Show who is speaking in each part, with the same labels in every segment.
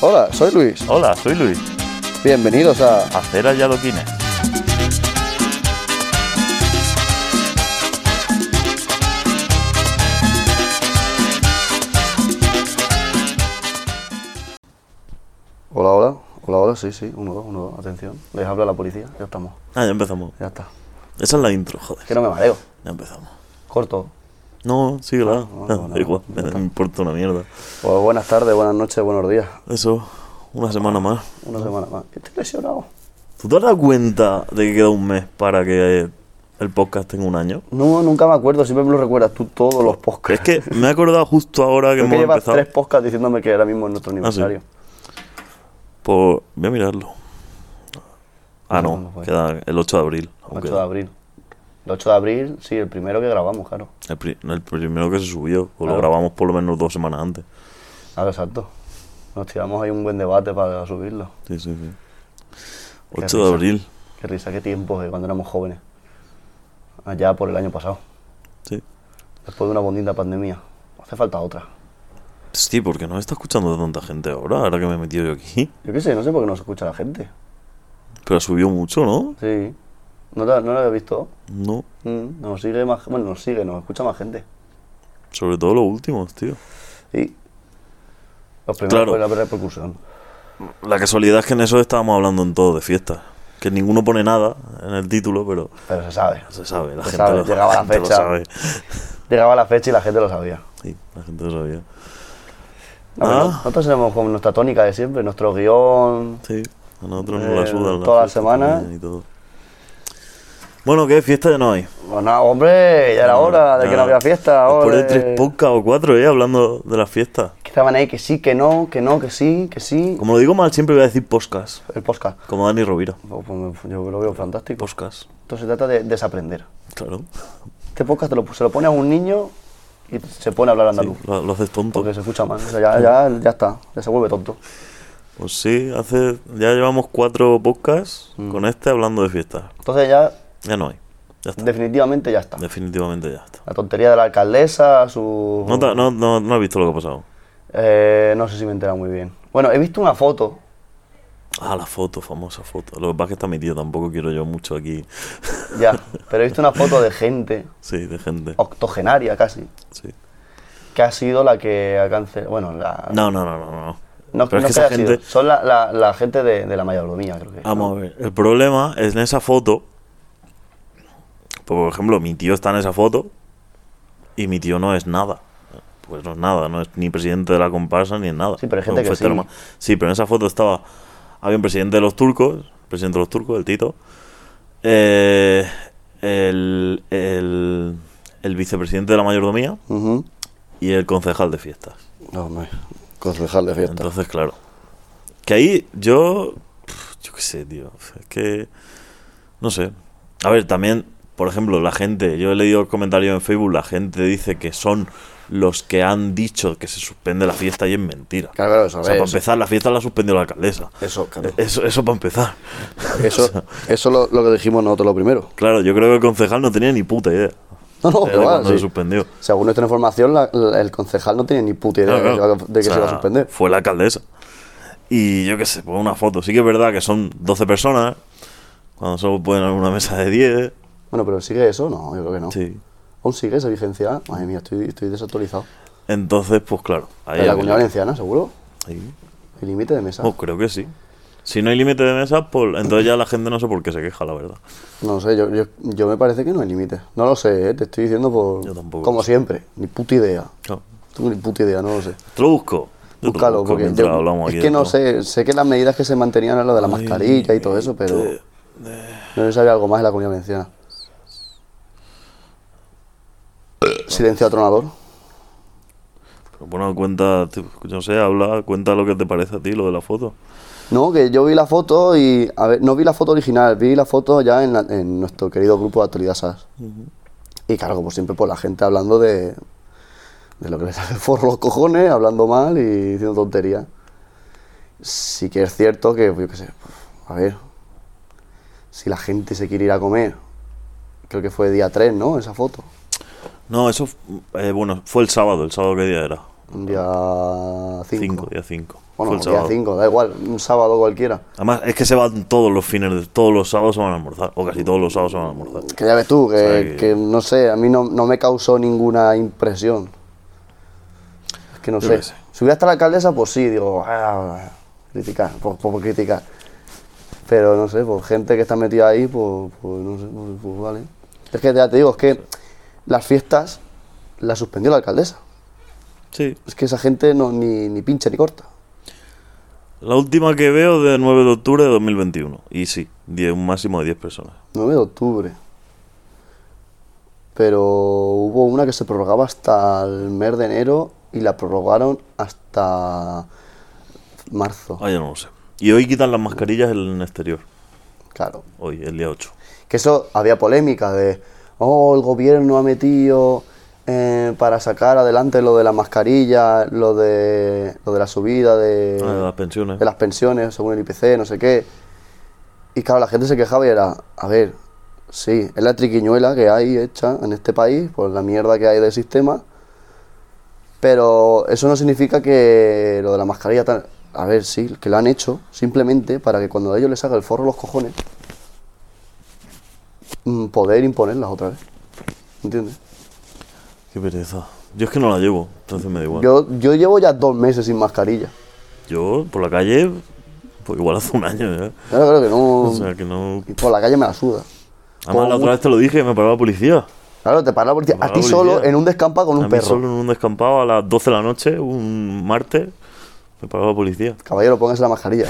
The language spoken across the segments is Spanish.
Speaker 1: Hola, soy Luis.
Speaker 2: Hola, soy Luis.
Speaker 1: Bienvenidos a
Speaker 2: Hacer allá adoquines.
Speaker 1: Hola, hola. Hola, hola, sí, sí. Uno, dos, uno, dos. Atención. Les habla la policía. Ya estamos.
Speaker 2: Ah, ya empezamos.
Speaker 1: Ya está.
Speaker 2: Esa es la intro, joder.
Speaker 1: Que no me mareo.
Speaker 2: Ya empezamos.
Speaker 1: Corto.
Speaker 2: No, sí, claro.
Speaker 1: no,
Speaker 2: Da
Speaker 1: no, no,
Speaker 2: igual, me importa una mierda.
Speaker 1: Pues buenas tardes, buenas noches, buenos días.
Speaker 2: Eso, una semana más.
Speaker 1: Una semana más. Estoy lesionado.
Speaker 2: ¿Tú te has dado cuenta de que queda un mes para que el podcast tenga un año?
Speaker 1: No, nunca me acuerdo. Siempre me lo recuerdas tú todos los podcasts.
Speaker 2: Es que me he acordado justo ahora que
Speaker 1: Creo que
Speaker 2: hemos
Speaker 1: llevas
Speaker 2: empezado. Ah,
Speaker 1: tres podcasts diciéndome que ahora mismo es nuestro aniversario.
Speaker 2: Por... Voy a mirarlo. Ah,
Speaker 1: No,
Speaker 2: no,
Speaker 1: no fue.
Speaker 2: queda el 8 de abril. aún
Speaker 1: 8 de
Speaker 2: queda.
Speaker 1: abril. El 8 de abril, sí, el primero que grabamos, claro.
Speaker 2: El, pri- el primero que se subió, o
Speaker 1: Claro.
Speaker 2: lo grabamos por lo menos dos semanas antes.
Speaker 1: Claro, Ah, exacto. Nos tiramos ahí un buen debate para subirlo.
Speaker 2: Sí, sí, sí.
Speaker 1: Qué
Speaker 2: 8 de
Speaker 1: risa.
Speaker 2: abril,
Speaker 1: Qué risa, qué tiempo de cuando éramos jóvenes. Allá por el año pasado.
Speaker 2: sí.
Speaker 1: Después de una bonita pandemia. Hace falta otra.
Speaker 2: Pues Sí, porque no me está escuchando tanta gente ahora, ahora que me he metido yo aquí.
Speaker 1: Yo qué sé, no sé por qué no se escucha la gente.
Speaker 2: Pero subió mucho, ¿no?
Speaker 1: Sí. ¿No, te- no lo habéis visto?
Speaker 2: No,
Speaker 1: Mm, nos sigue más... Bueno, nos sigue, nos escucha más gente.
Speaker 2: sobre todo los últimos, tío.
Speaker 1: Sí. Los primeros
Speaker 2: Claro.
Speaker 1: fue la repercusión.
Speaker 2: La casualidad es que en eso estábamos hablando en todo de fiestas. Que ninguno pone nada en el título, pero
Speaker 1: Pero se sabe.
Speaker 2: se sabe, la
Speaker 1: Se
Speaker 2: gente,
Speaker 1: sabe,
Speaker 2: lo,
Speaker 1: llegaba la
Speaker 2: gente lo
Speaker 1: fecha.
Speaker 2: sabe.
Speaker 1: Llegaba la fecha y la gente lo sabía.
Speaker 2: Sí, la gente lo sabía.
Speaker 1: No, pero
Speaker 2: Ah.
Speaker 1: Nosotros tenemos como nuestra tónica de siempre, nuestro guión.
Speaker 2: Sí, a nosotros
Speaker 1: Eh,
Speaker 2: nos la sudan.
Speaker 1: todas las
Speaker 2: fiestas
Speaker 1: semanas.
Speaker 2: también y todo. Bueno, ¿qué? Fiesta ya no hay.
Speaker 1: Bueno, no, Pues hombre, ya era hora de que no
Speaker 2: Nada.
Speaker 1: había fiesta.
Speaker 2: Ah. Después de
Speaker 1: ole.
Speaker 2: tres podcasts o cuatro, ¿eh? Hablando de las fiestas.
Speaker 1: Que estaban ahí que sí, que no, que no, que sí, que sí.
Speaker 2: Como lo digo mal, siempre voy a decir podcast.
Speaker 1: El podcast.
Speaker 2: Como Dani Rovira.
Speaker 1: Pues, pues, Yo lo veo fantástico.
Speaker 2: Podcast,
Speaker 1: Esto se trata de desaprender.
Speaker 2: claro.
Speaker 1: Este podcast te lo, se lo pone a un niño y se pone a hablar andaluz.
Speaker 2: Lo, lo haces tonto.
Speaker 1: Porque se escucha mal. O sea, ya, ya, ya está, ya se vuelve tonto.
Speaker 2: Pues sí, hace, ya llevamos cuatro podcasts con este hablando de fiestas.
Speaker 1: Entonces ya,
Speaker 2: Ya no hay. Ya está.
Speaker 1: definitivamente ya está.
Speaker 2: Definitivamente ya está.
Speaker 1: La tontería de la alcaldesa, su...
Speaker 2: No, te- no, no, no has visto lo que ha pasado.
Speaker 1: Eh, no sé si me he enterado muy bien. Bueno, he visto una foto.
Speaker 2: Ah, la foto, famosa foto. Lo que pasa es que está mi tío, tampoco quiero yo mucho aquí.
Speaker 1: Ya, pero he visto una foto de gente,
Speaker 2: sí, de gente.
Speaker 1: Oh. octogenaria casi,
Speaker 2: Sí.
Speaker 1: que ha sido la que ha cancelado. Bueno, la.
Speaker 2: No, no, no, no, no.
Speaker 1: no- no
Speaker 2: Pero es
Speaker 1: que
Speaker 2: que esa
Speaker 1: haya sido,
Speaker 2: gente.
Speaker 1: Son la, la- la gente de, de la mayordomía, creo que.
Speaker 2: Vamos a ver. El problema es en esa foto. pues, por ejemplo, mi tío está en esa foto y mi tío no es nada. Pues no es nada, no es ni presidente de la comparsa ni es nada.
Speaker 1: Sí, pero hay gente
Speaker 2: Fue un
Speaker 1: que sí.
Speaker 2: festero más. Sí, pero en esa foto estaba. Había un presidente de los turcos, presidente de los turcos, el Tito. eh, el, el, el vicepresidente de la mayordomía
Speaker 1: Ujú.
Speaker 2: y el concejal de fiestas.
Speaker 1: No, hombre. Concejal de fiesta.
Speaker 2: Entonces, claro. Que ahí yo. pf, Yo qué sé, tío. Es que. No sé. A ver, también, por ejemplo, la gente. Yo he leído el comentario en Facebook. La gente dice que son los que han dicho que se suspende la fiesta y es mentira.
Speaker 1: Claro, claro, eso,
Speaker 2: O
Speaker 1: a
Speaker 2: sea,
Speaker 1: ver,
Speaker 2: para
Speaker 1: eso, Eh.
Speaker 2: empezar, la fiesta la suspendió la alcaldesa.
Speaker 1: eso, claro.
Speaker 2: Eso, eso para empezar.
Speaker 1: Eso, eso lo, lo que dijimos nosotros lo primero.
Speaker 2: Claro, yo creo que el concejal no tenía ni puta idea.
Speaker 1: No, no,
Speaker 2: de
Speaker 1: que va,
Speaker 2: cuándo se
Speaker 1: sí.
Speaker 2: suspendió.
Speaker 1: Según nuestra información, la- la- el concejal no tiene ni puta idea
Speaker 2: Claro,
Speaker 1: de
Speaker 2: claro.
Speaker 1: que- de que
Speaker 2: O
Speaker 1: se iba a
Speaker 2: sea,
Speaker 1: suspender.
Speaker 2: Fue la alcaldesa. Y yo qué sé, pues una foto. Sí que es verdad que son 12 personas, cuando solo pueden haber una mesa de 10.
Speaker 1: Bueno, pero ¿sigue eso? No, yo creo que no.
Speaker 2: Sí.
Speaker 1: ¿Aún sigue esa vigencia? Madre mía, estoy, estoy desactualizado.
Speaker 2: Entonces, pues claro. Ahí
Speaker 1: ¿En la
Speaker 2: había-
Speaker 1: comunidad valenciana, seguro?
Speaker 2: ahí.
Speaker 1: ¿El límite de mesa?
Speaker 2: Pues creo que sí. Si no hay límite de mesa, pues entonces ya la gente no sé por qué se queja, la verdad.
Speaker 1: No sé, yo, yo, yo me parece que no hay límite. No lo sé, ¿eh? te estoy diciendo por...
Speaker 2: Yo tampoco.
Speaker 1: Como siempre, ni puta idea.
Speaker 2: No.
Speaker 1: Tú ni puta idea, no lo sé.
Speaker 2: Te lo busco. Yo te lo
Speaker 1: Búscalo,
Speaker 2: busco
Speaker 1: porque
Speaker 2: mientras
Speaker 1: yo- es
Speaker 2: hablamos aquí
Speaker 1: que
Speaker 2: de
Speaker 1: no
Speaker 2: todo.
Speaker 1: sé, sé que las medidas que se mantenían eran lo de la mascarilla y todo eso, pero
Speaker 2: eh, este.
Speaker 1: no se sabía algo más de la comunidad valenciana. Silencio atronador.
Speaker 2: Pero bueno, cuenta, tío, no sé, habla, cuenta lo que te parece a ti, lo de la foto.
Speaker 1: No, que yo vi la foto y. A ver, no vi la foto original, vi la foto ya en, la- en nuestro querido grupo de actualidad SAS. Y claro, como siempre, pues la gente hablando de. de lo que les hace por los cojones, hablando mal y diciendo tonterías. Sí que es cierto que, yo qué sé, pues, a ver. Si la gente se quiere ir a comer, creo que fue día 3, ¿no? Esa foto.
Speaker 2: No, eso, f- eh, bueno, fue el sábado. ¿El sábado qué día era?
Speaker 1: Un día 5.
Speaker 2: 5, día 5.
Speaker 1: Bueno,
Speaker 2: Fue el
Speaker 1: día
Speaker 2: sábado.
Speaker 1: 5, da igual, un sábado cualquiera.
Speaker 2: Además, es que se van todos los fines, de, todos los sábados se van a almorzar, o casi todos los sábados se van a almorzar.
Speaker 1: Que ya ves tú, que,
Speaker 2: sea, que-
Speaker 1: que no sé, a mí no, no me causó ninguna impresión. Es que no
Speaker 2: Yo
Speaker 1: sé.
Speaker 2: qué sé.
Speaker 1: Si hubiera estado la alcaldesa, pues sí, digo, "Ah, criticar, por, por- por criticar. Pero no sé, por gente que está metida ahí, pues, pues no sé, pues, pues vale. Es que ya te digo, es que las fiestas las suspendió la alcaldesa.
Speaker 2: Sí.
Speaker 1: Es que esa gente no, ni, ni pincha ni corta.
Speaker 2: La última que veo de 9 de octubre de 2021. Y sí, 10, un máximo de 10 personas.
Speaker 1: 9 de octubre. Pero hubo una que se prorrogaba hasta el mes de enero y la prorrogaron hasta marzo.
Speaker 2: Ah, ya no lo sé. Y hoy quitan las mascarillas en el exterior.
Speaker 1: Claro.
Speaker 2: Hoy, el día 8.
Speaker 1: Que eso había polémica de, oh, el gobierno ha metido eh, para sacar adelante lo de la mascarilla, lo de, lo de la subida de,
Speaker 2: Ah, de las pensiones.
Speaker 1: de las pensiones según el IPC, no sé qué. Y claro, la gente se quejaba y era, a ver, sí, es la triquiñuela que hay hecha en este país por la mierda que hay del sistema, pero eso no significa que lo de la mascarilla tal... A ver, sí, que lo han hecho simplemente para que cuando a ellos les haga el forro los cojones, mm, poder imponerlas otra vez. ¿Entiendes?
Speaker 2: Qué pereza. Yo es que no la llevo, entonces me da igual. Yo,
Speaker 1: Yo, yo llevo ya dos meses sin mascarilla.
Speaker 2: por la calle, pues igual hace un año ya.
Speaker 1: Yo creo que no...
Speaker 2: O sea, que no...
Speaker 1: Um, y Por la calle me la suda.
Speaker 2: Además, la
Speaker 1: Como
Speaker 2: otra vez te lo dije, me paró la policía.
Speaker 1: Claro, te para la policía.
Speaker 2: Te para
Speaker 1: A
Speaker 2: la
Speaker 1: ti solo
Speaker 2: policía.
Speaker 1: en un descampa con
Speaker 2: A
Speaker 1: un
Speaker 2: mí
Speaker 1: perro.
Speaker 2: solo en un descampado a las 12 de la noche, un martes, me paró la policía.
Speaker 1: Caballero, póngase la mascarilla.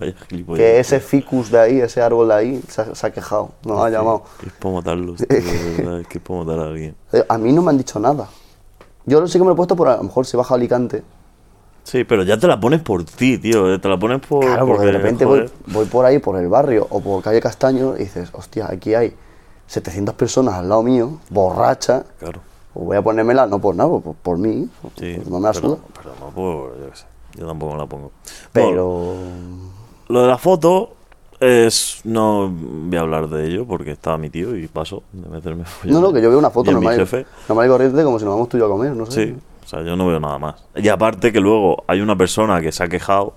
Speaker 2: Vaya gilipollas.
Speaker 1: que ese ficus de ahí, ese árbol de ahí, se ha, se ha quejado. Nos ha llamado.
Speaker 2: Es para matarlos, tío, de verdad, es que es para matar a alguien.
Speaker 1: Eh, A mí no me han dicho nada. Yo sí que me lo he puesto por a lo mejor si baja a Alicante.
Speaker 2: Sí, pero ya te la pones por ti, tío. eh, Te la pones por.
Speaker 1: Claro, porque de repente voy,
Speaker 2: joder,
Speaker 1: voy por ahí, por el barrio o por calle Castaño y dices, hostia, aquí hay 700 personas al lado mío, borracha.
Speaker 2: Claro.
Speaker 1: Pues voy a ponérmela, no por nada, por, por mí.
Speaker 2: Sí,
Speaker 1: porque Pues no me la
Speaker 2: pero-
Speaker 1: suda.
Speaker 2: Pero no por. Yo, qué sé, yo tampoco me la pongo. Bueno,
Speaker 1: Pero.
Speaker 2: lo de la foto. Es, no voy a hablar de ello porque estaba mi tío y paso de meterme
Speaker 1: No, no, que yo veo una foto
Speaker 2: y en mi
Speaker 1: normal,
Speaker 2: jefe.
Speaker 1: y- normal y corriente como si nos vamos tú y yo a comer, no sé.
Speaker 2: Sí, o sea, yo no veo nada más. Y aparte que luego hay una persona que se ha quejado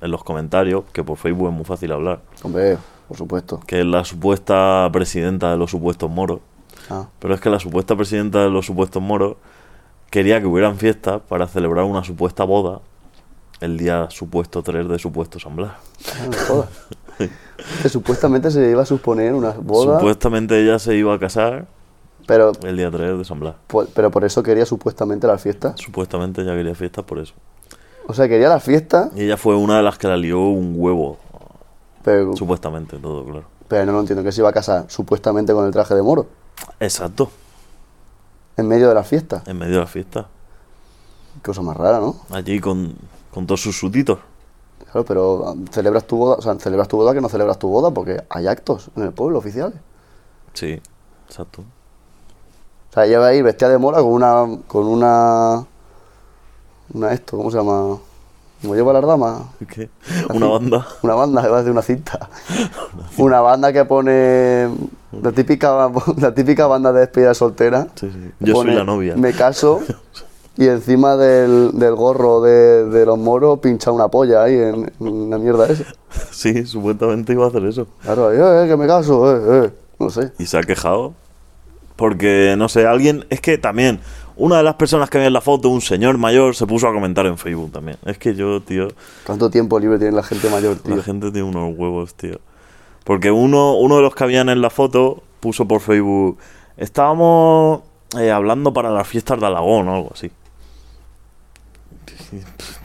Speaker 2: en los comentarios, que por Facebook es muy fácil hablar,
Speaker 1: Hombre, por supuesto.
Speaker 2: que es la supuesta presidenta de los supuestos moros.
Speaker 1: Ah.
Speaker 2: Pero es que la supuesta presidenta de los supuestos moros quería que hubieran fiestas para celebrar una supuesta boda el día supuesto 3 de supuesto San Blas.
Speaker 1: Ah, no jodas. Que supuestamente se iba a suponer una boda,
Speaker 2: Supuestamente ella se iba a casar
Speaker 1: pero,
Speaker 2: el día 3 de San Blas.
Speaker 1: por- pero por eso quería supuestamente las fiestas.
Speaker 2: Supuestamente ella quería fiestas por eso.
Speaker 1: O sea, quería las fiestas,
Speaker 2: Y ella fue una de las que la lió un huevo,
Speaker 1: pero,
Speaker 2: supuestamente, todo claro.
Speaker 1: pero no lo entiendo, que se iba a casar supuestamente con el traje de moro,
Speaker 2: Exacto,
Speaker 1: en medio de las fiestas.
Speaker 2: en medio de la fiesta.
Speaker 1: Cosa más rara, ¿no?
Speaker 2: Allí con, con todos sus sutitos.
Speaker 1: Claro, pero ah, celebras tu boda, o sea, celebras tu boda que no celebras tu boda porque hay actos en el pueblo oficiales.
Speaker 2: Sí, exacto.
Speaker 1: O sea, ella va a ir vestida de mora con una, con una, una esto, ¿cómo se llama? Como lleva las damas,
Speaker 2: ¿Qué? Una banda.
Speaker 1: Una banda, iba a decir una cinta. Una banda que pone la típica, la típica banda de despedida soltera.
Speaker 2: Sí, sí. Yo soy
Speaker 1: Pone,
Speaker 2: la novia.
Speaker 1: Me caso y encima del, del gorro de, de los moros pincha una polla ahí en, en la mierda esa.
Speaker 2: Sí, supuestamente iba a hacer eso.
Speaker 1: Claro, ahí, eh, eh, que me caso, eh, eh. No sé.
Speaker 2: Y se ha quejado. Porque, no sé, alguien. Es que también, una de las personas que había en la foto, un señor mayor, se puso a comentar en Facebook también. Es que yo, tío.
Speaker 1: ¿Cuánto tiempo libre tiene la gente mayor, tío?
Speaker 2: La gente tiene unos huevos, tío. Porque uno, uno de los que habían en la foto puso por Facebook. Estábamos eh, hablando para las fiestas de Alagón o algo así.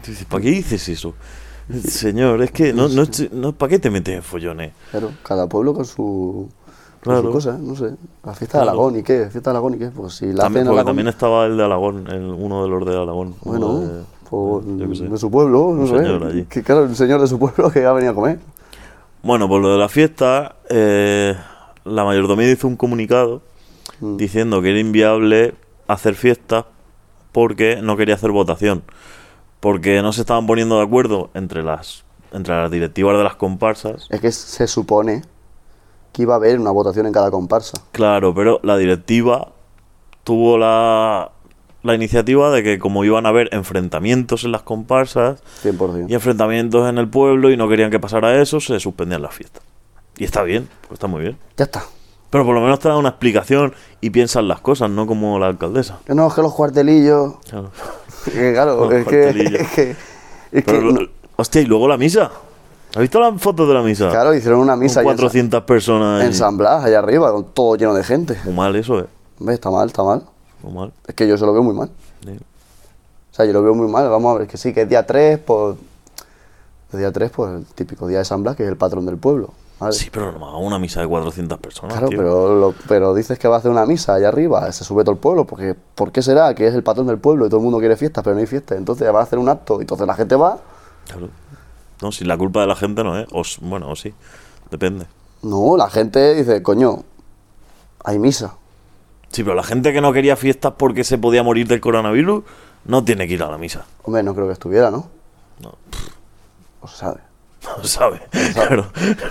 Speaker 2: Dices, ¿Para qué dices eso? Señor, es que no, no, no- ¿para qué te metes en follones?
Speaker 1: Claro, cada pueblo con su, con
Speaker 2: Claro.
Speaker 1: su cosa, no sé. La fiesta de
Speaker 2: Claro.
Speaker 1: Alagón y qué, fiesta de Alagón y qué. Pues si la hacen
Speaker 2: También,
Speaker 1: en
Speaker 2: porque
Speaker 1: Alagón,
Speaker 2: también estaba el de Alagón, el- uno de los de Alagón. uno
Speaker 1: Bueno, pues,
Speaker 2: de-
Speaker 1: por-
Speaker 2: yo qué sé.
Speaker 1: de su pueblo, no
Speaker 2: Un
Speaker 1: sé.
Speaker 2: señor allí.
Speaker 1: Que claro, el señor de su pueblo que ha venido a comer.
Speaker 2: Bueno, por lo de la fiesta, eh, la mayordomía hizo un comunicado
Speaker 1: Mm.
Speaker 2: diciendo que era inviable hacer fiesta porque no quería hacer votación. Porque no se estaban poniendo de acuerdo entre las, entre las directivas de las comparsas.
Speaker 1: Es que se supone que iba a haber una votación en cada comparsa.
Speaker 2: Claro, pero la directiva tuvo la la iniciativa de que como iban a haber enfrentamientos en las comparsas
Speaker 1: 100%.
Speaker 2: y enfrentamientos en el pueblo y no querían que pasara eso, se suspendían las fiestas. Y está bien, pues está muy bien.
Speaker 1: Ya está.
Speaker 2: Pero por lo menos te dan una explicación y piensan las cosas, no como la alcaldesa.
Speaker 1: Que No, es que los cuartelillos.
Speaker 2: Claro.
Speaker 1: Que claro,
Speaker 2: Los
Speaker 1: es, que,
Speaker 2: cuartelillos.
Speaker 1: es que. es que
Speaker 2: Pero lo-
Speaker 1: no-
Speaker 2: Hostia, y luego la misa. ¿Has visto las fotos de la misa?
Speaker 1: claro, hicieron una
Speaker 2: Con
Speaker 1: misa ahí en Sa-
Speaker 2: 400 personas.
Speaker 1: en
Speaker 2: ahí.
Speaker 1: San Blas, allá arriba, con todo lleno de gente.
Speaker 2: Muy mal eso, eh.
Speaker 1: Hombre, está mal, está mal.
Speaker 2: Muy mal.
Speaker 1: Es que yo se lo veo muy mal.
Speaker 2: eh.
Speaker 1: O sea, yo lo veo muy mal. Vamos a ver, que sí, que es día 3, pues. El día 3, pues el típico día de San Blas, que es el patrón del pueblo. ¿vale?
Speaker 2: Sí, pero normal, una misa de 400 personas.
Speaker 1: Claro,
Speaker 2: Ah, tío.
Speaker 1: pero, lo- pero dices que va a hacer una misa allá arriba, se sube todo el pueblo, porque ¿por qué será que es el patrón del pueblo y todo el mundo quiere fiestas, pero no hay fiestas? Entonces va a hacer un acto y entonces la gente va.
Speaker 2: Claro. No, si la culpa de la gente no es. O s- bueno, o sí. Depende.
Speaker 1: No, la gente dice, coño, hay misa.
Speaker 2: Sí, pero la gente que no quería fiestas porque se podía morir del coronavirus no tiene que ir a la misa.
Speaker 1: Hombre, no creo que estuviera, ¿no?
Speaker 2: No.
Speaker 1: O se sabe.
Speaker 2: No sabe. Claro,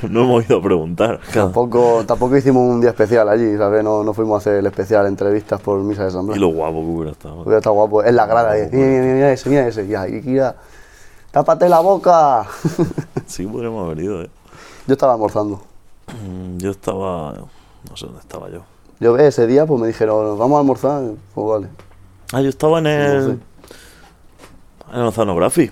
Speaker 2: no hemos ido a preguntar. Claro.
Speaker 1: Tampoco, tampoco hicimos un día especial allí, ¿sabes? No, no fuimos a hacer el especial entrevistas por misa de San
Speaker 2: Y
Speaker 1: Blas.
Speaker 2: lo guapo que hubiera estado.
Speaker 1: Hubiera estado guapo, en la grada, ahí, mira, mira, mira ese, mira ese, ya, y mira, tápate la boca.
Speaker 2: Sí, podríamos haber ido, eh.
Speaker 1: Yo estaba almorzando.
Speaker 2: Mm, Yo estaba. No sé dónde estaba yo.
Speaker 1: Yo ve, ese día pues me dijeron, vamos a almorzar, pues vale.
Speaker 2: Ah, yo estaba en el.
Speaker 1: No sé.
Speaker 2: En el Oceanography.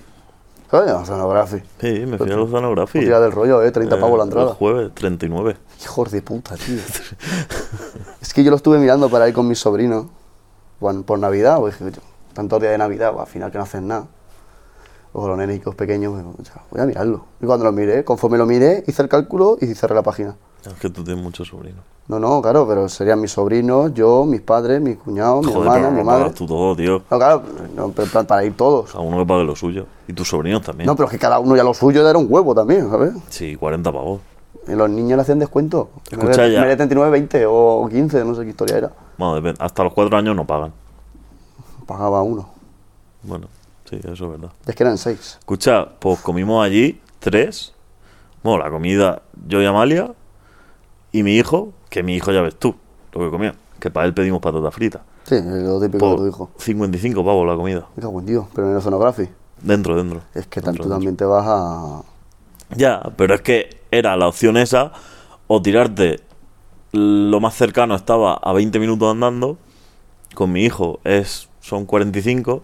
Speaker 1: Coño, Oceanography.
Speaker 2: Sí, me fui al Oceanography.
Speaker 1: Tira del rollo, eh, 30 pavos la
Speaker 2: Eh, El
Speaker 1: entrada.
Speaker 2: jueves, 39.
Speaker 1: Hijos de puta, tío. es que yo lo estuve mirando para ir con mis sobrinos. Bueno, por Navidad, pues dije, "Coño, tantos días de Navidad, pues, al final que no hacen nada. O con los nenicos pequeños, pues, o sea, voy a mirarlo. Y cuando lo miré, conforme lo miré, hice el cálculo y cerré la página.
Speaker 2: Es que tú tienes muchos sobrinos.
Speaker 1: No, no, claro, pero serían mis sobrinos, yo, mis padres, mis cuñados, mi
Speaker 2: Joder,
Speaker 1: hermana,
Speaker 2: pero no
Speaker 1: mi
Speaker 2: lo
Speaker 1: madre.
Speaker 2: pagas tú todo, tío.
Speaker 1: No, claro, no, pero en plan, para ir todos.
Speaker 2: A uno que pague lo suyo. Y tus sobrinos también.
Speaker 1: No, pero es que cada uno ya lo suyo era un huevo también, ¿sabes?
Speaker 2: Sí, 40 pavos.
Speaker 1: Y los niños le hacían descuento.
Speaker 2: Escucha
Speaker 1: me
Speaker 2: ya.
Speaker 1: Merece 39, 20 o 15, no sé qué historia era.
Speaker 2: Bueno, depende. Hasta los 4 años no pagan.
Speaker 1: Pagaba uno.
Speaker 2: Bueno, sí, eso es verdad.
Speaker 1: Es que eran seis.
Speaker 2: Escucha, pues comimos allí tres. Bueno, la comida, yo y Amalia. Y mi hijo, que mi hijo ya ves tú, lo que comía. Que para él pedimos Pues patatas fritas.
Speaker 1: Sí, es lo típico de
Speaker 2: Por
Speaker 1: tu hijo.
Speaker 2: 55 pavos la comida.
Speaker 1: Me cago en Dios, pero en el Oceanography.
Speaker 2: Dentro, dentro.
Speaker 1: Es que tanto
Speaker 2: Dentro, dentro.
Speaker 1: también te vas a.
Speaker 2: Ya, pero es que era la opción esa o tirarte lo más cercano estaba a 20 minutos andando con mi hijo es son 45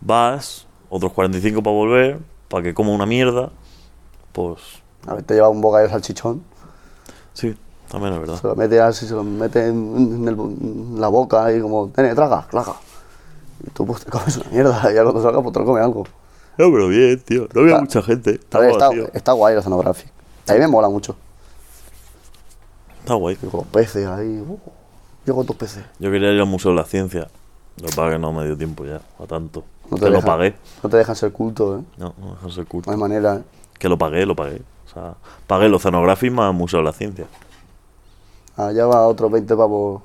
Speaker 2: vas otros 45 para volver para que coma una mierda pues
Speaker 1: A ver, te lleva un bocadillo de salchichón,
Speaker 2: sí también es verdad
Speaker 1: se lo mete así, se lo mete en, en el- en la boca y como, tene, traga, traga. Y tú pues te comes una mierda y ya cuando salga pues te lo comes algo.
Speaker 2: no pero bien tío no había
Speaker 1: Está-
Speaker 2: mucha gente
Speaker 1: A
Speaker 2: estaba
Speaker 1: ver, está,
Speaker 2: vacío.
Speaker 1: está guay el Oceanography. A mí me mola mucho.
Speaker 2: Está guay
Speaker 1: Yo con los peces ahí. uh, yo con tus peces.
Speaker 2: yo quería ir al museo de la ciencia lo que pasa es que no me dio tiempo ya a tanto
Speaker 1: No te
Speaker 2: que lo
Speaker 1: dejan.
Speaker 2: pagué
Speaker 1: No te dejan ser culto, ¿eh?
Speaker 2: no no dejas el curso
Speaker 1: No hay manera, ¿eh?
Speaker 2: que lo pagué lo pagué o sea pagué el oceanografía más museo de la ciencia
Speaker 1: Allá Ah, va otros 20 pavos.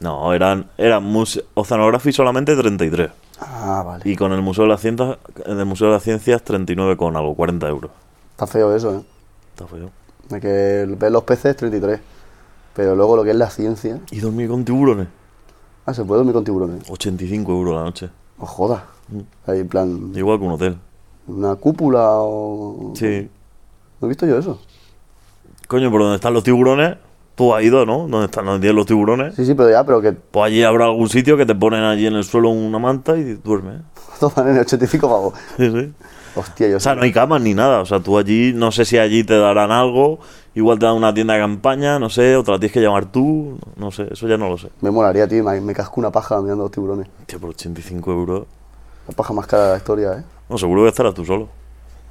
Speaker 2: No, eran, eran muse- Oceanography solamente 33.
Speaker 1: Ah, vale.
Speaker 2: Y con el Museo de las Ciencias, en el Museo de las Ciencias 39 con algo, 40 euros.
Speaker 1: Está feo eso, ¿eh?
Speaker 2: Está feo.
Speaker 1: De que ver los peces 33. Pero luego lo que es la ciencia.
Speaker 2: Y dormir con tiburones,
Speaker 1: Ah, se puede dormir con tiburones.
Speaker 2: 85 euros la noche.
Speaker 1: No jodas. Ahí en plan.
Speaker 2: Igual que un hotel.
Speaker 1: Una cúpula o.
Speaker 2: Sí.
Speaker 1: No he visto yo eso.
Speaker 2: Coño, pero donde están los tiburones, tú has ido, ¿no? Donde están donde tienen los tiburones.
Speaker 1: Sí, sí, pero ya, pero que
Speaker 2: Pues allí habrá algún sitio que te ponen allí en el suelo una manta y duermes. ¿eh?
Speaker 1: toman en el 85 pavos.
Speaker 2: Sí, sí.
Speaker 1: Hostia, yo
Speaker 2: O sea,
Speaker 1: sé-
Speaker 2: no hay camas ni nada. O sea, tú allí, no sé si allí te darán algo. Igual te dan una tienda de campaña, no sé, o te la tienes que llamar tú. No sé, eso ya no lo sé.
Speaker 1: Me molaría, tío. Me, me casco una paja mirando los tiburones.
Speaker 2: Tío, por 85 euros.
Speaker 1: La paja más cara de la historia, ¿eh?
Speaker 2: No, seguro que estarás tú solo.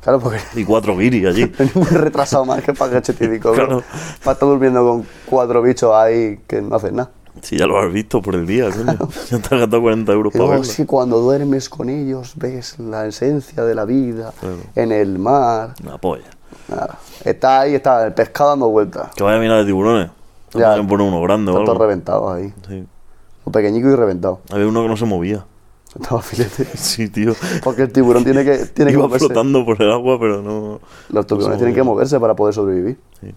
Speaker 1: Claro, porque.
Speaker 2: Y cuatro guiris allí.
Speaker 1: Venís muy retrasado más que para el 85, bro.
Speaker 2: Claro.
Speaker 1: Para estar durmiendo con cuatro bichos ahí que no hacen nada.
Speaker 2: Si ya lo has visto por el día, coño. Ya te has gastado 40 euros
Speaker 1: Pero
Speaker 2: para verlo.
Speaker 1: sí, cuando duermes con ellos ves la esencia de la vida
Speaker 2: Claro.
Speaker 1: en el mar.
Speaker 2: Una polla.
Speaker 1: Nada. Está ahí, está el pescado dando vueltas.
Speaker 2: Que vaya a mirar de tiburones. Te
Speaker 1: Ya.
Speaker 2: ponen por uno grande o
Speaker 1: Están todos
Speaker 2: algo.
Speaker 1: reventados ahí.
Speaker 2: Sí.
Speaker 1: O pequeñico y reventado.
Speaker 2: Había uno que no se movía.
Speaker 1: Estaba filete.
Speaker 2: Sí, tío.
Speaker 1: Porque el tiburón tiene que, tiene que
Speaker 2: Iba
Speaker 1: moverse.
Speaker 2: flotando por el agua, pero no.
Speaker 1: Los tiburones
Speaker 2: movía.
Speaker 1: tienen que moverse para poder sobrevivir. Mm,
Speaker 2: Sí.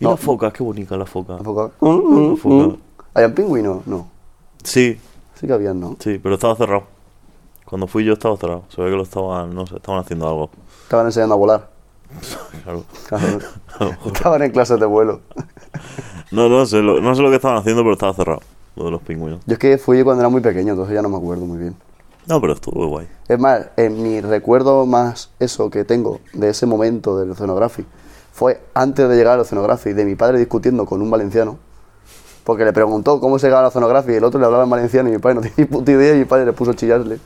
Speaker 2: Y
Speaker 1: No.
Speaker 2: las Ah. focas, qué bonita la foca. Mm.
Speaker 1: Tampoco.
Speaker 2: Foca.
Speaker 1: ¿Hay un pingüino? No.
Speaker 2: Sí.
Speaker 1: Sí que habían, ¿no?
Speaker 2: Sí, pero estaba cerrado. Cuando fui yo estaba cerrado. Se ve que lo estaban, no sé, estaban haciendo algo.
Speaker 1: Estaban enseñando a volar.
Speaker 2: Claro.
Speaker 1: Claro. Estaban en clases de vuelo.
Speaker 2: No, no sé, lo, no sé lo que estaban haciendo, pero estaba cerrado. Lo de los pingüinos.
Speaker 1: Yo es que fui cuando era muy pequeño, entonces ya no me acuerdo muy bien.
Speaker 2: No, pero estuvo guay.
Speaker 1: Es más, en mi recuerdo más eso que tengo de ese momento del Oceanographic fue antes de llegar al Oceanographic, de mi padre discutiendo con un valenciano, porque le preguntó cómo se llegaba al Oceanographic y el otro le hablaba en valenciano y mi padre no tenía ni puta idea y mi padre le puso a chillarle.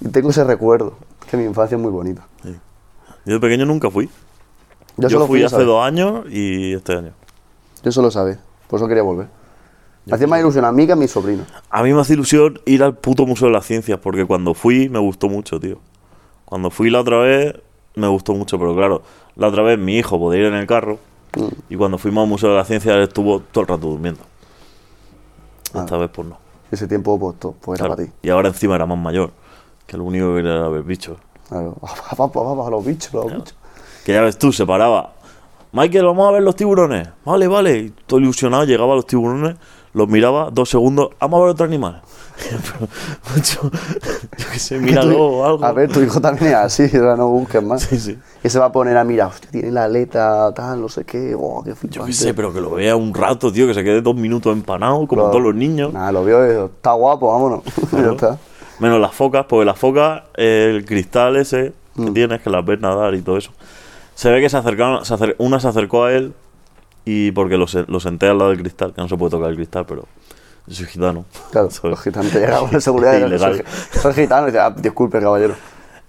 Speaker 1: Y tengo ese recuerdo, que mi infancia es muy bonita.
Speaker 2: Yo de pequeño nunca fui. Yo, fui,
Speaker 1: esa
Speaker 2: hace
Speaker 1: vez.
Speaker 2: dos años y este año.
Speaker 1: Yo solo sabía, por eso quería volver. Me
Speaker 2: Yo
Speaker 1: hacía más ilusión a mí que a mi sobrino.
Speaker 2: A mí me hace ilusión ir al puto Museo de las Ciencias, porque cuando fui me gustó mucho, tío. Cuando fui la otra vez me gustó mucho, pero claro, la otra vez mi hijo podía ir en el carro
Speaker 1: Mm.
Speaker 2: y cuando fuimos al Museo de las Ciencias él estuvo todo el rato durmiendo. Esta vez pues no.
Speaker 1: Ese tiempo pues, to- pues Ah. era
Speaker 2: Claro.
Speaker 1: para ti.
Speaker 2: Y ahora encima era más mayor, que lo único que quería era ver bichos.
Speaker 1: Claro. Vamos, vamos, los bichos, los bichos.
Speaker 2: Que ya ves tú, se paraba. Michael, vamos a ver los tiburones. Vale, vale. Y todo ilusionado, llegaba a los tiburones, los miraba dos segundos. Vamos a ver otro animal. Pero, macho, yo qué sé, míralo o algo.
Speaker 1: A ver, tu hijo también es así, ahora no busques más.
Speaker 2: Sí, sí.
Speaker 1: Y se va a poner a mirar, hostia, tiene la aleta, tal, no sé qué, oh, qué
Speaker 2: Yo
Speaker 1: flipante.
Speaker 2: qué sé, pero que lo vea un rato, tío, que se quede dos minutos empanado, como
Speaker 1: Claro.
Speaker 2: todos los niños.
Speaker 1: Nada, lo vio y dijo, está guapo, vámonos. ya está.
Speaker 2: Menos las focas, porque las focas, el cristal ese que
Speaker 1: Mm.
Speaker 2: tienes, que las ves nadar y todo eso. Se ve que se acercaron, se acer- una se acercó a él y porque lo, se- lo senté al lado del cristal, que no se puede tocar el cristal, pero yo soy gitano.
Speaker 1: Claro,
Speaker 2: ¿sabes?
Speaker 1: los gitanos te llegaban de seguridad y
Speaker 2: Ilegal.
Speaker 1: dijeron, "Soy- soy gitano. Y dice, "Ah, disculpe, caballero.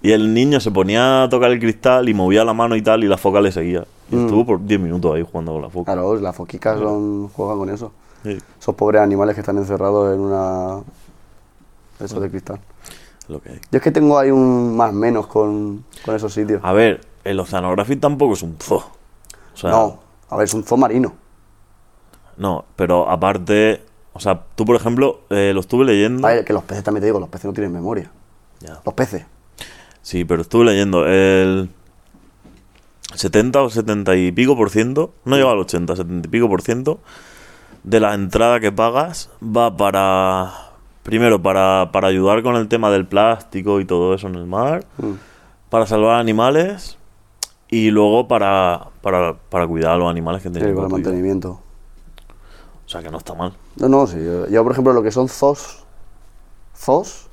Speaker 2: Y el niño se ponía a tocar el cristal y movía la mano y tal, y la foca le seguía. Y estuvo por 10 minutos ahí jugando con la foca.
Speaker 1: Mm. Claro, las foquicas son- juegan con eso.
Speaker 2: Sí, es
Speaker 1: Esos pobres animales que están encerrados en una. Eso de cristal.
Speaker 2: lo que hay.
Speaker 1: Yo es que tengo ahí un más menos con, con esos sitios.
Speaker 2: A ver, el Oceanographic tampoco es un zoo. Ah, O sea,
Speaker 1: No, a ver, es un zoo marino.
Speaker 2: No, pero aparte, o sea, tú por ejemplo, eh, lo estuve leyendo.
Speaker 1: A ver, que los peces también te digo, los peces no tienen memoria.
Speaker 2: Ya.
Speaker 1: Los peces.
Speaker 2: Sí, pero estuve leyendo el 70 o 70 y pico por ciento, no llega al 80, 70 y pico por ciento de la entrada que pagas va para, primero, para, para ayudar con el tema del plástico y todo eso en el mar,
Speaker 1: Mm.
Speaker 2: para salvar animales y luego para, para, para cuidar a los animales que
Speaker 1: Sí,
Speaker 2: tienen.
Speaker 1: con el mantenimiento.
Speaker 2: O sea, que no está mal.
Speaker 1: No, no, sí. Yo, yo, por ejemplo, lo que son zoos. ¿Zoos?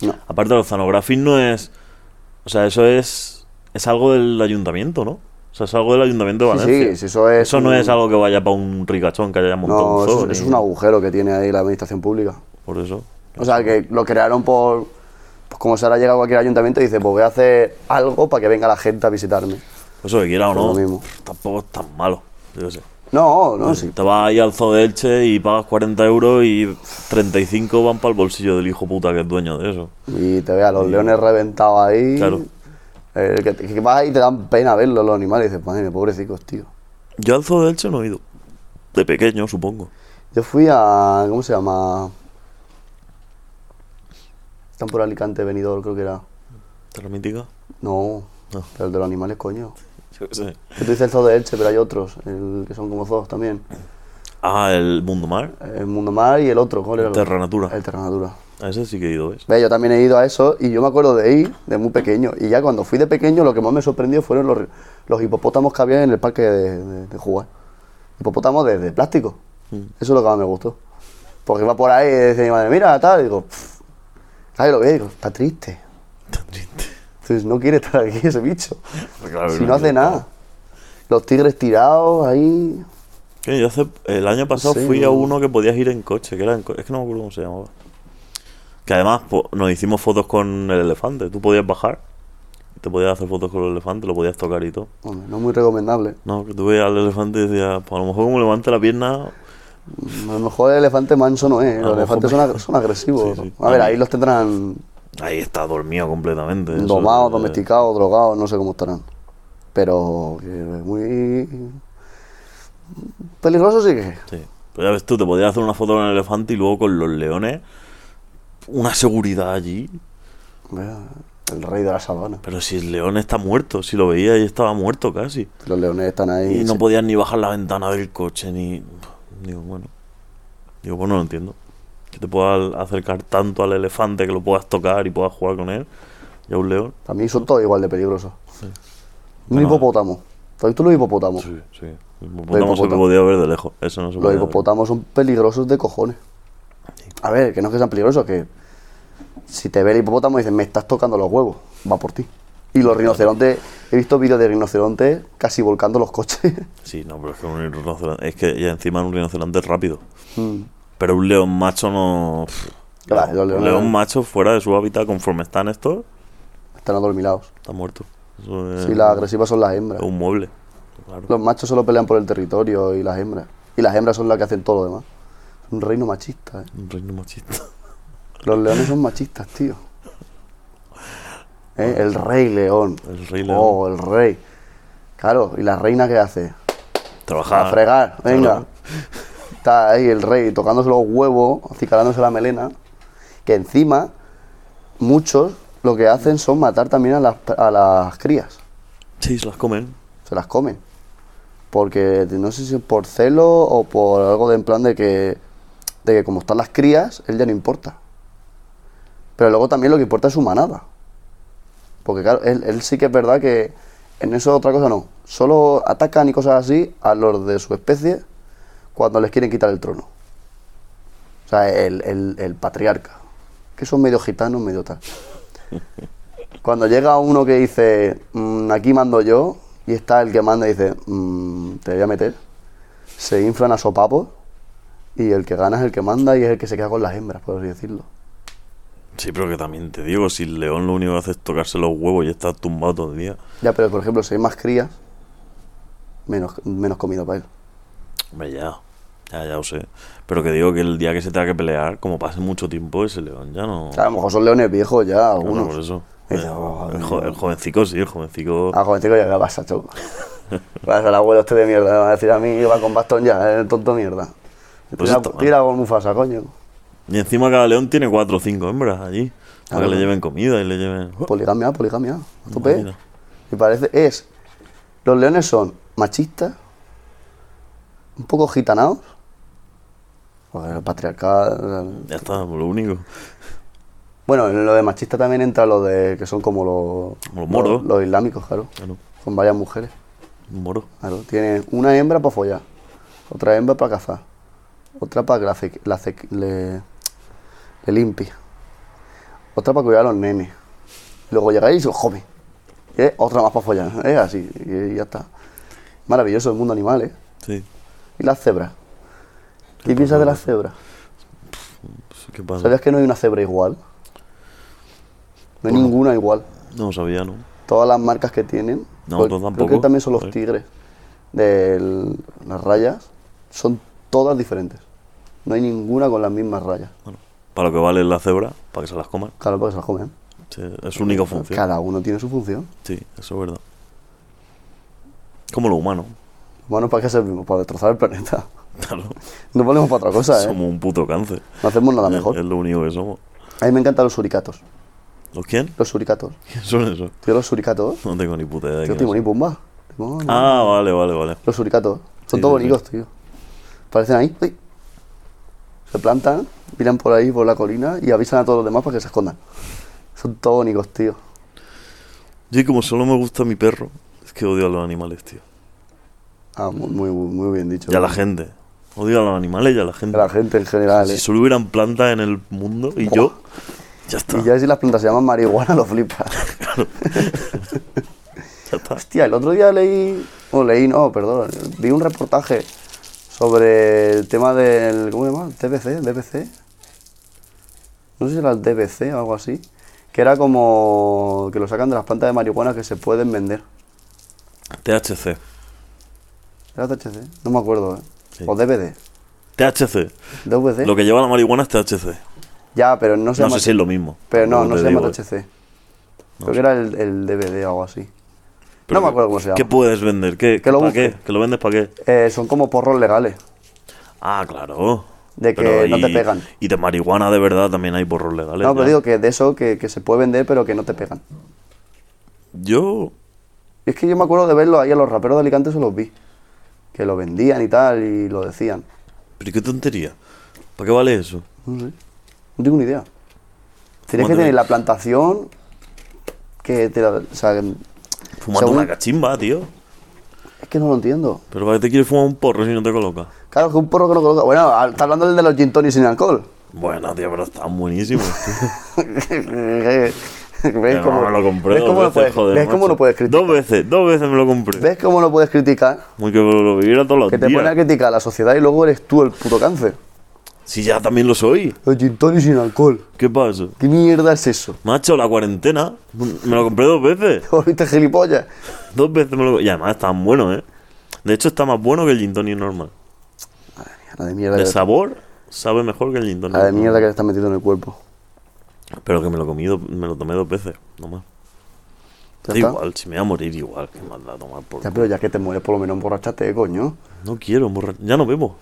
Speaker 1: No.
Speaker 2: Aparte, el oceanografía no es. O sea, eso es. Es algo del ayuntamiento, ¿no? O sea, es algo del ayuntamiento de
Speaker 1: Sí,
Speaker 2: Valencia.
Speaker 1: sí, sí, eso es.
Speaker 2: Eso no
Speaker 1: un-
Speaker 2: es algo que vaya para un ricachón que haya montado
Speaker 1: Mm. No,
Speaker 2: un
Speaker 1: eso,
Speaker 2: zoo.
Speaker 1: es- eso
Speaker 2: ni-
Speaker 1: es un agujero que tiene ahí la administración pública.
Speaker 2: Por eso.
Speaker 1: O sea, que lo crearon por. Pues como se ahora llega a cualquier ayuntamiento y dice, pues voy a hacer algo para que venga la gente a visitarme.
Speaker 2: Eso que quiera o
Speaker 1: Por
Speaker 2: no.
Speaker 1: lo mismo.
Speaker 2: pff, Tampoco es tan malo. Yo qué sé.
Speaker 1: No, no, sí.
Speaker 2: Te vas ahí al zoo de Elche y pagas 40 euros y 35 van para el bolsillo del hijo puta que es dueño de eso.
Speaker 1: Y te ve a los leones reventados ahí.
Speaker 2: Claro.
Speaker 1: Eh, que, que vas ahí y te dan pena verlos los animales. Y dices, madre mía, pobrecicos, tío.
Speaker 2: Yo al zoo de Elche no he ido. De pequeño, supongo.
Speaker 1: Yo fui a. ¿Cómo se llama? Están por Alicante, Benidorm, creo que era.
Speaker 2: ¿Te la mítica?
Speaker 1: No,
Speaker 2: No.
Speaker 1: pero el de los animales, coño.
Speaker 2: Yo qué sé.
Speaker 1: Que tú dices el zoo de Elche, pero hay otros, el que son como zoos también.
Speaker 2: Ah, el Mundo Mar.
Speaker 1: El Mundo Mar y el otro, ¿cuál era? el otro?
Speaker 2: Terranatura.
Speaker 1: El Terranatura.
Speaker 2: A ese sí que he ido, ¿ves?
Speaker 1: Ve, yo también he ido a eso y yo me acuerdo de ir de muy pequeño. Y ya cuando fui de pequeño, lo que más me sorprendió fueron los, los hipopótamos que había en el parque de, de- de jugar. Hipopótamos de, de plástico.
Speaker 2: Mm.
Speaker 1: Eso es lo que más me gustó. Porque iba por ahí y decía mi madre, mira, tal. Y digo, "Pff". claro, y lo veo y digo, está triste.
Speaker 2: Tan triste.
Speaker 1: Entonces no quiere estar aquí ese bicho.
Speaker 2: Claro,
Speaker 1: si no hace
Speaker 2: quiero
Speaker 1: nada. Los tigres tirados ahí.
Speaker 2: Que yo hace- el año pasado
Speaker 1: sé,
Speaker 2: fui a
Speaker 1: no.
Speaker 2: uno que podías ir en coche, que era en co- es que no me acuerdo cómo se llamaba. Que además po- nos hicimos fotos con el elefante. Tú podías bajar, te podías hacer fotos con el elefante, lo podías tocar y todo.
Speaker 1: Hombre, no es muy recomendable.
Speaker 2: No, que tú veías al elefante y decías, pues a lo mejor como levante la pierna,
Speaker 1: A lo mejor el elefante manso no es.
Speaker 2: A lo
Speaker 1: Los elefantes son,
Speaker 2: mejor-
Speaker 1: ag- son agresivos.
Speaker 2: Sí, sí.
Speaker 1: A ver, ahí los tendrán
Speaker 2: ahí está dormido completamente. eso,
Speaker 1: domados,
Speaker 2: eh,
Speaker 1: domesticados, drogados, no sé cómo estarán. Pero que muy. Peligroso sí que. es.
Speaker 2: Sí. Pero ya ves tú, te podías hacer una foto con el elefante y luego con los leones, una seguridad allí.
Speaker 1: Vea, El rey de la sabana.
Speaker 2: Pero si el león está muerto, si lo veía y estaba muerto casi.
Speaker 1: Los leones están ahí.
Speaker 2: Y no
Speaker 1: Eh, sí.
Speaker 2: podías ni bajar la ventana del coche, ni. Digo, bueno. Digo, pues no lo entiendo. que te puedas acercar tanto al elefante que lo puedas tocar y puedas jugar con él y a un león.
Speaker 1: Para mí son todos igual de peligrosos. Un
Speaker 2: Bueno,
Speaker 1: hipopótamo. ¿Tú has visto los hipopótamos?
Speaker 2: Sí, sí. El hipopótamo se
Speaker 1: hipopótamo.
Speaker 2: podía ver de lejos. Eso no se
Speaker 1: Los
Speaker 2: podía ver.
Speaker 1: hipopótamos son peligrosos de cojones. A ver, que no es que sean peligrosos, que si te ve el hipopótamo y dices, me estás tocando los huevos, va por ti. Y los rinocerontes, he visto vídeos de rinocerontes casi volcando los coches.
Speaker 2: Sí, no, pero es que un rinoceronte. Es que ya encima un rinoceronte es rápido. Mm. Pero un león macho no. pff,
Speaker 1: Claro,
Speaker 2: no.
Speaker 1: los
Speaker 2: un
Speaker 1: leones-
Speaker 2: león macho fuera de su hábitat, conforme están estos,
Speaker 1: Están adormilados.
Speaker 2: está muerto. Eso es,
Speaker 1: Si las agresivas son las hembras.
Speaker 2: es Ah. un mueble. Claro.
Speaker 1: Los machos solo pelean por el territorio y las hembras. Y las hembras son las que hacen todo lo demás. Es un reino machista, ¿eh?
Speaker 2: Un reino machista.
Speaker 1: Los leones son machistas, tío. ¿Eh? El rey león.
Speaker 2: El rey león.
Speaker 1: Oh, el rey. Claro, ¿y la reina qué hace?
Speaker 2: Trabajar.
Speaker 1: A fregar, venga.
Speaker 2: Claro.
Speaker 1: Está ahí el rey tocándose los huevos, acicalándose la melena. Que encima, muchos lo que hacen son matar también a las, a las crías.
Speaker 2: Sí, se las comen.
Speaker 1: Se las comen. Porque no sé si por celo o por algo de en plan de que, de que como están las crías, él ya no importa. Pero luego también lo que importa es su manada. Porque claro, él, él sí que es verdad que en eso otra cosa no. Solo atacan y cosas así a los de su especie cuando les quieren quitar el trono. O sea, el, el- el patriarca. Que son medio gitanos, medio tal. Cuando llega uno que dice, "Mm, aquí mando yo, y está el que manda y dice, "Mm, te voy a meter, se inflan a sopapos, y el que gana es el que manda y es el que se queda con las hembras, por así decirlo.
Speaker 2: Sí, pero que también te digo, si el león lo único que hace es tocarse los huevos y está tumbado todo el día.
Speaker 1: Ya, pero por ejemplo, si hay más crías, menos, menos comida para él.
Speaker 2: Hombre, ya. Ya, ya lo sé. Pero que digo que el día que se tenga que pelear, como pase mucho tiempo, ese león ya no.
Speaker 1: A lo mejor son leones viejos ya,
Speaker 2: no, no,
Speaker 1: algunos.
Speaker 2: por eso.
Speaker 1: Dice,
Speaker 2: Eh,
Speaker 1: "Oh,
Speaker 2: el, jo- el jovencico, sí, el jovencico.
Speaker 1: Ah, jovencico, ya, ¿qué pasa, choco? Vas al abuelo este de mierda, me va a decir a mí que va con bastón ya, el tonto mierda.
Speaker 2: Pues
Speaker 1: tira,
Speaker 2: está mal.
Speaker 1: tira con Mufasa, coño.
Speaker 2: Y encima cada león tiene cuatro o cinco hembras allí. Para
Speaker 1: Claro. Oh,
Speaker 2: que le lleven comida y le lleven.
Speaker 1: Poligamia, poligamia, a tope.
Speaker 2: Imagina.
Speaker 1: Me parece, es. Los leones son machistas, un poco gitanados. Joder, el patriarcal.
Speaker 2: Ya está, lo único.
Speaker 1: Bueno, en lo de machista también entra lo de que son como los.
Speaker 2: Como los moros.
Speaker 1: Los, islámicos, claro.
Speaker 2: Claro,
Speaker 1: Con varias mujeres.
Speaker 2: un moro.
Speaker 1: Claro. Tienen una hembra para follar, otra hembra para cazar, otra para que la, ce- la ce- le, le limpie, otra para cuidar a los nenes. Luego llegáis y os come. Y es otra más para follar. Es así. Y ya está. Maravilloso el mundo animal, ¿eh?
Speaker 2: Sí.
Speaker 1: ¿Y las cebras? ¿Qué piensas de las cebras?
Speaker 2: Pues, ¿Qué pasa?
Speaker 1: ¿Sabías que no hay una cebra igual? No hay
Speaker 2: Por-
Speaker 1: ninguna igual.
Speaker 2: No sabía, ¿no?
Speaker 1: Todas las marcas que tienen.
Speaker 2: No,
Speaker 1: creo-
Speaker 2: tú tampoco.
Speaker 1: Creo que también son los
Speaker 2: Joder.
Speaker 1: tigres. De el- las rayas. Son todas diferentes. No hay ninguna con las mismas rayas.
Speaker 2: Bueno, para lo que vale la cebra, para que se las coman.
Speaker 1: Claro, porque se las comen.
Speaker 2: Sí, es su única función.
Speaker 1: Cada uno tiene su función.
Speaker 2: Sí, eso es verdad. Como lo humano.
Speaker 1: Bueno, ¿para qué servimos? Para destrozar el planeta.
Speaker 2: Claro.
Speaker 1: No ponemos para otra cosa, ¿eh?
Speaker 2: Somos Eh, un puto cáncer.
Speaker 1: No hacemos nada
Speaker 2: Es-
Speaker 1: mejor.
Speaker 2: Es lo único que somos.
Speaker 1: A mí me encantan los suricatos.
Speaker 2: ¿Los quién?
Speaker 1: Los suricatos.
Speaker 2: ¿Quién son esos?
Speaker 1: Tío, los suricatos.
Speaker 2: No tengo ni puta idea de
Speaker 1: Tío,
Speaker 2: quiénes
Speaker 1: Timón y
Speaker 2: son.
Speaker 1: Pumba. Timón y-
Speaker 2: Ah, vale, vale, vale.
Speaker 1: Los suricatos. Son
Speaker 2: Sí,
Speaker 1: todos
Speaker 2: sí, sí.
Speaker 1: bonitos, tío. Parecen ahí. uy. Se plantan, miran por ahí, por la colina y avisan a todos los demás para que se escondan. Son todos bonitos, tío.
Speaker 2: Yo, y como solo me gusta mi perro, es que odio a los animales, tío.
Speaker 1: Ah, muy, muy, muy bien dicho.
Speaker 2: Y a la gente. Odio a los animales y a la
Speaker 1: Y
Speaker 2: gente.
Speaker 1: a la gente en general.
Speaker 2: Si
Speaker 1: eh.
Speaker 2: solo hubieran plantas en el mundo y yo, ya está.
Speaker 1: eh. Y ya si las plantas se llaman marihuana, lo flipas.
Speaker 2: ya está.
Speaker 1: Hostia, el otro día leí. O leí, no, perdón. Vi un reportaje sobre el tema del. ¿Cómo se llama? ¿DBC? ¿DBC? No sé si era el DBC o algo así. Que era como. que lo sacan de las plantas de marihuana que se pueden vender.
Speaker 2: THC.
Speaker 1: ¿Era THC? No me acuerdo, ¿eh?
Speaker 2: Sí.
Speaker 1: O DVD.
Speaker 2: THC.
Speaker 1: ¿Eh? ¿DVC?
Speaker 2: Lo que lleva la marihuana es THC.
Speaker 1: Ya, pero no se
Speaker 2: No
Speaker 1: llama.
Speaker 2: sé si es lo mismo.
Speaker 1: Pero no, no
Speaker 2: te
Speaker 1: se llama
Speaker 2: digo, eh.
Speaker 1: THC.
Speaker 2: No
Speaker 1: Creo que
Speaker 2: sé.
Speaker 1: era el, el DVD o algo así. no
Speaker 2: Pero
Speaker 1: me
Speaker 2: ¿qué-
Speaker 1: acuerdo cómo se llama.
Speaker 2: ¿Qué puedes vender? ¿Qué,
Speaker 1: Que lo
Speaker 2: ¿Para
Speaker 1: busque.
Speaker 2: qué? ¿Que lo vendes para qué?
Speaker 1: Eh, son como porros legales.
Speaker 2: Ah, claro.
Speaker 1: De que no te pegan.
Speaker 2: Y de marihuana de verdad también hay porros legales.
Speaker 1: no, pero
Speaker 2: ya.
Speaker 1: digo que de eso que, que se puede vender, pero que no te pegan.
Speaker 2: Yo.
Speaker 1: Y es que yo me acuerdo de verlo ahí a los raperos de Alicante, se los vi. Que lo vendían y tal, y lo decían.
Speaker 2: Pero qué tontería. ¿Para qué vale eso?
Speaker 1: No sé. No tengo ni idea. Tienes que
Speaker 2: Fumándote-
Speaker 1: tener la plantación que te la- o sea, que-
Speaker 2: Fumando
Speaker 1: Según-
Speaker 2: una cachimba, tío.
Speaker 1: es que no lo entiendo.
Speaker 2: Pero para qué te quieres fumar un porro si no te coloca.
Speaker 1: Claro, que un porro que no coloca. Bueno, al- está hablando del de los gin tonics sin alcohol.
Speaker 2: Bueno, tío, pero están buenísimos. tío.
Speaker 1: ¿Ves
Speaker 2: Además,
Speaker 1: cómo,
Speaker 2: me lo compré
Speaker 1: ves
Speaker 2: dos
Speaker 1: cómo
Speaker 2: veces,
Speaker 1: no puedes,
Speaker 2: joder,
Speaker 1: ves cómo
Speaker 2: macho.
Speaker 1: no puedes criticar?
Speaker 2: Dos veces, dos veces me lo compré.
Speaker 1: ¿Ves cómo no puedes criticar?
Speaker 2: Muy que lo viviera todos los
Speaker 1: Que te
Speaker 2: días.
Speaker 1: ponen a criticar a la sociedad y luego eres tú el puto cáncer.
Speaker 2: Si ya también lo soy.
Speaker 1: Los gin tonics sin alcohol.
Speaker 2: ¿Qué pasa?
Speaker 1: ¿Qué mierda es eso?
Speaker 2: Macho, la cuarentena. Me lo compré dos veces.
Speaker 1: ¿Viste gilipollas?
Speaker 2: Dos veces me lo Y además están buenos, ¿eh? De hecho, está más bueno que el gin tonic normal.
Speaker 1: La de mierda,
Speaker 2: De
Speaker 1: que,
Speaker 2: sabor, sabe mejor que el gin tonic
Speaker 1: la de
Speaker 2: normal.
Speaker 1: mierda que te estás metiendo en el cuerpo.
Speaker 2: Pero que me lo comí, do- me lo tomé dos veces, nomás.
Speaker 1: Ya
Speaker 2: Da
Speaker 1: está.
Speaker 2: igual, si me voy a morir igual, que más da tomar por...
Speaker 1: Ya, pero ya que te mueres, por lo menos emborrachate, coño.
Speaker 2: No quiero, morra- ya no bebo.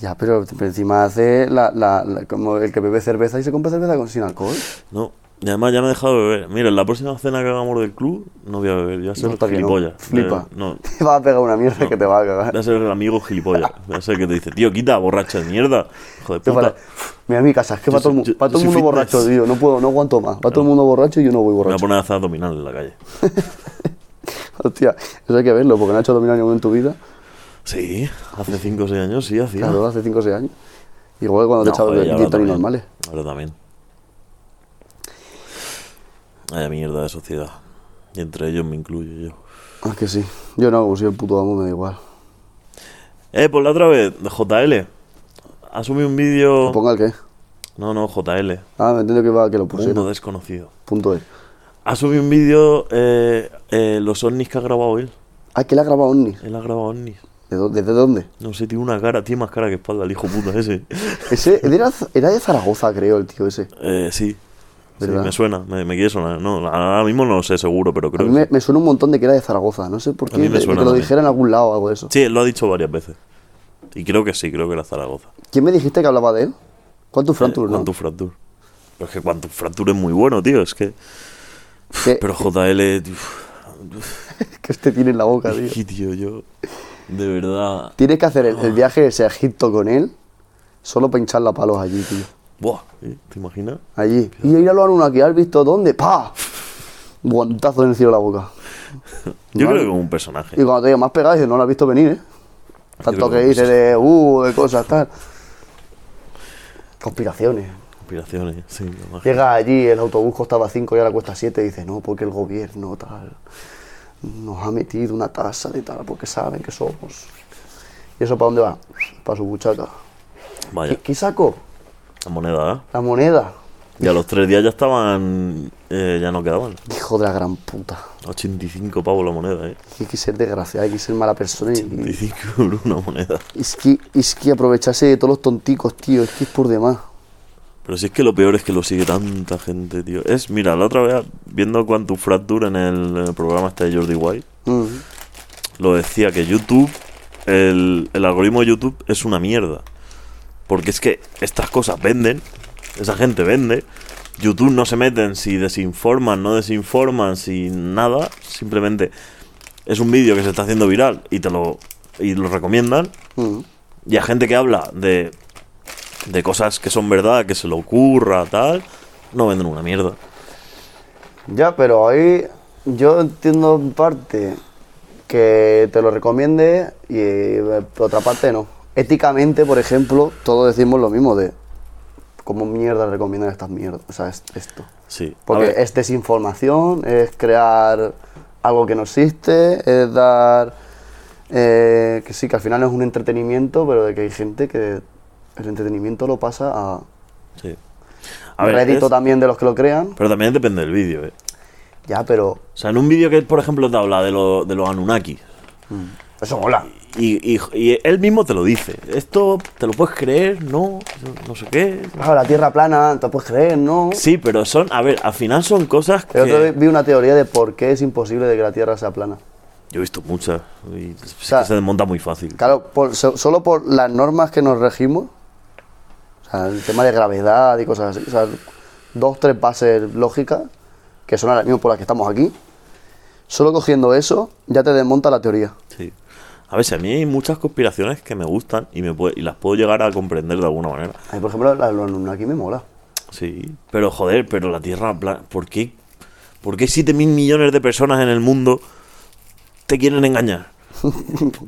Speaker 1: Ya, pero, pero encima hace la, la- la- como el que bebe cerveza y se compra cerveza con, sin alcohol.
Speaker 2: No, y además ya me he dejado de beber. Mira, en la próxima cena que hagamos del club, no voy a beber, voy a ser
Speaker 1: Hasta que no.
Speaker 2: gilipollas.
Speaker 1: Flipa.
Speaker 2: Eh, no,
Speaker 1: Te vas a pegar una mierda que te va a cagar.
Speaker 2: voy a ser el amigo gilipollas. Voy a ser el que te dice, tío, quita, borracho de mierda. Hijo de
Speaker 1: Te
Speaker 2: puta.
Speaker 1: para- Mira mi casa, es que
Speaker 2: Yo
Speaker 1: va todo, el mu-
Speaker 2: soy- yo-
Speaker 1: va
Speaker 2: yo
Speaker 1: todo el
Speaker 2: soy
Speaker 1: mundo
Speaker 2: fitness.
Speaker 1: borracho, tío. No puedo, no aguanto más. Va todo el mundo borracho y yo no voy
Speaker 2: Me voy a
Speaker 1: borracho.
Speaker 2: poner a hacer abdominales en la calle.
Speaker 1: Hostia, eso hay que verlo, porque no has hecho dominar ninguno en tu vida.
Speaker 2: Sí, hace 5 o 6 años sí hacía.
Speaker 1: Claro, hace 5 o 6 años. Igual que cuando te echaba
Speaker 2: joder, y
Speaker 1: de eh.
Speaker 2: ahora
Speaker 1: gin tonic
Speaker 2: también.
Speaker 1: normales.
Speaker 2: Ahora también. Vaya mierda de sociedad. Y entre ellos me incluyo yo.
Speaker 1: Ah, que sí. Yo no, si el puto amo me da igual.
Speaker 2: Oh. Eh, por la otra vez, de JL. Ha subido un vídeo.
Speaker 1: Ponga el Pues que.
Speaker 2: No, no, JL.
Speaker 1: Ah, me entiendo que va que lo
Speaker 2: Mundo
Speaker 1: pusiera.
Speaker 2: desconocido.
Speaker 1: Punto E. es.
Speaker 2: Ha subido un vídeo eh, eh, los ovnis que ha grabado él.
Speaker 1: Ah, que la ha grabado Omni.
Speaker 2: Él ha grabado ovnis.
Speaker 1: ¿De dó- ¿Desde dónde?
Speaker 2: No sé, tiene una cara, tiene más cara que espalda el hijo puta ese.
Speaker 1: Ese era, era de Zaragoza, creo, el tío ese.
Speaker 2: Eh, sí. Sí,
Speaker 1: ¿Verdad?
Speaker 2: me suena, me, me quiere sonar. No, ahora mismo no lo sé seguro, pero
Speaker 1: A
Speaker 2: creo
Speaker 1: mí
Speaker 2: que
Speaker 1: me, me suena un montón de que era de Zaragoza. No sé por qué.
Speaker 2: mí me
Speaker 1: de- de
Speaker 2: suena
Speaker 1: que lo
Speaker 2: también.
Speaker 1: dijera en algún lado o algo de eso.
Speaker 2: Sí, él lo ha dicho varias veces. Y creo que sí, creo que era Zaragoza.
Speaker 1: ¿Quién me dijiste que hablaba de él? ¿Cuánto
Speaker 2: Eh,
Speaker 1: Frantur? no?
Speaker 2: Quantum Fracture. Pero es que Quantum Fracture es muy bueno, tío. Es que.
Speaker 1: Que,
Speaker 2: Pero JL. uf,
Speaker 1: que este tiene en la boca, tío.
Speaker 2: es que, tío, yo. De verdad.
Speaker 1: Tienes que hacer el, el viaje ese a Egipto con él. Solo para hinchar la palos allí, tío.
Speaker 2: Buah, ¿eh? ¿te imaginas?
Speaker 1: Allí. Y ir a lo Anunnaki, ¿has visto dónde? ¡Pa! Guantazo en el cielo de la boca.
Speaker 2: Yo
Speaker 1: Vale.
Speaker 2: creo que es un
Speaker 1: Y
Speaker 2: personaje.
Speaker 1: cuando te digo más pegado, dices, no lo has visto venir, ¿eh? Tanto
Speaker 2: creo
Speaker 1: que
Speaker 2: que
Speaker 1: dice de, uh, de cosas, tal. Conspiraciones.
Speaker 2: Conspiraciones, sí, me imagino.
Speaker 1: Llega allí, el autobús costaba 5 y ahora cuesta 7. Dice, no, porque el gobierno tal nos ha metido una tasa de tal, porque saben que somos. ¿Y eso para dónde va? Para su buchaca. ¿Qué,
Speaker 2: Vaya,
Speaker 1: qué sacó?
Speaker 2: la moneda, ¿eh?
Speaker 1: La moneda.
Speaker 2: Y a los tres días ya estaban. eh, ya no quedaban.
Speaker 1: Hijo de la gran puta.
Speaker 2: 85 pavos la moneda, ¿eh?
Speaker 1: Hay que ser desgraciado, hay que ser mala persona. y- y-
Speaker 2: 85 euros una moneda.
Speaker 1: es, que, es que aprovecharse de todos los tonticos, tío. Es que es por demás.
Speaker 2: Pero si es que lo peor es que lo sigue tanta gente, tío. Es, mira, la otra vez, viendo Quantum Fracture en el, en el programa este de Jordi White,
Speaker 1: Mm.
Speaker 2: lo decía que YouTube, el, el algoritmo de YouTube es una mierda. Porque es que estas cosas venden, esa gente vende. YouTube no se meten si desinforman, no desinforman, si nada. Simplemente es un vídeo que se está haciendo viral y te lo, y lo recomiendan.
Speaker 1: Mm.
Speaker 2: Y a gente que habla de, de cosas que son verdad, que se le ocurra, tal, no venden una mierda.
Speaker 1: Ya, pero ahí yo entiendo en parte que te lo recomiende y eh, por otra parte no. Éticamente, por ejemplo, todos decimos lo mismo de cómo mierda recomiendan estas mierdas, o sea, es- esto.
Speaker 2: Sí. a
Speaker 1: Porque
Speaker 2: ver,
Speaker 1: es desinformación, es crear algo que no existe, es dar... eh, que sí, que al final no es un entretenimiento, pero de que hay gente que el entretenimiento lo pasa a...
Speaker 2: sí. A ver,
Speaker 1: Reddit
Speaker 2: es-
Speaker 1: también de los que lo crean.
Speaker 2: pero también depende del vídeo, eh.
Speaker 1: Ya, pero
Speaker 2: O sea, en un vídeo que, por ejemplo, te habla de, lo- de los Anunnaki.
Speaker 1: eso mola.
Speaker 2: Y, y- y él mismo te lo dice. Esto te lo puedes creer, no, no sé qué.
Speaker 1: Claro, la Tierra plana, te puedes creer, ¿no?
Speaker 2: Sí, pero son, a ver, al final son cosas que...
Speaker 1: El otro día vi una teoría de por qué es imposible de que la Tierra sea plana.
Speaker 2: Yo he visto muchas. Y es que
Speaker 1: sea,
Speaker 2: se desmonta muy fácil.
Speaker 1: Claro, por- so- solo por las normas que nos regimos, o sea, el tema de gravedad y cosas así, o sea, dos, tres bases lógicas, que son ahora mismo por las que estamos aquí, solo cogiendo eso ya te desmonta la teoría.
Speaker 2: Sí. A ver, si a mí hay muchas conspiraciones que me gustan y, me puede- y las puedo llegar a comprender de alguna manera.
Speaker 1: A mí, por ejemplo, la de los Anunnaki me mola.
Speaker 2: Sí, pero joder, pero la Tierra, en plan, ¿por qué? ¿Por qué 7 mil millones de personas en el mundo te quieren engañar?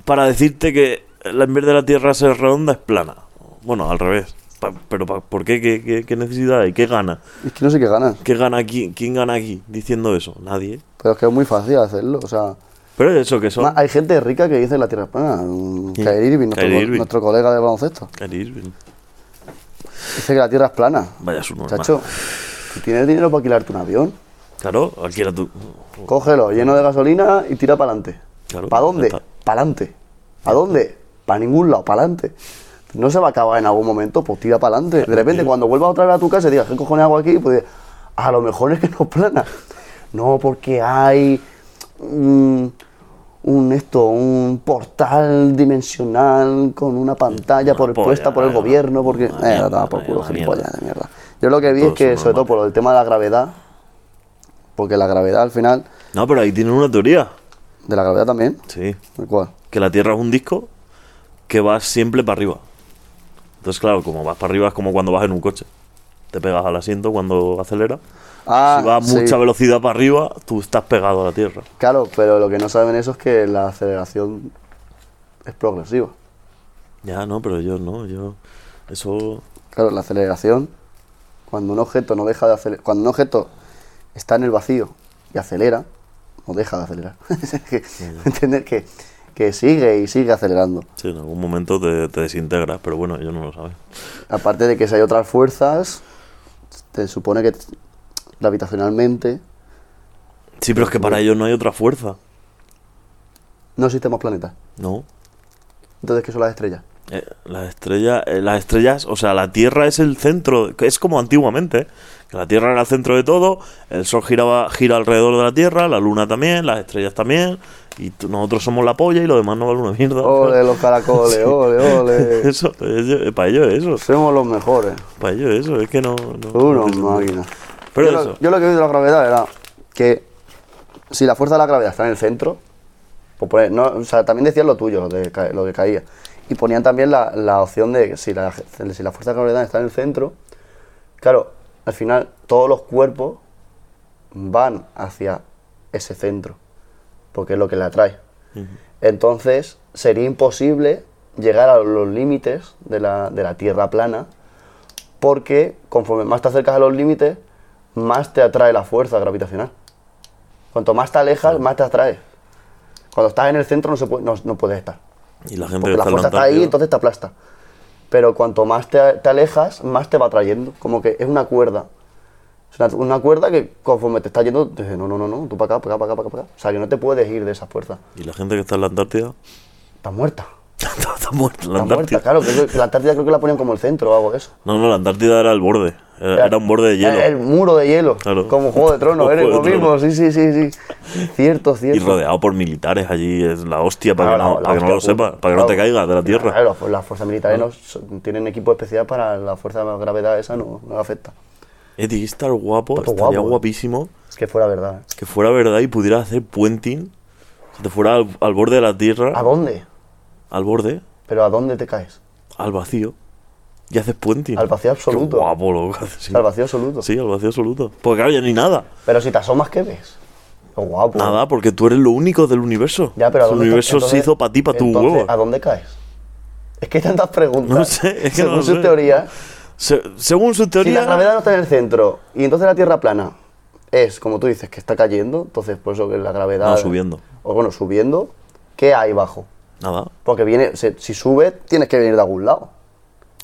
Speaker 2: Para decirte que la- en vez de la Tierra ser redonda es plana. Bueno, al revés. Pa- pero pa- ¿por qué? ¿Qué, qué, qué necesidad hay? ¿Qué gana?
Speaker 1: Es que no sé qué ganas.
Speaker 2: ¿Qué gana aquí? ¿Quién gana aquí diciendo eso? Nadie.
Speaker 1: Pero es que es muy fácil hacerlo. O sea,
Speaker 2: Pero es eso que son...
Speaker 1: ma- hay gente rica que dice la tierra es plana. Mm,
Speaker 2: ¿Quién?
Speaker 1: Kyrie Irving, nuestro,
Speaker 2: Kyrie
Speaker 1: co-
Speaker 2: Irving.
Speaker 1: nuestro colega de baloncesto.
Speaker 2: Kyrie Irving.
Speaker 1: Dice que la tierra es plana.
Speaker 2: Vaya su normal.
Speaker 1: Chacho, si tienes dinero para alquilarte un avión,
Speaker 2: Claro, aquí era tú.
Speaker 1: cógelo lleno de gasolina y tira para adelante.
Speaker 2: Claro,
Speaker 1: ¿Para dónde?
Speaker 2: ya está.
Speaker 1: Para adelante. ¿A dónde? Para ningún lado, para adelante. No se va a acabar en algún momento, pues tira para adelante. De repente, cuando vuelvas otra vez a tu casa y digas, ¿qué cojones hago aquí? Pues a lo mejor es que no es plana. No, porque hay un, un esto, un portal dimensional con una pantalla
Speaker 2: Una
Speaker 1: por,
Speaker 2: polla,
Speaker 1: puesta por el
Speaker 2: eh,
Speaker 1: gobierno, porque... Eh,
Speaker 2: una mierda,
Speaker 1: no, por culo,
Speaker 2: una
Speaker 1: gilipollas
Speaker 2: mierda.
Speaker 1: de mierda. Yo lo que vi es
Speaker 2: Todos
Speaker 1: que,
Speaker 2: son
Speaker 1: sobre todo
Speaker 2: normales.
Speaker 1: por el tema de la gravedad, porque la gravedad al final,
Speaker 2: No, pero ahí tienen una teoría.
Speaker 1: de la gravedad también,
Speaker 2: Sí.
Speaker 1: ¿de cuál?
Speaker 2: que la Tierra es un disco que va siempre para arriba. Entonces, claro, como vas para arriba es como cuando vas en un coche. Te pegas al asiento cuando acelera.
Speaker 1: Ah,
Speaker 2: si vas a
Speaker 1: sí.
Speaker 2: mucha velocidad para arriba, tú estás pegado a la Tierra.
Speaker 1: Claro, pero lo que no saben eso es que la aceleración es progresiva.
Speaker 2: Ya, no, pero yo no, yo... Eso...
Speaker 1: Claro, la aceleración, cuando un objeto no deja de acelerar, cuando un objeto está en el vacío y acelera, no deja de acelerar. Es que- Entender que, que sigue y sigue acelerando.
Speaker 2: Sí, en algún momento te, te desintegras, pero bueno, ellos no lo saben.
Speaker 1: Aparte de que si hay otras fuerzas, te supone que gravitacionalmente
Speaker 2: Sí, pero es que para ellos no hay otra fuerza.
Speaker 1: no existen más planetas.
Speaker 2: No.
Speaker 1: Entonces, ¿qué son las estrellas?
Speaker 2: Eh, las estrellas, eh, las estrellas, o sea, la Tierra es el centro, que es como antiguamente, ¿eh? que la Tierra era el centro de todo, el Sol giraba, gira alrededor de la Tierra, la Luna también, las estrellas también, y tú- nosotros somos la polla y lo demás no vale una mierda.
Speaker 1: Ole, los caracoles,
Speaker 2: Sí.
Speaker 1: ole, ole. Pues
Speaker 2: Eso, eh, ellos- para ellos eso,
Speaker 1: Somos los mejores.
Speaker 2: para ellos eso, es que no... no- no
Speaker 1: Unos
Speaker 2: tienen-
Speaker 1: máquinas.
Speaker 2: Pero
Speaker 1: yo,
Speaker 2: eso,
Speaker 1: Lo, yo lo que vi de la gravedad era que si la fuerza de la gravedad está en el centro, pues pone- no, o sea, también decían lo tuyo, lo, de ca- lo que caía. Y ponían también la, la opción de que si la, si la fuerza de la gravedad está en el centro, claro, al final todos los cuerpos van hacia ese centro, porque es lo que le atrae. Entonces sería imposible llegar a los límites de la, de la Tierra plana, porque conforme más te acercas a los límites, más te atrae la fuerza gravitacional. Cuanto más te alejas, más te atrae. Cuando estás en el centro no, se puede- no, no puedes estar,
Speaker 2: y la gente
Speaker 1: porque
Speaker 2: que
Speaker 1: la
Speaker 2: está en la
Speaker 1: fuerza está ahí,
Speaker 2: Antártida-
Speaker 1: entonces te aplasta. Pero cuanto más te, te alejas, más te va atrayendo. Como que es una cuerda. Es una, una cuerda que conforme te está yendo, te dice, no, no, no, no, tú para acá, para acá, para acá, para acá. O sea, que no te puedes ir de esa fuerza.
Speaker 2: y la gente que está en la Antártida,
Speaker 1: Estás muerta.
Speaker 2: está, está muerta la
Speaker 1: La
Speaker 2: Antártida.
Speaker 1: muerta, claro, creo que la Antártida creo que la ponían como el centro o algo de eso.
Speaker 2: No, no, la Antártida era el borde, era, era un borde de hielo.
Speaker 1: El, el muro de hielo.
Speaker 2: Claro.
Speaker 1: Como Juego de Tronos,
Speaker 2: Como
Speaker 1: eres
Speaker 2: Juego
Speaker 1: lo
Speaker 2: de
Speaker 1: mismo, sí, sí, sí, sí. Cierto,
Speaker 2: Y
Speaker 1: cierto.
Speaker 2: rodeado por militares allí, es la hostia, para
Speaker 1: Claro, la-
Speaker 2: que no,
Speaker 1: la
Speaker 2: para que no
Speaker 1: hostia
Speaker 2: lo
Speaker 1: puta.
Speaker 2: sepas, para que no te
Speaker 1: Claro.
Speaker 2: caigas de la tierra.
Speaker 1: Claro, pues las fuerzas militares no son- tienen equipo especial para la fuerza de gravedad, esa no, no afecta.
Speaker 2: Eddie Star guapo,
Speaker 1: Pato
Speaker 2: estaría
Speaker 1: guapo, eh.
Speaker 2: guapísimo
Speaker 1: Es que fuera verdad. ¿eh?
Speaker 2: que fuera verdad y pudiera hacer puenting, que te fuera al, al borde de la tierra,
Speaker 1: ¿A dónde?
Speaker 2: al borde,
Speaker 1: ¿Pero a dónde te caes?
Speaker 2: al vacío, y haces puenting.
Speaker 1: Al vacío absoluto.
Speaker 2: Qué guapo, loco. Sí.
Speaker 1: Al vacío absoluto.
Speaker 2: Sí, al vacío absoluto. Porque claro, ya ni nada.
Speaker 1: Pero si te asomas, ¿qué ves? Qué guapo.
Speaker 2: Nada, porque tú eres lo único del universo.
Speaker 1: Ya, pero ¿a
Speaker 2: el
Speaker 1: dónde te-
Speaker 2: universo se
Speaker 1: entonces-
Speaker 2: hizo para ti, para tu
Speaker 1: entonces,
Speaker 2: huevo.
Speaker 1: ¿A dónde caes? Es que hay tantas preguntas.
Speaker 2: No sé, es que
Speaker 1: Según
Speaker 2: no
Speaker 1: sus
Speaker 2: sé.
Speaker 1: teorías,
Speaker 2: Se- según su
Speaker 1: Si
Speaker 2: teoría,
Speaker 1: la gravedad no está en el centro y entonces la Tierra plana es, como tú dices, que está cayendo, entonces por eso que la gravedad...
Speaker 2: No, subiendo.
Speaker 1: O bueno, subiendo, ¿qué hay bajo?
Speaker 2: nada.
Speaker 1: Porque viene, se- si sube, tienes que venir de algún lado.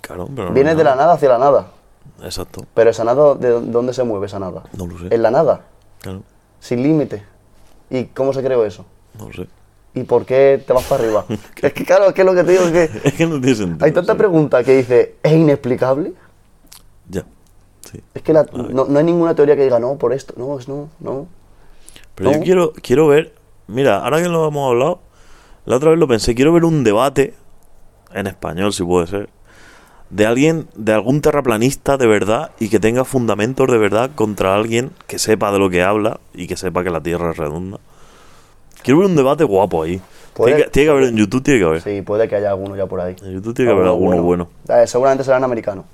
Speaker 2: Claro, pero Ah, no
Speaker 1: Vienes
Speaker 2: hay
Speaker 1: de la
Speaker 2: nada.
Speaker 1: nada hacia la nada.
Speaker 2: Exacto,
Speaker 1: Pero esa nada, ¿de dó- dónde se mueve esa nada?
Speaker 2: No lo sé.
Speaker 1: En la nada,
Speaker 2: claro,
Speaker 1: sin límite. ¿Y cómo se creó eso?
Speaker 2: no lo sé.
Speaker 1: ¿Y por qué te vas para arriba? es que claro, es que lo que te digo es que
Speaker 2: Es que no tiene sentido.
Speaker 1: hay tanta
Speaker 2: sí.
Speaker 1: pregunta que dice, ¿es inexplicable?
Speaker 2: Ya, sí.
Speaker 1: Es que la- no, no hay ninguna teoría que diga, no, por esto, no, es no, no.
Speaker 2: Pero yo
Speaker 1: ¿No?
Speaker 2: quiero, quiero ver, mira, ahora que lo hemos hablado, la otra vez lo pensé, quiero ver un debate, en español si puede ser, de alguien, de algún terraplanista de verdad y que tenga fundamentos de verdad contra alguien que sepa de lo que habla y que sepa que la Tierra es redonda. Quiero ver un debate guapo ahí.
Speaker 1: Puede-
Speaker 2: Tiene que, tiene que haber en YouTube, tiene que haber.
Speaker 1: Sí, Ah, puede que haya alguno ya por ahí.
Speaker 2: En YouTube tiene que haber alguno bueno.
Speaker 1: Eh, seguramente serán americanos.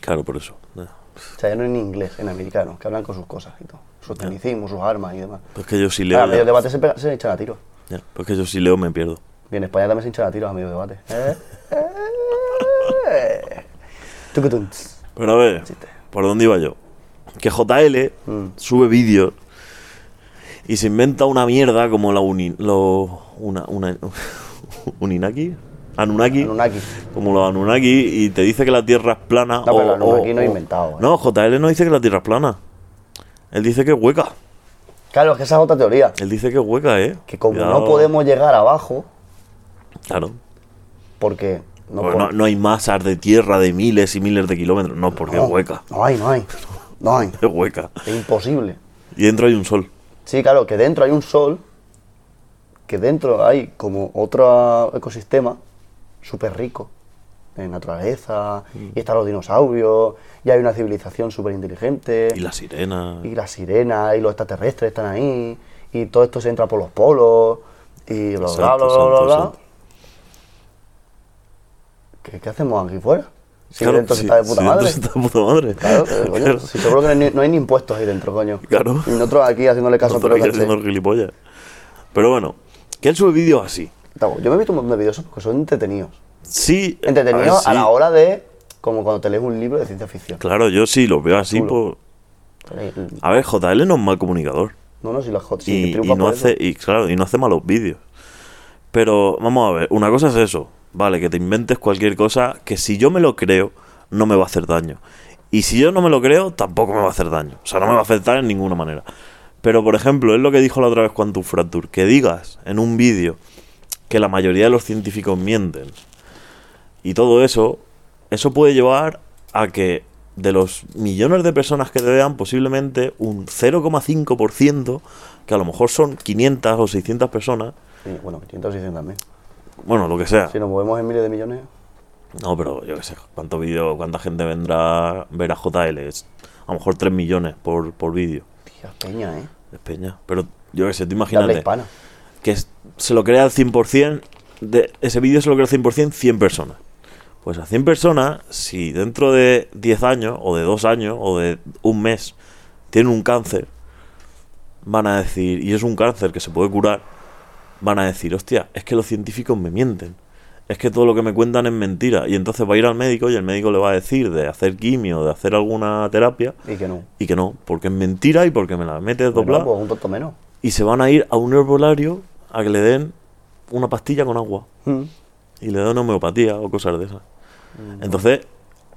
Speaker 2: Claro, por eso. Eh.
Speaker 1: O sea, ya no en inglés, en americano, que hablan con sus cosas y todo. Sus tecnicismos, sus armas y demás.
Speaker 2: Pero es Pues que yo sí leo.
Speaker 1: Claro, a medio
Speaker 2: ya.
Speaker 1: debate se, pega- se echan a tiros.
Speaker 2: Ya, pero es que yo sí leo me pierdo.
Speaker 1: Y en España también se hinchan a tiros a medio debate. ¿Eh? Eh. Tucutun.
Speaker 2: Pero a ver, ¿por dónde iba yo? Que JL
Speaker 1: Mm.
Speaker 2: sube vídeos y se inventa una mierda como la uni, lo, una, una, Uninaki. Anunnaki.
Speaker 1: Anunnaki.
Speaker 2: Como los Anunnaki y te dice que la Tierra es plana.
Speaker 1: No,
Speaker 2: o,
Speaker 1: pero el Anunnaki
Speaker 2: o-
Speaker 1: no he
Speaker 2: o-
Speaker 1: inventado, eh.
Speaker 2: No, JL no dice que la Tierra es plana. Él dice que es hueca.
Speaker 1: Claro, es que esa es otra teoría.
Speaker 2: Él dice que es hueca, ¿eh?
Speaker 1: Que como
Speaker 2: Cuidado.
Speaker 1: no podemos llegar abajo,
Speaker 2: Claro.
Speaker 1: porque no
Speaker 2: Porque
Speaker 1: podemos.
Speaker 2: Pues no, no hay masas de tierra de miles y miles de kilómetros. No, porque es hueca.
Speaker 1: No hay, no hay. No hay.
Speaker 2: Es hueca.
Speaker 1: Es imposible.
Speaker 2: Y dentro hay un sol.
Speaker 1: Sí, claro, que dentro hay un sol, que dentro hay como otro ecosistema súper rico en naturaleza,
Speaker 2: Mm.
Speaker 1: y están los dinosaurios, y hay una civilización súper inteligente,
Speaker 2: Y la sirena.
Speaker 1: y las sirenas, y los extraterrestres están ahí, y todo esto se entra por los polos, y bla, bla, bla, bla,
Speaker 2: Exacto,
Speaker 1: bla,
Speaker 2: exacto,
Speaker 1: bla.
Speaker 2: exacto.
Speaker 1: ¿Qué, qué hacemos aquí fuera? Si
Speaker 2: Claro,
Speaker 1: dentro se
Speaker 2: sí,
Speaker 1: está de puta
Speaker 2: sí,
Speaker 1: madre.
Speaker 2: dentro se está de puta madre.
Speaker 1: Claro, eh, coño,
Speaker 2: Claro.
Speaker 1: si seguro que no hay, ni- no hay ni impuestos ahí dentro, coño.
Speaker 2: Claro.
Speaker 1: Y nosotros aquí haciéndole caso a
Speaker 2: Nosotros aquí
Speaker 1: Pedro Sánchez.
Speaker 2: haciendo gilipollas. Pero bueno, que él sube vídeos así.
Speaker 1: Tabo, Yo me he visto un montón de videos porque son entretenidos.
Speaker 2: Sí. eh, a ver,
Speaker 1: Entretenidos
Speaker 2: sí.
Speaker 1: a la hora de. como cuando te lees un libro de ciencia ficción.
Speaker 2: Claro, yo sí los veo así.
Speaker 1: Chulo.
Speaker 2: Por... A ver, JL no es mal comunicador.
Speaker 1: No, no, si la hot.
Speaker 2: y,
Speaker 1: Si
Speaker 2: y
Speaker 1: triunfa
Speaker 2: no
Speaker 1: por
Speaker 2: hace,
Speaker 1: eso.
Speaker 2: y claro, y no hace malos vídeos. Pero vamos a ver, una cosa es eso, vale, que te inventes cualquier cosa que si yo me lo creo, no me va a hacer daño. Y si yo no me lo creo, tampoco me va a hacer daño. O sea, no me va a afectar en ninguna manera. Pero, por ejemplo, es lo que dijo la otra vez Quantum Fracture, que digas en un vídeo que la mayoría de los científicos mienten y todo eso, eso puede llevar a que de los millones de personas que te vean, posiblemente un 0,5%, que a lo mejor son 500 o 600 personas,
Speaker 1: Sí, bueno, 500 y 100 también.
Speaker 2: bueno, lo que sea.
Speaker 1: Si nos movemos en miles de millones.
Speaker 2: No, pero yo qué sé, ¿cuánto vídeo, cuánta gente vendrá a ver a JL? Es a lo mejor 3 millones por, por vídeo.
Speaker 1: Tía, peña, ¿eh?
Speaker 2: Es peña. Pero yo qué sé,
Speaker 1: De habla
Speaker 2: tú imagínate
Speaker 1: hispana.
Speaker 2: que es- se lo crea al 100%, de, ese vídeo se lo crea al 100%, 100 personas. Pues a 100 personas, si dentro de 10 años, o de 2 años, o de un mes, tienen un cáncer, van a decir, y es un cáncer que se puede curar, van a decir, hostia, es que los científicos me mienten. Es que todo lo que me cuentan es mentira. Y entonces va a ir al médico y el médico le va a decir de hacer quimio, de hacer alguna terapia,
Speaker 1: Y que no.
Speaker 2: y que no, porque es mentira y porque me la metes doblada
Speaker 1: Bueno, pues un tonto menos.
Speaker 2: y se van a ir a un herbolario a que le den una pastilla con agua
Speaker 1: Mm.
Speaker 2: y le dan homeopatía o cosas de esas. Entonces,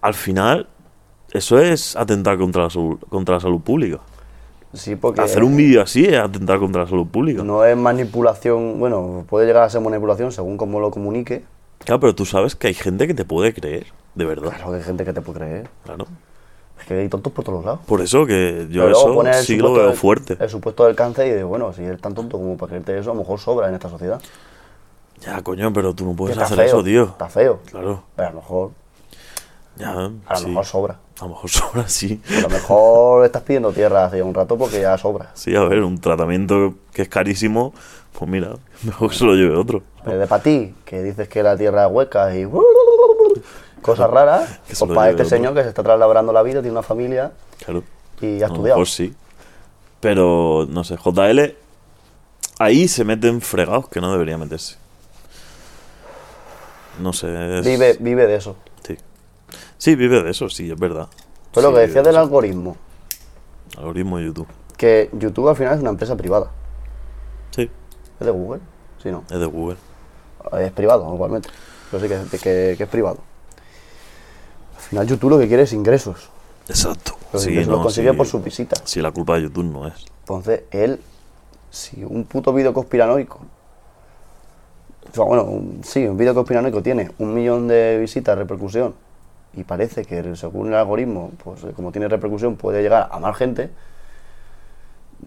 Speaker 2: al final, eso es atentar contra la, salud- contra la salud pública.
Speaker 1: Sí, porque.
Speaker 2: Hacer un vídeo así es atentar contra la salud pública.
Speaker 1: No es manipulación. Bueno, puede llegar a ser manipulación según cómo lo comunique.
Speaker 2: Claro, pero tú sabes que hay gente que te puede creer, de verdad.
Speaker 1: Claro que hay gente que te puede creer.
Speaker 2: Claro.
Speaker 1: Es que hay tontos por todos lados.
Speaker 2: Por eso que yo
Speaker 1: Pero luego pones
Speaker 2: eso
Speaker 1: el
Speaker 2: sí que lo
Speaker 1: supuesto
Speaker 2: veo
Speaker 1: del-
Speaker 2: fuerte.
Speaker 1: El supuesto del cáncer y de bueno, si eres tan tonto como para creerte eso, a lo mejor sobra en esta sociedad.
Speaker 2: Ya, coño, pero tú no
Speaker 1: Que
Speaker 2: puedes
Speaker 1: está
Speaker 2: hacer
Speaker 1: feo,
Speaker 2: eso, tío.
Speaker 1: Está feo.
Speaker 2: Claro.
Speaker 1: Pero a lo mejor,
Speaker 2: Ya,
Speaker 1: a lo
Speaker 2: sí.
Speaker 1: mejor sobra.
Speaker 2: A lo mejor sobra, sí.
Speaker 1: A lo mejor estás pidiendo tierra hace un rato porque ya sobra.
Speaker 2: Sí, a ver, un tratamiento que es carísimo, pues mira, mejor que se lo lleve otro.
Speaker 1: Pero de para ti, que dices que la tierra es hueca y cosas raras,
Speaker 2: Que se
Speaker 1: pues
Speaker 2: lo
Speaker 1: para
Speaker 2: lleve
Speaker 1: este
Speaker 2: otro.
Speaker 1: señor que se está traslabrando la vida, tiene una familia
Speaker 2: Claro.
Speaker 1: y ha
Speaker 2: A lo
Speaker 1: estudiado.
Speaker 2: mejor sí. Pero, no sé, JL, ahí se meten fregados que no debería meterse. No sé. es-
Speaker 1: Vive, vive de eso.
Speaker 2: Sí. Sí, vive de eso, sí, es verdad.
Speaker 1: Pero lo
Speaker 2: Sí,
Speaker 1: que
Speaker 2: vive
Speaker 1: decías
Speaker 2: de
Speaker 1: del
Speaker 2: eso.
Speaker 1: algoritmo,
Speaker 2: Algoritmo de YouTube.
Speaker 1: que YouTube al final es una empresa privada.
Speaker 2: Sí,
Speaker 1: ¿Es de Google? Sí, no.
Speaker 2: es de Google.
Speaker 1: Es privado, igualmente. Pero sí que, que- que es privado. Al final YouTube lo que quiere es ingresos.
Speaker 2: Exacto.
Speaker 1: Los
Speaker 2: Sí,
Speaker 1: ingresos
Speaker 2: no,
Speaker 1: los consigue
Speaker 2: sí.
Speaker 1: por sus visitas.
Speaker 2: Sí, la culpa de YouTube no es.
Speaker 1: Entonces, él, si un puto vídeo conspiranoico, o sea, bueno, un- sí, un vídeo conspiranoico tiene un millón de visitas, repercusión, y parece que según el algoritmo, pues eh, como tiene repercusión, puede llegar a más gente,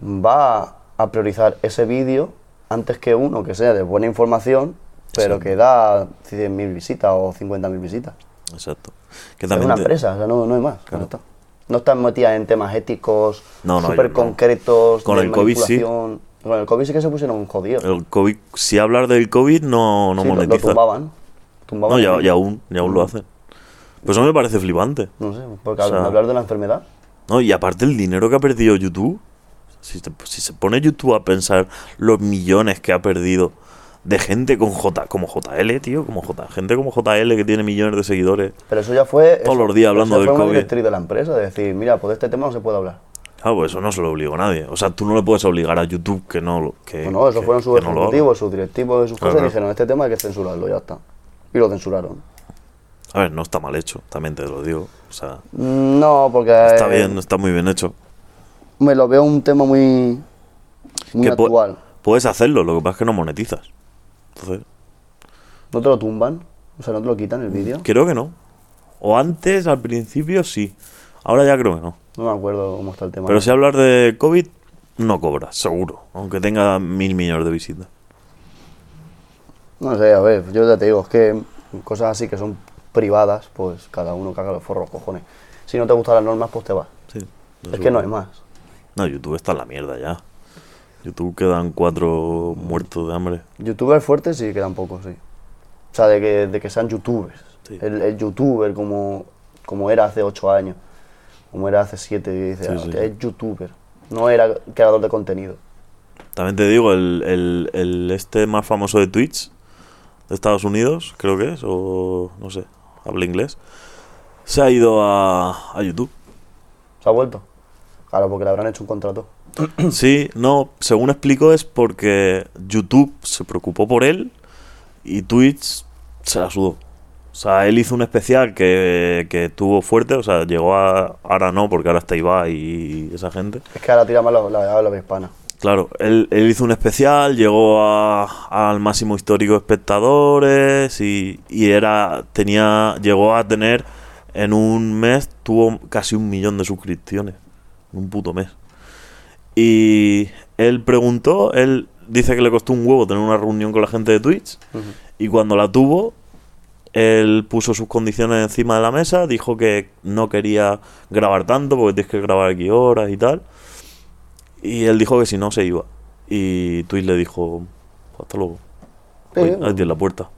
Speaker 1: va a priorizar ese vídeo antes que uno que sea de buena información, pero
Speaker 2: Exacto.
Speaker 1: que da 100.000 visitas o 50.000 visitas.
Speaker 2: Exacto. Que
Speaker 1: Es
Speaker 2: también
Speaker 1: una
Speaker 2: te-
Speaker 1: empresa, o sea, no, no hay más. ya
Speaker 2: Claro.
Speaker 1: está. No están metidas en temas éticos,
Speaker 2: No, no, yo
Speaker 1: súper
Speaker 2: no.
Speaker 1: concretos,
Speaker 2: Con
Speaker 1: de
Speaker 2: el COVID sí.
Speaker 1: manipulación. Con el COVID sí que se pusieron jodidos.
Speaker 2: El COVID, si hablar del COVID, no, no
Speaker 1: Sí, lo- lo,
Speaker 2: monetiza.
Speaker 1: tumbaban. Tumbaban
Speaker 2: no, ya,
Speaker 1: el-
Speaker 2: ya aún, ya aún lo
Speaker 1: Mm.
Speaker 2: hacen. Pues eso me parece flipante.
Speaker 1: No sé, porque
Speaker 2: O
Speaker 1: al
Speaker 2: sea-
Speaker 1: hablar de la enfermedad.
Speaker 2: No, y aparte el dinero que ha perdido YouTube. Si, te- si se pone YouTube a pensar los millones que ha perdido de gente con J, como JL, tío, como J, gente como JL que tiene millones de seguidores.
Speaker 1: Pero eso ya fue.
Speaker 2: Todos
Speaker 1: eso-
Speaker 2: los días hablando
Speaker 1: eso
Speaker 2: del
Speaker 1: fue una
Speaker 2: COVID.
Speaker 1: directriz de la empresa, de decir, mira, por este tema no se puede hablar.
Speaker 2: Claro, pues eso no se lo obligó a nadie. O sea, tú no le puedes obligar a YouTube que no lo. Que,
Speaker 1: Bueno, eso
Speaker 2: que-
Speaker 1: fueron sus
Speaker 2: que no lo haga.
Speaker 1: ejecutivos, sus directivos y sus cosas, y
Speaker 2: Claro, claro.
Speaker 1: dijeron, este tema hay que censurarlo, ya está. Y lo censuraron.
Speaker 2: A ver, no está mal hecho, también te lo digo. O sea,
Speaker 1: No, porque.
Speaker 2: está
Speaker 1: eh,
Speaker 2: bien, está muy bien hecho.
Speaker 1: Me lo veo un tema muy. Muy
Speaker 2: Que pu-
Speaker 1: actual.
Speaker 2: Puedes hacerlo, lo que pasa es que no monetizas. Entonces,
Speaker 1: ¿No te lo tumban? O sea, ¿no te lo quitan el vídeo?
Speaker 2: creo que no. O antes, al principio sí. Ahora ya creo que no.
Speaker 1: No me acuerdo cómo está el tema.
Speaker 2: Pero si hablar de COVID, no cobra, seguro. Aunque tenga mil millones de visitas.
Speaker 1: No sé, a ver, yo ya te digo, es que cosas así que son privadas, pues cada uno caga los forros, cojones. Si no te gustan las normas, pues te vas.
Speaker 2: Sí.
Speaker 1: Es que no hay más.
Speaker 2: No, YouTube está en la mierda ya. YouTube quedan cuatro muertos de hambre.
Speaker 1: Youtubers fuertes sí quedan pocos, sí. O sea, de que, de que sean youtubers.
Speaker 2: Sí.
Speaker 1: El, el youtuber como, como era hace 8 años, como era hace 7, y dice,
Speaker 2: Sí,
Speaker 1: "Ah,
Speaker 2: sí,
Speaker 1: que
Speaker 2: sí.
Speaker 1: es youtuber. No era creador de contenido.
Speaker 2: También te digo, el, el- el este más famoso de Twitch, de Estados Unidos, creo que es, o no sé, habla inglés, se ha ido a, a YouTube.
Speaker 1: ¿Se ha vuelto? Claro, porque le habrán hecho un contrato.
Speaker 2: Sí, no, según explico es porque YouTube se preocupó por él y Twitch se la sudó. O sea, él hizo un especial que, que estuvo fuerte, o sea, llegó a... Ahora no, porque ahora está Ibai y esa gente.
Speaker 1: Es que ahora tira más la, la habla hispana.
Speaker 2: Claro, él, él hizo un especial, llegó a- al máximo histórico de espectadores y, y era tenía llegó a tener en un mes tuvo casi un millón de suscripciones, en un puto mes. Y él preguntó, él dice que le costó un huevo tener una reunión con la gente de Twitch
Speaker 1: Ujú.
Speaker 2: y cuando la tuvo, él puso sus condiciones encima de la mesa, dijo que no quería grabar tanto porque tienes que grabar aquí horas y tal. Y él dijo que si no se iba. Y Twitch le dijo, hasta luego.
Speaker 1: Sí,
Speaker 2: Oye, ahí tienes la puerta.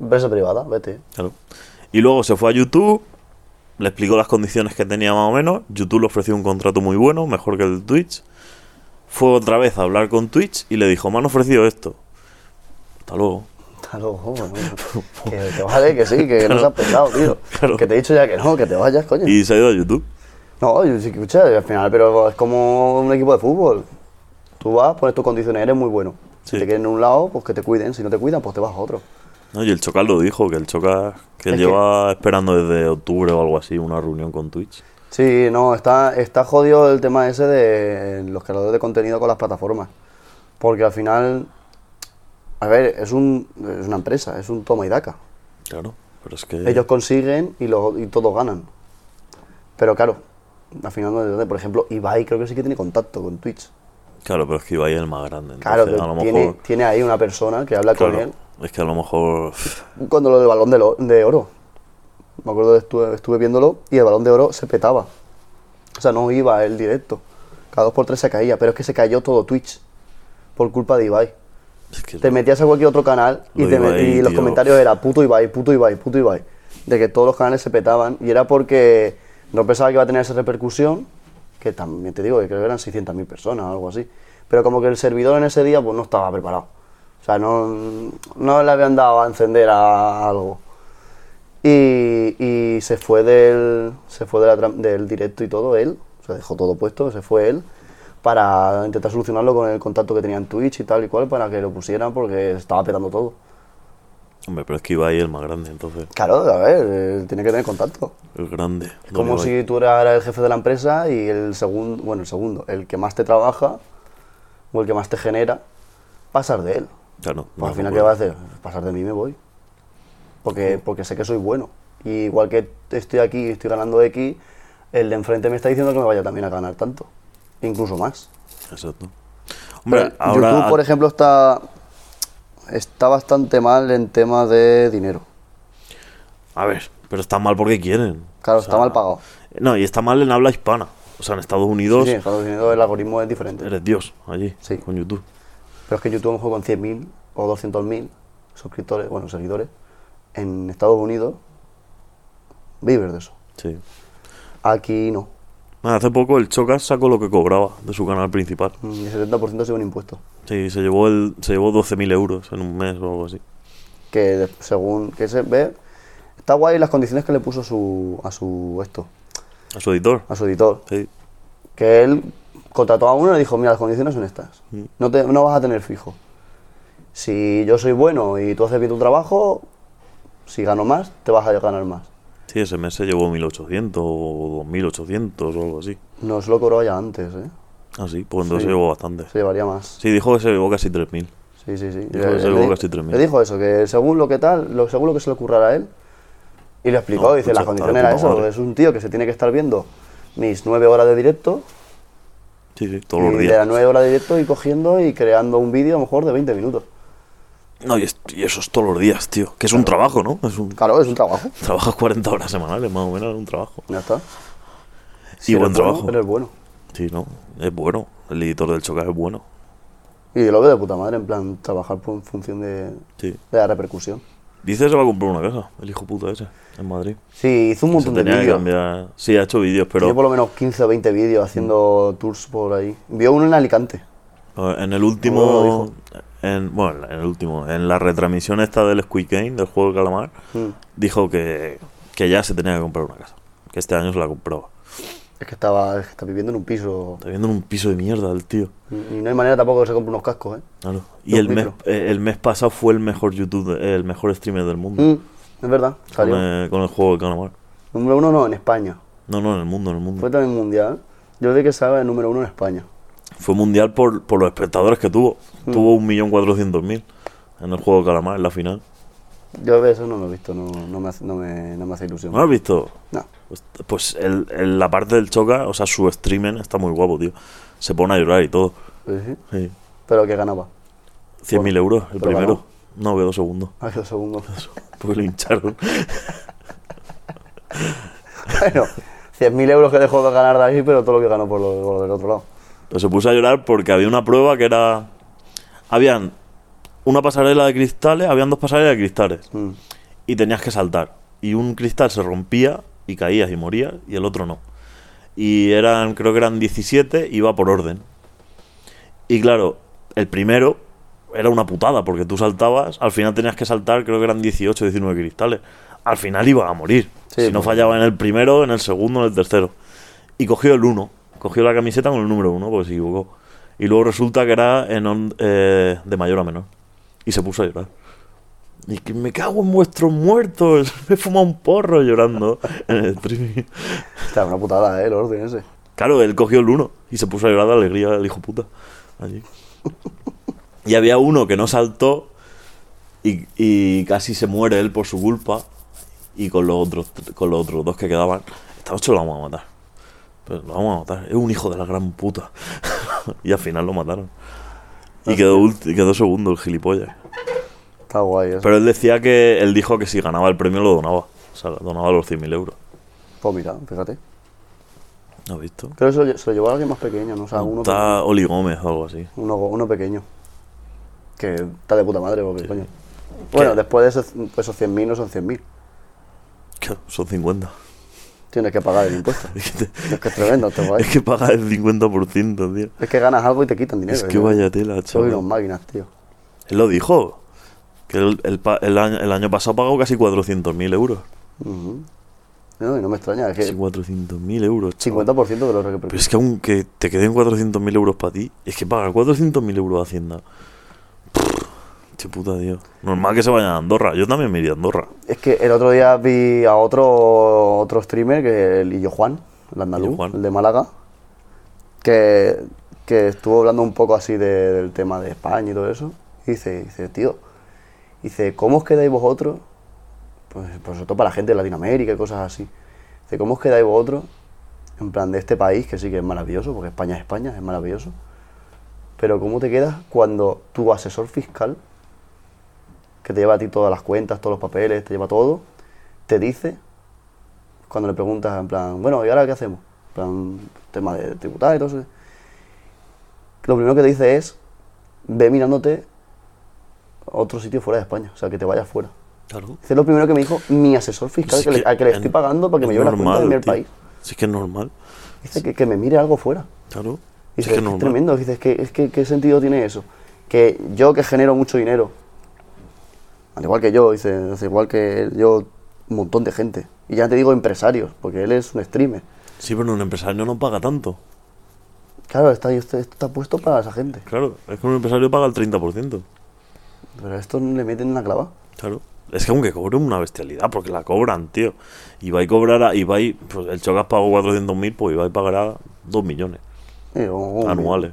Speaker 1: Empresa privada, vete.
Speaker 2: Claro. Y luego se fue a YouTube, le explicó las condiciones que tenía más o menos. YouTube le ofreció un contrato muy bueno, mejor que el de Twitch. Fue otra vez a hablar con Twitch y le dijo, me han ofrecido esto. Hasta luego.
Speaker 1: Hasta luego, bueno. que, que vale, que sí, que no
Speaker 2: Claro.
Speaker 1: se has pesado, tío.
Speaker 2: Claro.
Speaker 1: Que te he dicho ya que no, que te vayas, coño.
Speaker 2: Y se ha ido a YouTube.
Speaker 1: No, yo sí que escucha, al final, pero es como un equipo de fútbol. Tú vas, pones tus condiciones, eres muy bueno. Si
Speaker 2: Sí.
Speaker 1: te quieren en un lado, pues que te cuiden. Si no te cuidan, pues te vas a otro.
Speaker 2: No, y el Chocal lo dijo, que el Chocal que
Speaker 1: Es
Speaker 2: lleva esperando desde octubre o algo así una reunión con Twitch.
Speaker 1: Sí, no, está, está jodido el tema ese de los creadores de contenido con las plataformas. Porque al final, a ver, es, un, es una empresa, es un toma y daca.
Speaker 2: Claro, pero es que...
Speaker 1: Ellos consiguen y, lo, y todos ganan. Pero claro, al final, no entiende. por ejemplo, Ibai creo que sí que tiene contacto con Twitch.
Speaker 2: Claro, pero es que Ibai es el más grande.
Speaker 1: Claro,
Speaker 2: entonces, a lo
Speaker 1: que tiene,
Speaker 2: mejor...
Speaker 1: tiene ahí una persona que habla con él.
Speaker 2: Claro, es que a lo mejor...
Speaker 1: cuando lo del balón de, lo- de oro. Me acuerdo, estuve, estuve viéndolo y el balón de oro se petaba. O sea, no iba el directo. Cada dos por tres se caía, pero es que se cayó todo Twitch por culpa de Ibai.
Speaker 2: es que-
Speaker 1: Te metías a cualquier otro canal y,
Speaker 2: Lo
Speaker 1: te
Speaker 2: de
Speaker 1: met-
Speaker 2: Ibai,
Speaker 1: y los
Speaker 2: tío.
Speaker 1: comentarios era puto Ibai, puto Ibai, puto Ibai. De que todos los canales se petaban y era porque no pensaba que iba a tener esa repercusión, que también te digo que creo que eran 600.000 personas o algo así. Pero como que el servidor en ese día pues no estaba preparado. O sea, no, no le habían dado a encender a algo. Y, y se fue del se fue de la tram- del directo y todo él, o sea, dejó todo puesto, se fue él para intentar solucionarlo con el contacto que tenía en Twitch y tal y cual para que lo pusieran porque estaba petando todo.
Speaker 2: Hombre, pero es que Ibai es el más grande, entonces...
Speaker 1: Claro, a ver, eh, tiene que tener contacto.
Speaker 2: El grande.
Speaker 1: Es
Speaker 2: don
Speaker 1: como
Speaker 2: Ibai.
Speaker 1: si tú eras el jefe de la empresa y el segundo, bueno, el segundo, el que más te trabaja o el que más te genera, pasar de él.
Speaker 2: Claro.
Speaker 1: Pues al
Speaker 2: no
Speaker 1: final,
Speaker 2: me
Speaker 1: ¿qué va a
Speaker 2: acuerdo.
Speaker 1: hacer? Pasar de mí me voy. Porque, porque sé que soy bueno. Y igual que estoy aquí y estoy ganando X, el de enfrente me está diciendo que me vaya también a ganar tanto. Incluso más.
Speaker 2: Exacto. Hombre,
Speaker 1: Pero
Speaker 2: ahora...
Speaker 1: YouTube, por ejemplo, está, está bastante mal en tema de dinero.
Speaker 2: A ver, pero está mal porque quieren.
Speaker 1: Claro,
Speaker 2: O sea,
Speaker 1: está mal pagado.
Speaker 2: No, y está mal en habla hispana. O sea, en Estados Unidos
Speaker 1: Sí, en Estados Unidos el algoritmo es diferente.
Speaker 2: eres Dios allí,
Speaker 1: Sí.
Speaker 2: con YouTube.
Speaker 1: Pero es que YouTube a lo mejor con 100.000 o 200.000 suscriptores, bueno, seguidores, en Estados Unidos, vives de eso.
Speaker 2: Sí.
Speaker 1: Aquí no.
Speaker 2: Nada, hace poco el Chocas sacó lo que cobraba de su canal principal.
Speaker 1: Mm, Y el 70% según impuestos.
Speaker 2: Sí, se llevó, el, se llevó 12.000 euros en un mes o algo así.
Speaker 1: Que de- según que se ve, está guay las condiciones que le puso su, a su esto,
Speaker 2: A su editor.
Speaker 1: a su editor.
Speaker 2: Sí.
Speaker 1: Que él contrató a uno y le dijo, mira, las condiciones son estas.
Speaker 2: Mm.
Speaker 1: No, te, no vas a tener fijo. Si yo soy bueno y tú haces bien tu trabajo, si gano más, te vas a ganar más.
Speaker 2: Sí, ese mes se llevó 1.800 o 2.800 o algo así.
Speaker 1: No, se lo cobraba ya antes, ¿eh?
Speaker 2: Ah, sí, pues entonces
Speaker 1: Sí.
Speaker 2: se llevó bastante.
Speaker 1: Se llevaría más.
Speaker 2: Sí, dijo que se llevó casi 3.000.
Speaker 1: Sí, sí, sí.
Speaker 2: Dijo que se
Speaker 1: le
Speaker 2: llevó
Speaker 1: di-
Speaker 2: casi 3.000.
Speaker 1: le dijo eso, que según lo que tal, lo, según lo que se le ocurrara a él. Y le explicó,
Speaker 2: No,
Speaker 1: dice,
Speaker 2: escucha,
Speaker 1: la condición
Speaker 2: está de
Speaker 1: era
Speaker 2: puta
Speaker 1: eso,
Speaker 2: madre.
Speaker 1: es un tío que se tiene que estar viendo mis nueve horas de directo,
Speaker 2: Sí, sí,
Speaker 1: y
Speaker 2: todos los
Speaker 1: de las
Speaker 2: días.
Speaker 1: nueve horas de directo y cogiendo y creando un vídeo a lo mejor de 20 minutos.
Speaker 2: No, y, es- y eso es todos los días, tío. Que es un trabajo, ¿no? Es un...
Speaker 1: Claro, es un trabajo.
Speaker 2: Trabajas 40 horas semanales, más o menos, es un trabajo.
Speaker 1: Ya está.
Speaker 2: y
Speaker 1: eres
Speaker 2: buen
Speaker 1: bueno,
Speaker 2: trabajo.
Speaker 1: eres bueno.
Speaker 2: Sí, no, es bueno. El editor del Chocas es bueno.
Speaker 1: Y yo lo veo de puta madre, en plan, trabajar por- en función de, de
Speaker 2: Sí.
Speaker 1: la repercusión.
Speaker 2: Dice que se va a comprar una casa, el hijo puta ese, en Madrid.
Speaker 1: Sí, hizo un
Speaker 2: Se
Speaker 1: montón de
Speaker 2: tenía que
Speaker 1: vídeos.
Speaker 2: cambiar. Sí, ha hecho vídeos,
Speaker 1: Tiene
Speaker 2: pero
Speaker 1: por lo menos 15 o 20 vídeos haciendo tours por ahí. Vio uno en Alicante.
Speaker 2: eh, en el
Speaker 1: No lo
Speaker 2: último.
Speaker 1: dijo.
Speaker 2: En, bueno, en el último. En la retransmisión esta del Squid Game, del juego de Calamar,
Speaker 1: Mm.
Speaker 2: dijo que, que ya se tenía que comprar una casa. Que este año se la compraba.
Speaker 1: Es que estaba es que está viviendo en un piso.
Speaker 2: Está viendo en un piso de mierda el tío.
Speaker 1: Y no hay manera tampoco que se compre unos cascos, ¿eh?
Speaker 2: Claro. Y
Speaker 1: Los
Speaker 2: el mes,
Speaker 1: micro.
Speaker 2: eh, el mes pasado fue el mejor YouTube, eh, el mejor streamer del mundo.
Speaker 1: Mm, es verdad,
Speaker 2: con,
Speaker 1: salió.
Speaker 2: eh, con el juego de Calamar.
Speaker 1: Número uno no, en España.
Speaker 2: No, no, en el mundo, en el mundo.
Speaker 1: Fue también mundial. Yo vi que estaba el número uno en España.
Speaker 2: Fue mundial por, por los espectadores que tuvo.
Speaker 1: Mm.
Speaker 2: Tuvo 1.400.000 en el juego de Calamar, en la final.
Speaker 1: Yo de eso no lo he visto, no, no, me, hace, no, me, no me hace ilusión.
Speaker 2: ¿No lo has visto?
Speaker 1: No.
Speaker 2: Pues, pues el- el- la parte del Choca, o sea, su streaming está muy guapo, tío. Se pone a llorar y todo.
Speaker 1: Pues sí,
Speaker 2: Sí.
Speaker 1: Pero que ganaba.
Speaker 2: 100.000 euros el
Speaker 1: pero
Speaker 2: primero.
Speaker 1: ganó.
Speaker 2: No, quedó segundo.
Speaker 1: A los segundos.
Speaker 2: Porque lo hincharon.
Speaker 1: bueno, 100.000 euros que dejó de ganar David, pero todo lo que ganó por lo, por lo del otro lado.
Speaker 2: Pero se puso a llorar porque había una prueba que era. Habían una pasarela de cristales, habían dos pasarelas de cristales.
Speaker 1: Mm.
Speaker 2: Y tenías que saltar. Y un cristal se rompía y caías y morías, y el otro no. Y eran, creo que eran 17, iba por orden. Y claro, el primero era una putada porque tú saltabas, al final tenías que saltar, creo que eran 18, 19 cristales. Al final ibas a morir.
Speaker 1: Sí,
Speaker 2: si no
Speaker 1: pues.
Speaker 2: fallaba en el primero, en el segundo, en el tercero. Y cogió el 1. Cogió la camiseta con el número 1 porque se equivocó. Y luego resulta que era en on- eh, de mayor a menor. Y se puso a llorar. Y que me cago en vuestros muertos. Me he fumado un porro llorando en el streaming.
Speaker 1: Está una putada, ¿eh? El orden ese.
Speaker 2: Claro, él cogió el uno y se puso a llorar de alegría el hijo puta. Allí. Y había uno que no saltó y, y casi se muere él por su culpa. Y con los otros, con los otros dos que quedaban, esta noche lo vamos a matar. Pero lo vamos a matar. Es un hijo de la gran puta. y al final lo mataron. Y quedó, ulti- quedó segundo el gilipollas.
Speaker 1: Está guay eso.
Speaker 2: Pero él decía que él dijo que si ganaba el premio lo donaba. O sea, donaba los 100.000 euros.
Speaker 1: Pues mira, fíjate.
Speaker 2: ¿No has visto?
Speaker 1: Creo que se lo, lle- se lo llevó a alguien más pequeño, ¿no? O sea, Ah, uno,
Speaker 2: Está Oli Gómez o algo así.
Speaker 1: uno, uno pequeño. Que está de puta madre, porque coño. Bueno, después de esos, esos 100.000 no son 100.000.
Speaker 2: Claro, Son 50.
Speaker 1: Tienes que pagar el impuesto.
Speaker 2: Es que, te-
Speaker 1: es que es tremendo, te guay.
Speaker 2: es que pagas el 50%, tío.
Speaker 1: Es que ganas algo y te quitan dinero.
Speaker 2: Es que
Speaker 1: ¿eh?
Speaker 2: vaya tela,
Speaker 1: Soy unas
Speaker 2: chaval.
Speaker 1: máquinas, tío.
Speaker 2: Él lo dijo. Que él- él pa- el, año, el año pasado pagó casi 400.000 euros.
Speaker 1: Ujú. No, y no me extraña, es que
Speaker 2: Casi 400.000 euros, chaval.
Speaker 1: 50% de los
Speaker 2: Pero
Speaker 1: repercusiones.
Speaker 2: es que aunque te queden 400.000 euros para ti, es que pagar 400.000 euros a Hacienda. Che puta, tío. Normal que se vayan a Andorra. Yo también me iría a Andorra.
Speaker 1: Es que el otro día vi a otro otro streamer, que el Illo Juan, el andaluz,
Speaker 2: Illo Juan.
Speaker 1: el de Málaga, que, que estuvo hablando un poco así de- del tema de España y todo eso. Y dice, dice, tío, dice, ¿cómo os quedáis vosotros? Pues, pues sobre todo para la gente de Latinoamérica y cosas así. Dice, ¿cómo os quedáis vosotros? En plan, de este país, que sí que es maravilloso, porque España es España, es maravilloso. Pero ¿cómo te quedas cuando tu asesor fiscal, que te lleva a ti todas las cuentas, todos los papeles, te lleva todo, te dice, cuando le preguntas en plan, bueno, ¿y ahora qué hacemos? plan, tema de tributar y todo eso. Lo primero que te dice es, ve mirándote a otro sitio fuera de España, o sea, que te vayas fuera.
Speaker 3: Claro.
Speaker 1: Es lo primero que me dijo mi asesor fiscal,
Speaker 2: Es
Speaker 1: que le-
Speaker 2: que
Speaker 1: al que le
Speaker 2: en-
Speaker 1: estoy pagando para que
Speaker 2: es
Speaker 1: me lleve la cuenta de
Speaker 2: normal,
Speaker 1: mi al
Speaker 2: tío.
Speaker 1: país.
Speaker 3: Si es que es normal.
Speaker 1: Dice que, que me mire algo fuera.
Speaker 3: Claro.
Speaker 1: Y dice, "Es
Speaker 3: Si es que es
Speaker 1: que es
Speaker 3: normal.
Speaker 1: tremendo, dices, que, es que, ¿qué sentido tiene eso? Que yo que genero mucho dinero, al igual que yo, dice, al igual que yo, un montón de gente. Y ya te digo empresarios, porque él es un streamer.
Speaker 2: Sí, pero un empresario no paga tanto.
Speaker 1: Claro, está, esto está puesto para esa gente,
Speaker 2: Claro, es que un empresario paga el 30%.
Speaker 1: pero a estos le meten una clava.
Speaker 2: Claro. Es que aunque cobren una bestialidad, porque la cobran, tío. Ibai cobrará, Ibai, pues el Chocas pagó 400.000, pues Ibai pagará 2 millones
Speaker 1: Y digo, "Oh,
Speaker 2: anuales.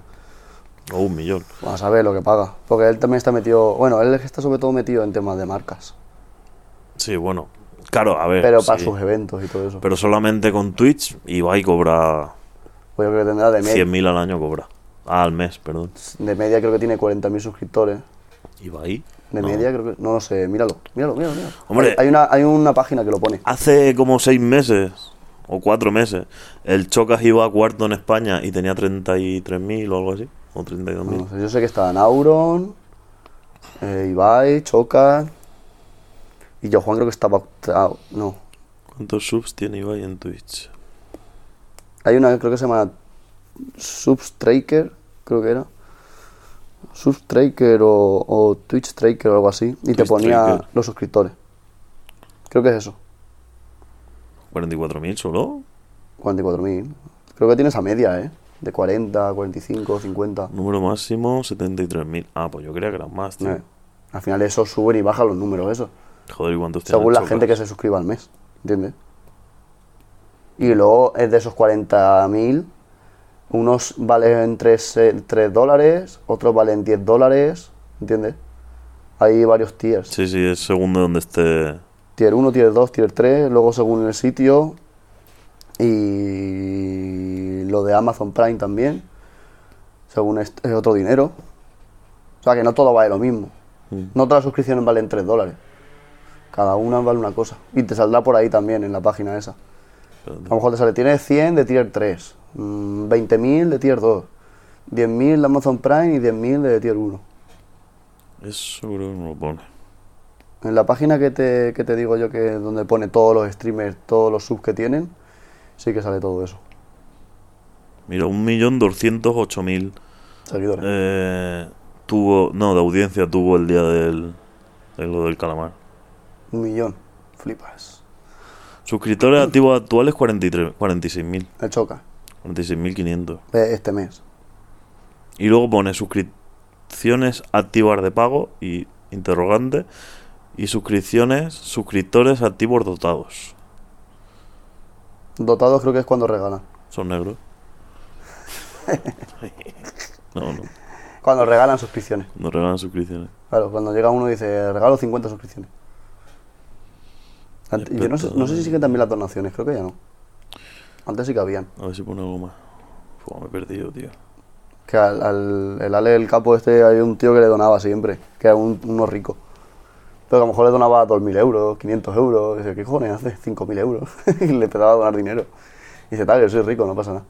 Speaker 2: O un millón.
Speaker 1: Vamos a ver lo que paga. Porque él también está metido, bueno, él es que está sobre todo metido en temas de marcas,
Speaker 2: Sí, bueno. Claro, a ver.
Speaker 1: pero eh. para
Speaker 2: Eh, sí.
Speaker 1: sus eventos y todo eso.
Speaker 2: Pero solamente con Twitch, Ibai cobra
Speaker 1: Pues yo creo que tendrá de, media
Speaker 2: 100.000 al año, cobra. Ah, al mes, perdón.
Speaker 1: de media creo que tiene 40.000 suscriptores.
Speaker 2: Ibai.
Speaker 1: De
Speaker 2: no.
Speaker 1: media, creo que. No lo sé, míralo, míralo, míralo. míralo.
Speaker 2: Hombre.
Speaker 1: Hay, hay una, hay una página que lo pone.
Speaker 2: Hace como seis meses o cuatro meses, el Chocas iba a cuarto en España y tenía 33.000 o algo así, o 32.000.
Speaker 1: No sé, yo sé que está Nauron, eh, Ibai, Choca. Y yo, Juan, creo que estaba octavo. No.
Speaker 2: ¿Cuántos subs tiene Ibai en Twitch?
Speaker 1: Hay una que creo que se llama Substraker, creo que era. Substraker o, o Twitch Tracker o algo así. Y te
Speaker 2: Twitch
Speaker 1: ponía
Speaker 2: Tracker.
Speaker 1: los suscriptores. Creo que es eso.
Speaker 2: 44.000 solo.
Speaker 1: 44.000. Creo que tienes a media, ¿eh? De 40, 45, 50.
Speaker 2: Número máximo 73.000. Ah, pues yo creía que eran más, tío.
Speaker 1: Eh, Al final eso suben y bajan los números, eso.
Speaker 2: Joder, ¿y cuántos tiene
Speaker 1: según
Speaker 2: el
Speaker 1: la
Speaker 2: Chocas?
Speaker 1: gente que se suscriba al mes, ¿entiendes? Y luego es de esos 40.000, unos valen 3, dólares, otros valen 10 dólares, ¿entiendes? Hay varios tiers.
Speaker 2: Sí, sí, es según de donde esté.
Speaker 1: Tier 1, tier 2, tier 3, luego según el sitio y lo de Amazon Prime también, según es es otro dinero. O sea que no todo vale lo mismo.
Speaker 2: Mm.
Speaker 1: No todas las suscripciones valen 3 dólares. Cada una vale una cosa. Y te saldrá por ahí también, en la página esa. A lo mejor te sale, tienes 100 de tier 3, mm, 20.000 de tier 2, 10.000 de Amazon Prime y 10.000 de tier 1.
Speaker 2: Eso creo que no lo pone.
Speaker 1: En la página que te, que te digo yo, que es donde pone todos los streamers, todos los subs que tienen, sí que sale todo eso.
Speaker 2: Mira, 1.208.000
Speaker 1: Seguidores.
Speaker 2: eh, tuvo. No, de audiencia tuvo el día del. de lo del calamar.
Speaker 1: Un millón. Flipas.
Speaker 2: Suscriptores activos actuales 43 46.000,
Speaker 1: Me choca.
Speaker 2: 46.500.
Speaker 1: Eh, Este mes.
Speaker 2: Y luego pone suscripciones activas de pago y interrogante y suscripciones suscriptores activos dotados.
Speaker 1: Dotados creo que es cuando regalan.
Speaker 2: Son negros. No, no,
Speaker 1: Cuando regalan suscripciones.
Speaker 2: no regalan suscripciones.
Speaker 1: Claro, cuando llega uno y dice, regalo 50 suscripciones. Ant- yo no sé, no sé si siguen también las donaciones, creo que ya no. Antes sí que habían.
Speaker 2: A ver si pone algo más. Fua, me he perdido, tío.
Speaker 1: Que al, al- el Ale del Capo este hay un tío que le donaba siempre, que era un, uno rico. Pero que a lo mejor le donaba 2.000 euros, 500 euros. Dice, ¿qué cojones haces? 5.000 euros. y le empezaba a donar dinero. Y dice, tal, yo soy rico, no pasa nada.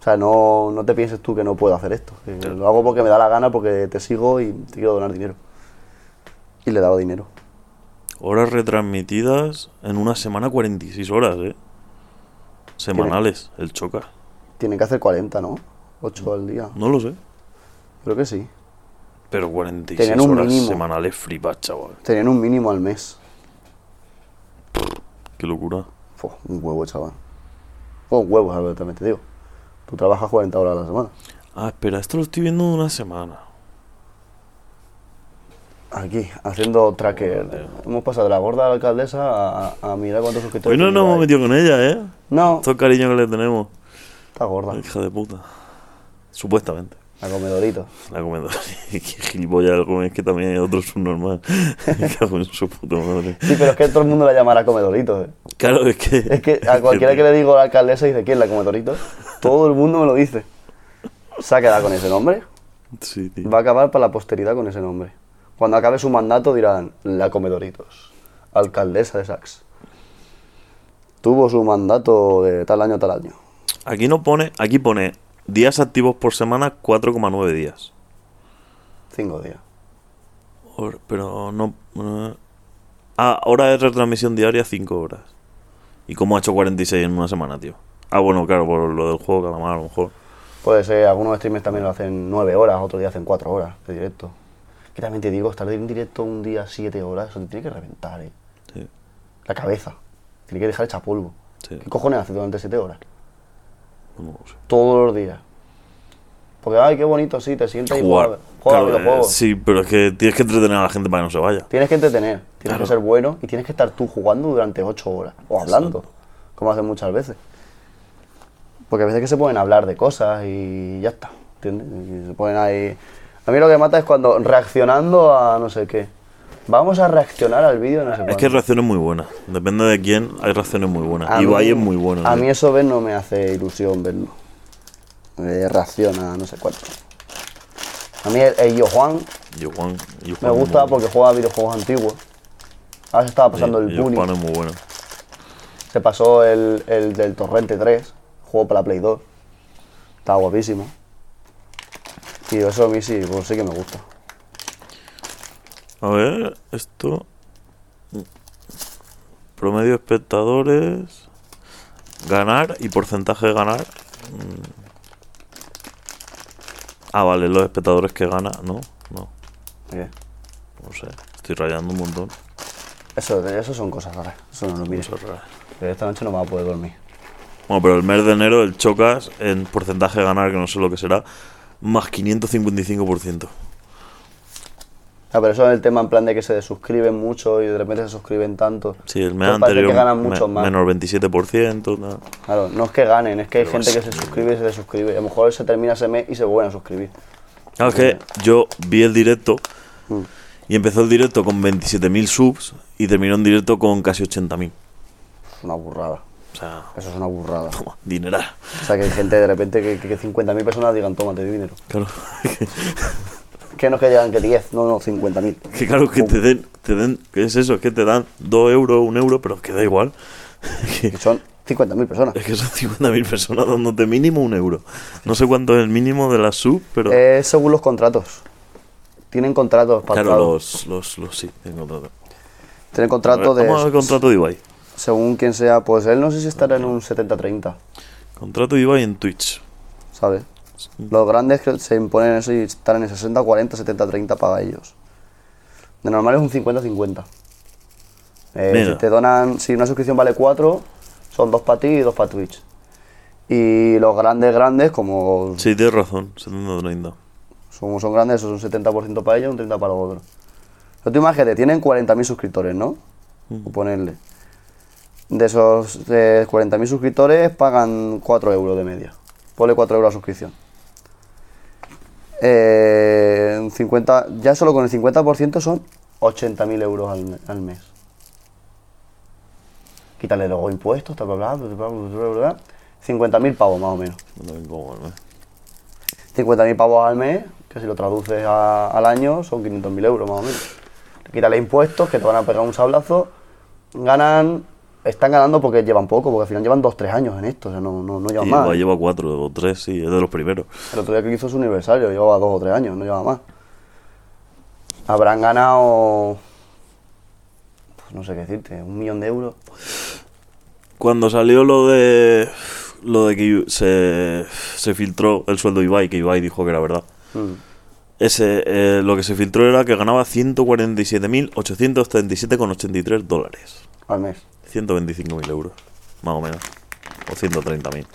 Speaker 1: O sea, no, no te pienses tú que no puedo hacer esto. que
Speaker 2: Claro.
Speaker 1: Lo hago porque me da la gana, porque te sigo y te quiero donar dinero. Y le daba dinero.
Speaker 2: Horas retransmitidas en una semana 46 horas, ¿eh? Semanales, el choca.
Speaker 1: Tienen que hacer 40, ¿no? 8 al día.
Speaker 2: No lo sé.
Speaker 1: Creo que sí.
Speaker 2: Pero 46
Speaker 1: Tenían un
Speaker 2: horas
Speaker 1: mínimo.
Speaker 2: semanales flipas, chaval.
Speaker 1: Tenían un mínimo al mes.
Speaker 2: Qué locura.
Speaker 1: Fua, un huevo, chaval. Fue un huevo, Álvaro, también te digo. Tú trabajas 40 horas a la semana.
Speaker 2: Ah, espera, esto lo estoy viendo de una semana.
Speaker 1: Aquí, haciendo tracker. Hemos pasado de la gorda de la alcaldesa a, a mirar cuántos suscriptores.
Speaker 2: Hoy no nos
Speaker 1: tiene
Speaker 2: hemos
Speaker 1: ahí.
Speaker 2: metido con ella, ¿eh?
Speaker 1: No,
Speaker 2: Todo el cariño que le tenemos.
Speaker 1: está gorda.
Speaker 2: Hija de puta. Supuestamente.
Speaker 1: La comedorito.
Speaker 2: La comedora. Qué gilipollas el comer, es que también hay otro subnormal. Me cago en su puta madre.
Speaker 1: Sí, pero es que todo el mundo la llamará comedorito. eh.
Speaker 2: Claro, es que.
Speaker 1: Es que a cualquiera que le digo a la alcaldesa dice quién la comedorito, todo el mundo me lo dice. Se ha quedado con ese nombre.
Speaker 2: Sí, tío.
Speaker 1: Va a acabar para la posteridad con ese nombre. Cuando acabe su mandato dirán, la comedoritos, alcaldesa de Sax. Tuvo su mandato de tal año a tal año.
Speaker 2: Aquí no pone, aquí pone días activos por semana 4,9 días.
Speaker 1: Cinco días.
Speaker 2: Hor- Pero no. eh, ah, hora de retransmisión diaria 5 horas. ¿Y cómo ha hecho 46 en una semana, tío? Ah, bueno, claro, por lo del juego calamar, a lo mejor.
Speaker 1: Puede ser, algunos streamers también lo hacen nueve horas, otros día hacen cuatro horas de directo. Que también te digo, estar en directo un día siete horas, eso te tiene que reventar, eh.
Speaker 2: Sí,
Speaker 1: La cabeza. Tiene que dejar hecha polvo.
Speaker 2: sí,
Speaker 1: ¿Qué cojones haces durante siete horas?
Speaker 2: no lo sé.
Speaker 1: Todos los días. Porque, ay, qué bonito, sí, te sientes y
Speaker 2: Jugar.
Speaker 1: juegas- juegas
Speaker 2: Claro, eh,
Speaker 1: videojuegos.
Speaker 2: sí, pero es que tienes que entretener a la gente para que no se vaya.
Speaker 1: Tienes que entretener, tienes
Speaker 2: Claro.
Speaker 1: que ser bueno y tienes que estar tú jugando durante ocho horas. O hablando, como hacen muchas veces. Porque a veces que se pueden hablar de cosas y ya está. ¿entiendes? Y se ponen ahí. A mí lo que mata es cuando reaccionando a no sé qué. Vamos a reaccionar al vídeo de no sé
Speaker 2: Es
Speaker 1: cuándo.
Speaker 2: que hay reacciones muy buenas. Depende de quién, hay reacciones muy buenas.
Speaker 1: A
Speaker 2: Y
Speaker 1: mí-
Speaker 2: Ibai es muy bueno. eh.
Speaker 1: A
Speaker 2: tío.
Speaker 1: mí eso ver no me hace ilusión verlo. Eh, reacciona a no sé cuánto. A mí el, el Yo Juan
Speaker 2: Yo, Juan, yo,
Speaker 1: me
Speaker 2: Juan
Speaker 1: gusta
Speaker 2: es muy bueno.
Speaker 1: porque juega videojuegos antiguos. Ahora se estaba pasando
Speaker 2: Yo,
Speaker 1: el
Speaker 2: yo,
Speaker 1: Puni.
Speaker 2: Juan es muy bueno.
Speaker 1: Se pasó el, el del Torrente 3, juego para la Play 2. Estaba guapísimo. Y eso a mí sí, pues sí que me gusta.
Speaker 2: A ver, esto. Promedio de espectadores. Ganar y porcentaje de ganar. Mm. Ah, vale, los espectadores que gana. No, no,
Speaker 1: ¿Qué?
Speaker 2: no sé. Estoy rayando un montón.
Speaker 1: Eso, eso son cosas raras. Eso no lo mires.
Speaker 2: Cosas raras.
Speaker 1: Que Esta noche no me va a poder dormir.
Speaker 2: Bueno, pero el mes de enero el Chocas en porcentaje de ganar, que no sé lo que será, más 555%.
Speaker 1: Ah, pero eso es el tema en plan de que se suscriben mucho y de repente se suscriben tanto.
Speaker 2: Sí, el mes
Speaker 1: Pues parece
Speaker 2: anterior
Speaker 1: que ganan
Speaker 2: me-
Speaker 1: mucho más.
Speaker 2: menos 27%. nada.
Speaker 1: Claro, no es que ganen, es que hay
Speaker 2: Pero
Speaker 1: gente que
Speaker 2: es-
Speaker 1: se suscribe y se desuscribe. A lo mejor se termina ese mes y se vuelven a suscribir.
Speaker 2: Claro, Ah, es que yo vi el directo y empezó el directo con 27.000 subs y terminó en directo con casi 80.000.
Speaker 1: Es una burrada.
Speaker 2: O sea,
Speaker 1: Eso es una burrada.
Speaker 2: toma, dineral.
Speaker 1: O sea, que hay gente de repente que, que 50.000 personas digan, toma, te doy dinero.
Speaker 2: Claro,
Speaker 1: Que no es que digan que 10, no, no, 50.000.
Speaker 2: que claro que te den, te den, ¿qué es eso? Es que te dan 2 euros, 1 euro, pero es que da igual.
Speaker 1: Que son 50.000 personas.
Speaker 2: Es que son 50.000 personas dándote mínimo un euro. No sé cuánto es el mínimo de la sub, pero...
Speaker 1: Es según los contratos. Tienen contratos
Speaker 2: claro,
Speaker 1: pactados.
Speaker 2: los, los, los sí, tengo contrato.
Speaker 1: Tienen contratos de.
Speaker 2: Vamos al contrato de Ibai.
Speaker 1: Según quien sea, pues él no sé si estará en un 70-30,
Speaker 2: Contrato de Ibai en Twitch.
Speaker 1: ¿sabes? Los grandes que se imponen eso y están en el 60, 40, 70, 30 para ellos. De normal es un 50, 50. Eh,
Speaker 2: Mira.
Speaker 1: si te donan, si una suscripción vale 4, son dos para ti y dos para Twitch. Y los grandes, grandes, como
Speaker 2: Sí, tienes razón, 70-30.
Speaker 1: Como son grandes, eso es un 70% para ellos, un 30% para los otros. Pero tú imagínate, tienen 40.000 suscriptores, ¿no?
Speaker 2: Ujú.
Speaker 1: Ponerle. De esos eh, 40.000 suscriptores pagan 4 euros de media. Ponle 4 euros a suscripción. Eh, un 50, ya solo con el 50% son 80.000 euros al, me- al mes. Quítale luego impuestos, tal, bla, bla, bla, bla, bla, bla, bla. 50.000 pavos más o menos.
Speaker 2: No tengo cómo, ¿no?
Speaker 1: 50.000 pavos al mes, que si lo traduces a- al año son 500.000 euros más o menos. Quítale impuestos, que te van a pegar un sablazo. Ganan, están ganando porque llevan poco, porque al final llevan 2-3 años en esto, o sea, no, no, no llevan
Speaker 2: Y
Speaker 1: más.
Speaker 2: Ibai lleva cuatro o tres, sí, es de los primeros.
Speaker 1: El otro día que hizo su aniversario llevaba 2 o 3 años, no llevaba más. Habrán ganado, pues no sé qué decirte, un millón de euros.
Speaker 2: Cuando salió lo de lo de que se, se filtró el sueldo de Ibai, que Ibai dijo que era verdad.
Speaker 1: Mm.
Speaker 2: Ese, eh, lo que se filtró era que ganaba 147.837,83 dólares.
Speaker 1: Al mes.
Speaker 2: 125.000 euros, más o menos. O 130.000.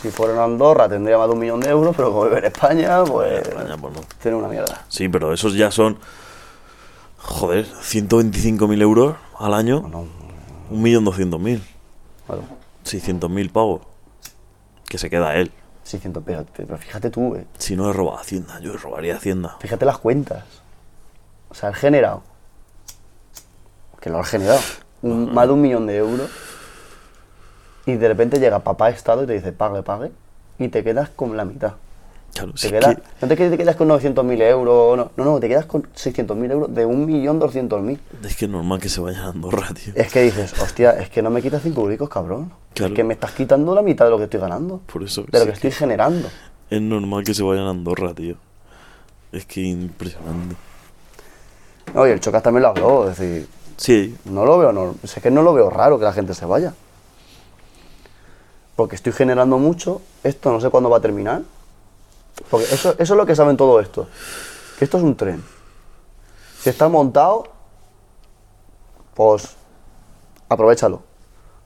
Speaker 1: Si fuera en Andorra tendría más de un millón de euros, pero como vive en España, pues
Speaker 2: España, pues no.
Speaker 1: tiene una mierda.
Speaker 2: Sí, pero esos ya son. Joder, 125.000 euros al año.
Speaker 1: No,
Speaker 2: 1.200.000.
Speaker 1: claro.
Speaker 2: 600.000 pavos. Que se queda él.
Speaker 1: 600, pero, pero fíjate tú, eh,
Speaker 2: Si no he robado Hacienda, yo robaría Hacienda.
Speaker 1: fíjate las cuentas. O sea, han generado, que lo han generado, un- más de un millón de euros. Y de repente llega papá Estado y te dice, pague, pague, y te quedas con la mitad.
Speaker 2: Claro,
Speaker 1: Te
Speaker 2: si es
Speaker 1: quedas-
Speaker 2: que-
Speaker 1: No te quedas- te quedas con 900.000 euros, no, no, no, te quedas con 600.000 euros de 1.200.000.
Speaker 2: es que es normal que se vayan a Andorra, tío.
Speaker 1: Es que dices, hostia, es que no me quitas 5 euros, cabrón.
Speaker 2: Claro.
Speaker 1: Es que me estás quitando la mitad de lo que estoy ganando,
Speaker 2: Por eso.
Speaker 1: de lo
Speaker 2: si
Speaker 1: que
Speaker 2: es
Speaker 1: estoy generando.
Speaker 2: Es normal que se vayan a Andorra, tío. Es que impresionante.
Speaker 1: No, y el Chocas también lo habló, es decir,
Speaker 2: Sí,
Speaker 1: no lo veo, no, es que no lo veo raro que la gente se vaya. Porque estoy generando mucho, esto no sé cuándo va a terminar. Porque eso, eso es lo que saben todo esto. Que esto es un tren. Si está montado, pues aprovechalo.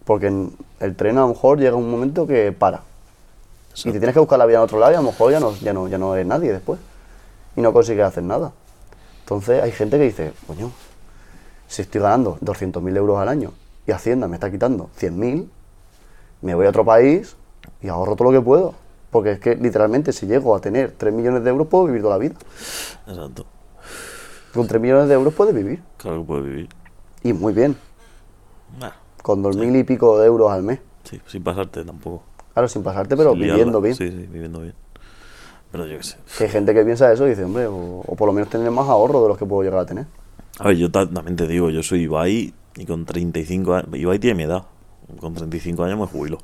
Speaker 1: Porque en- el tren a lo mejor llega un momento que para. Y te tienes que buscar la vida en otro lado y a lo mejor ya no, ya no, ya no eres nadie después. Y no consigues hacer nada. Entonces hay gente que dice, coño, si estoy ganando 200.000 euros al año y Hacienda me está quitando 100.000, me voy a otro país y ahorro todo lo que puedo. Porque es que literalmente si llego a tener 3 millones de euros puedo vivir toda la vida.
Speaker 2: exacto.
Speaker 1: Con 3 millones de euros puedes vivir.
Speaker 2: Claro que puede vivir.
Speaker 1: Y muy bien.
Speaker 2: Bueno,
Speaker 1: Con 2.000 y pico de euros al mes.
Speaker 2: sí, sin pasarte tampoco.
Speaker 1: Claro, sin pasarte, pero
Speaker 2: Sin liarla.
Speaker 1: viviendo bien.
Speaker 2: Sí, sí, viviendo bien. Pero yo qué sé.
Speaker 1: Que hay gente que piensa eso y dice, hombre, o, o por lo menos tener más ahorro de los que puedo llegar a tener.
Speaker 2: A ver, yo ta- también te digo, yo soy Ibai y con 35 años. Ibai tiene mi edad. Con 35 años me jubilo.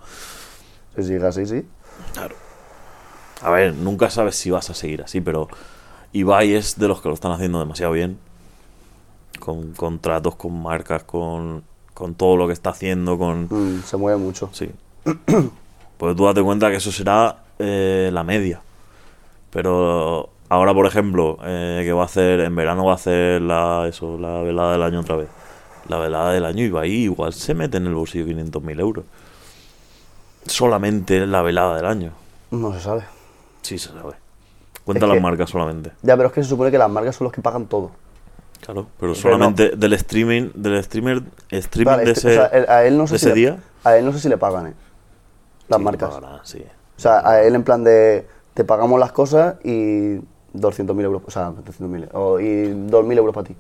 Speaker 1: Si sigue así, sí.
Speaker 2: Claro. A ver, nunca sabes si vas a seguir así, pero Ibai es de los que lo están haciendo demasiado bien. Con contratos, con marcas, con, con todo lo que está haciendo, con...
Speaker 1: Mm, se mueve mucho.
Speaker 2: Sí. Pues tú date cuenta que eso será eh, la media. Pero ahora, por ejemplo, eh, que va a hacer, en verano va a hacer la, eso, la velada del año otra vez. La velada del año Ibai igual se mete en el bolsillo 500.000 euros. Solamente la velada del año.
Speaker 1: No se sabe.
Speaker 2: Sí, se sabe. Cuenta
Speaker 1: Es
Speaker 2: las
Speaker 1: que-
Speaker 2: marcas solamente.
Speaker 1: Ya, pero es que se supone que las marcas son los que pagan todo.
Speaker 2: Claro, pero solamente del streaming, del streamer, streaming
Speaker 1: Vale,
Speaker 2: de
Speaker 1: este-
Speaker 2: ese,
Speaker 1: o sea, él- a él no sé
Speaker 2: de
Speaker 1: si
Speaker 2: ese
Speaker 1: le-
Speaker 2: día.
Speaker 1: A él no sé si le pagan, ¿eh? Las
Speaker 2: Sí,
Speaker 1: marcas.
Speaker 2: pagará, sí.
Speaker 1: O sea, a él en plan de te pagamos las cosas y 200.000 euros, o sea, 200.000 o- y 2.000 euros para ti.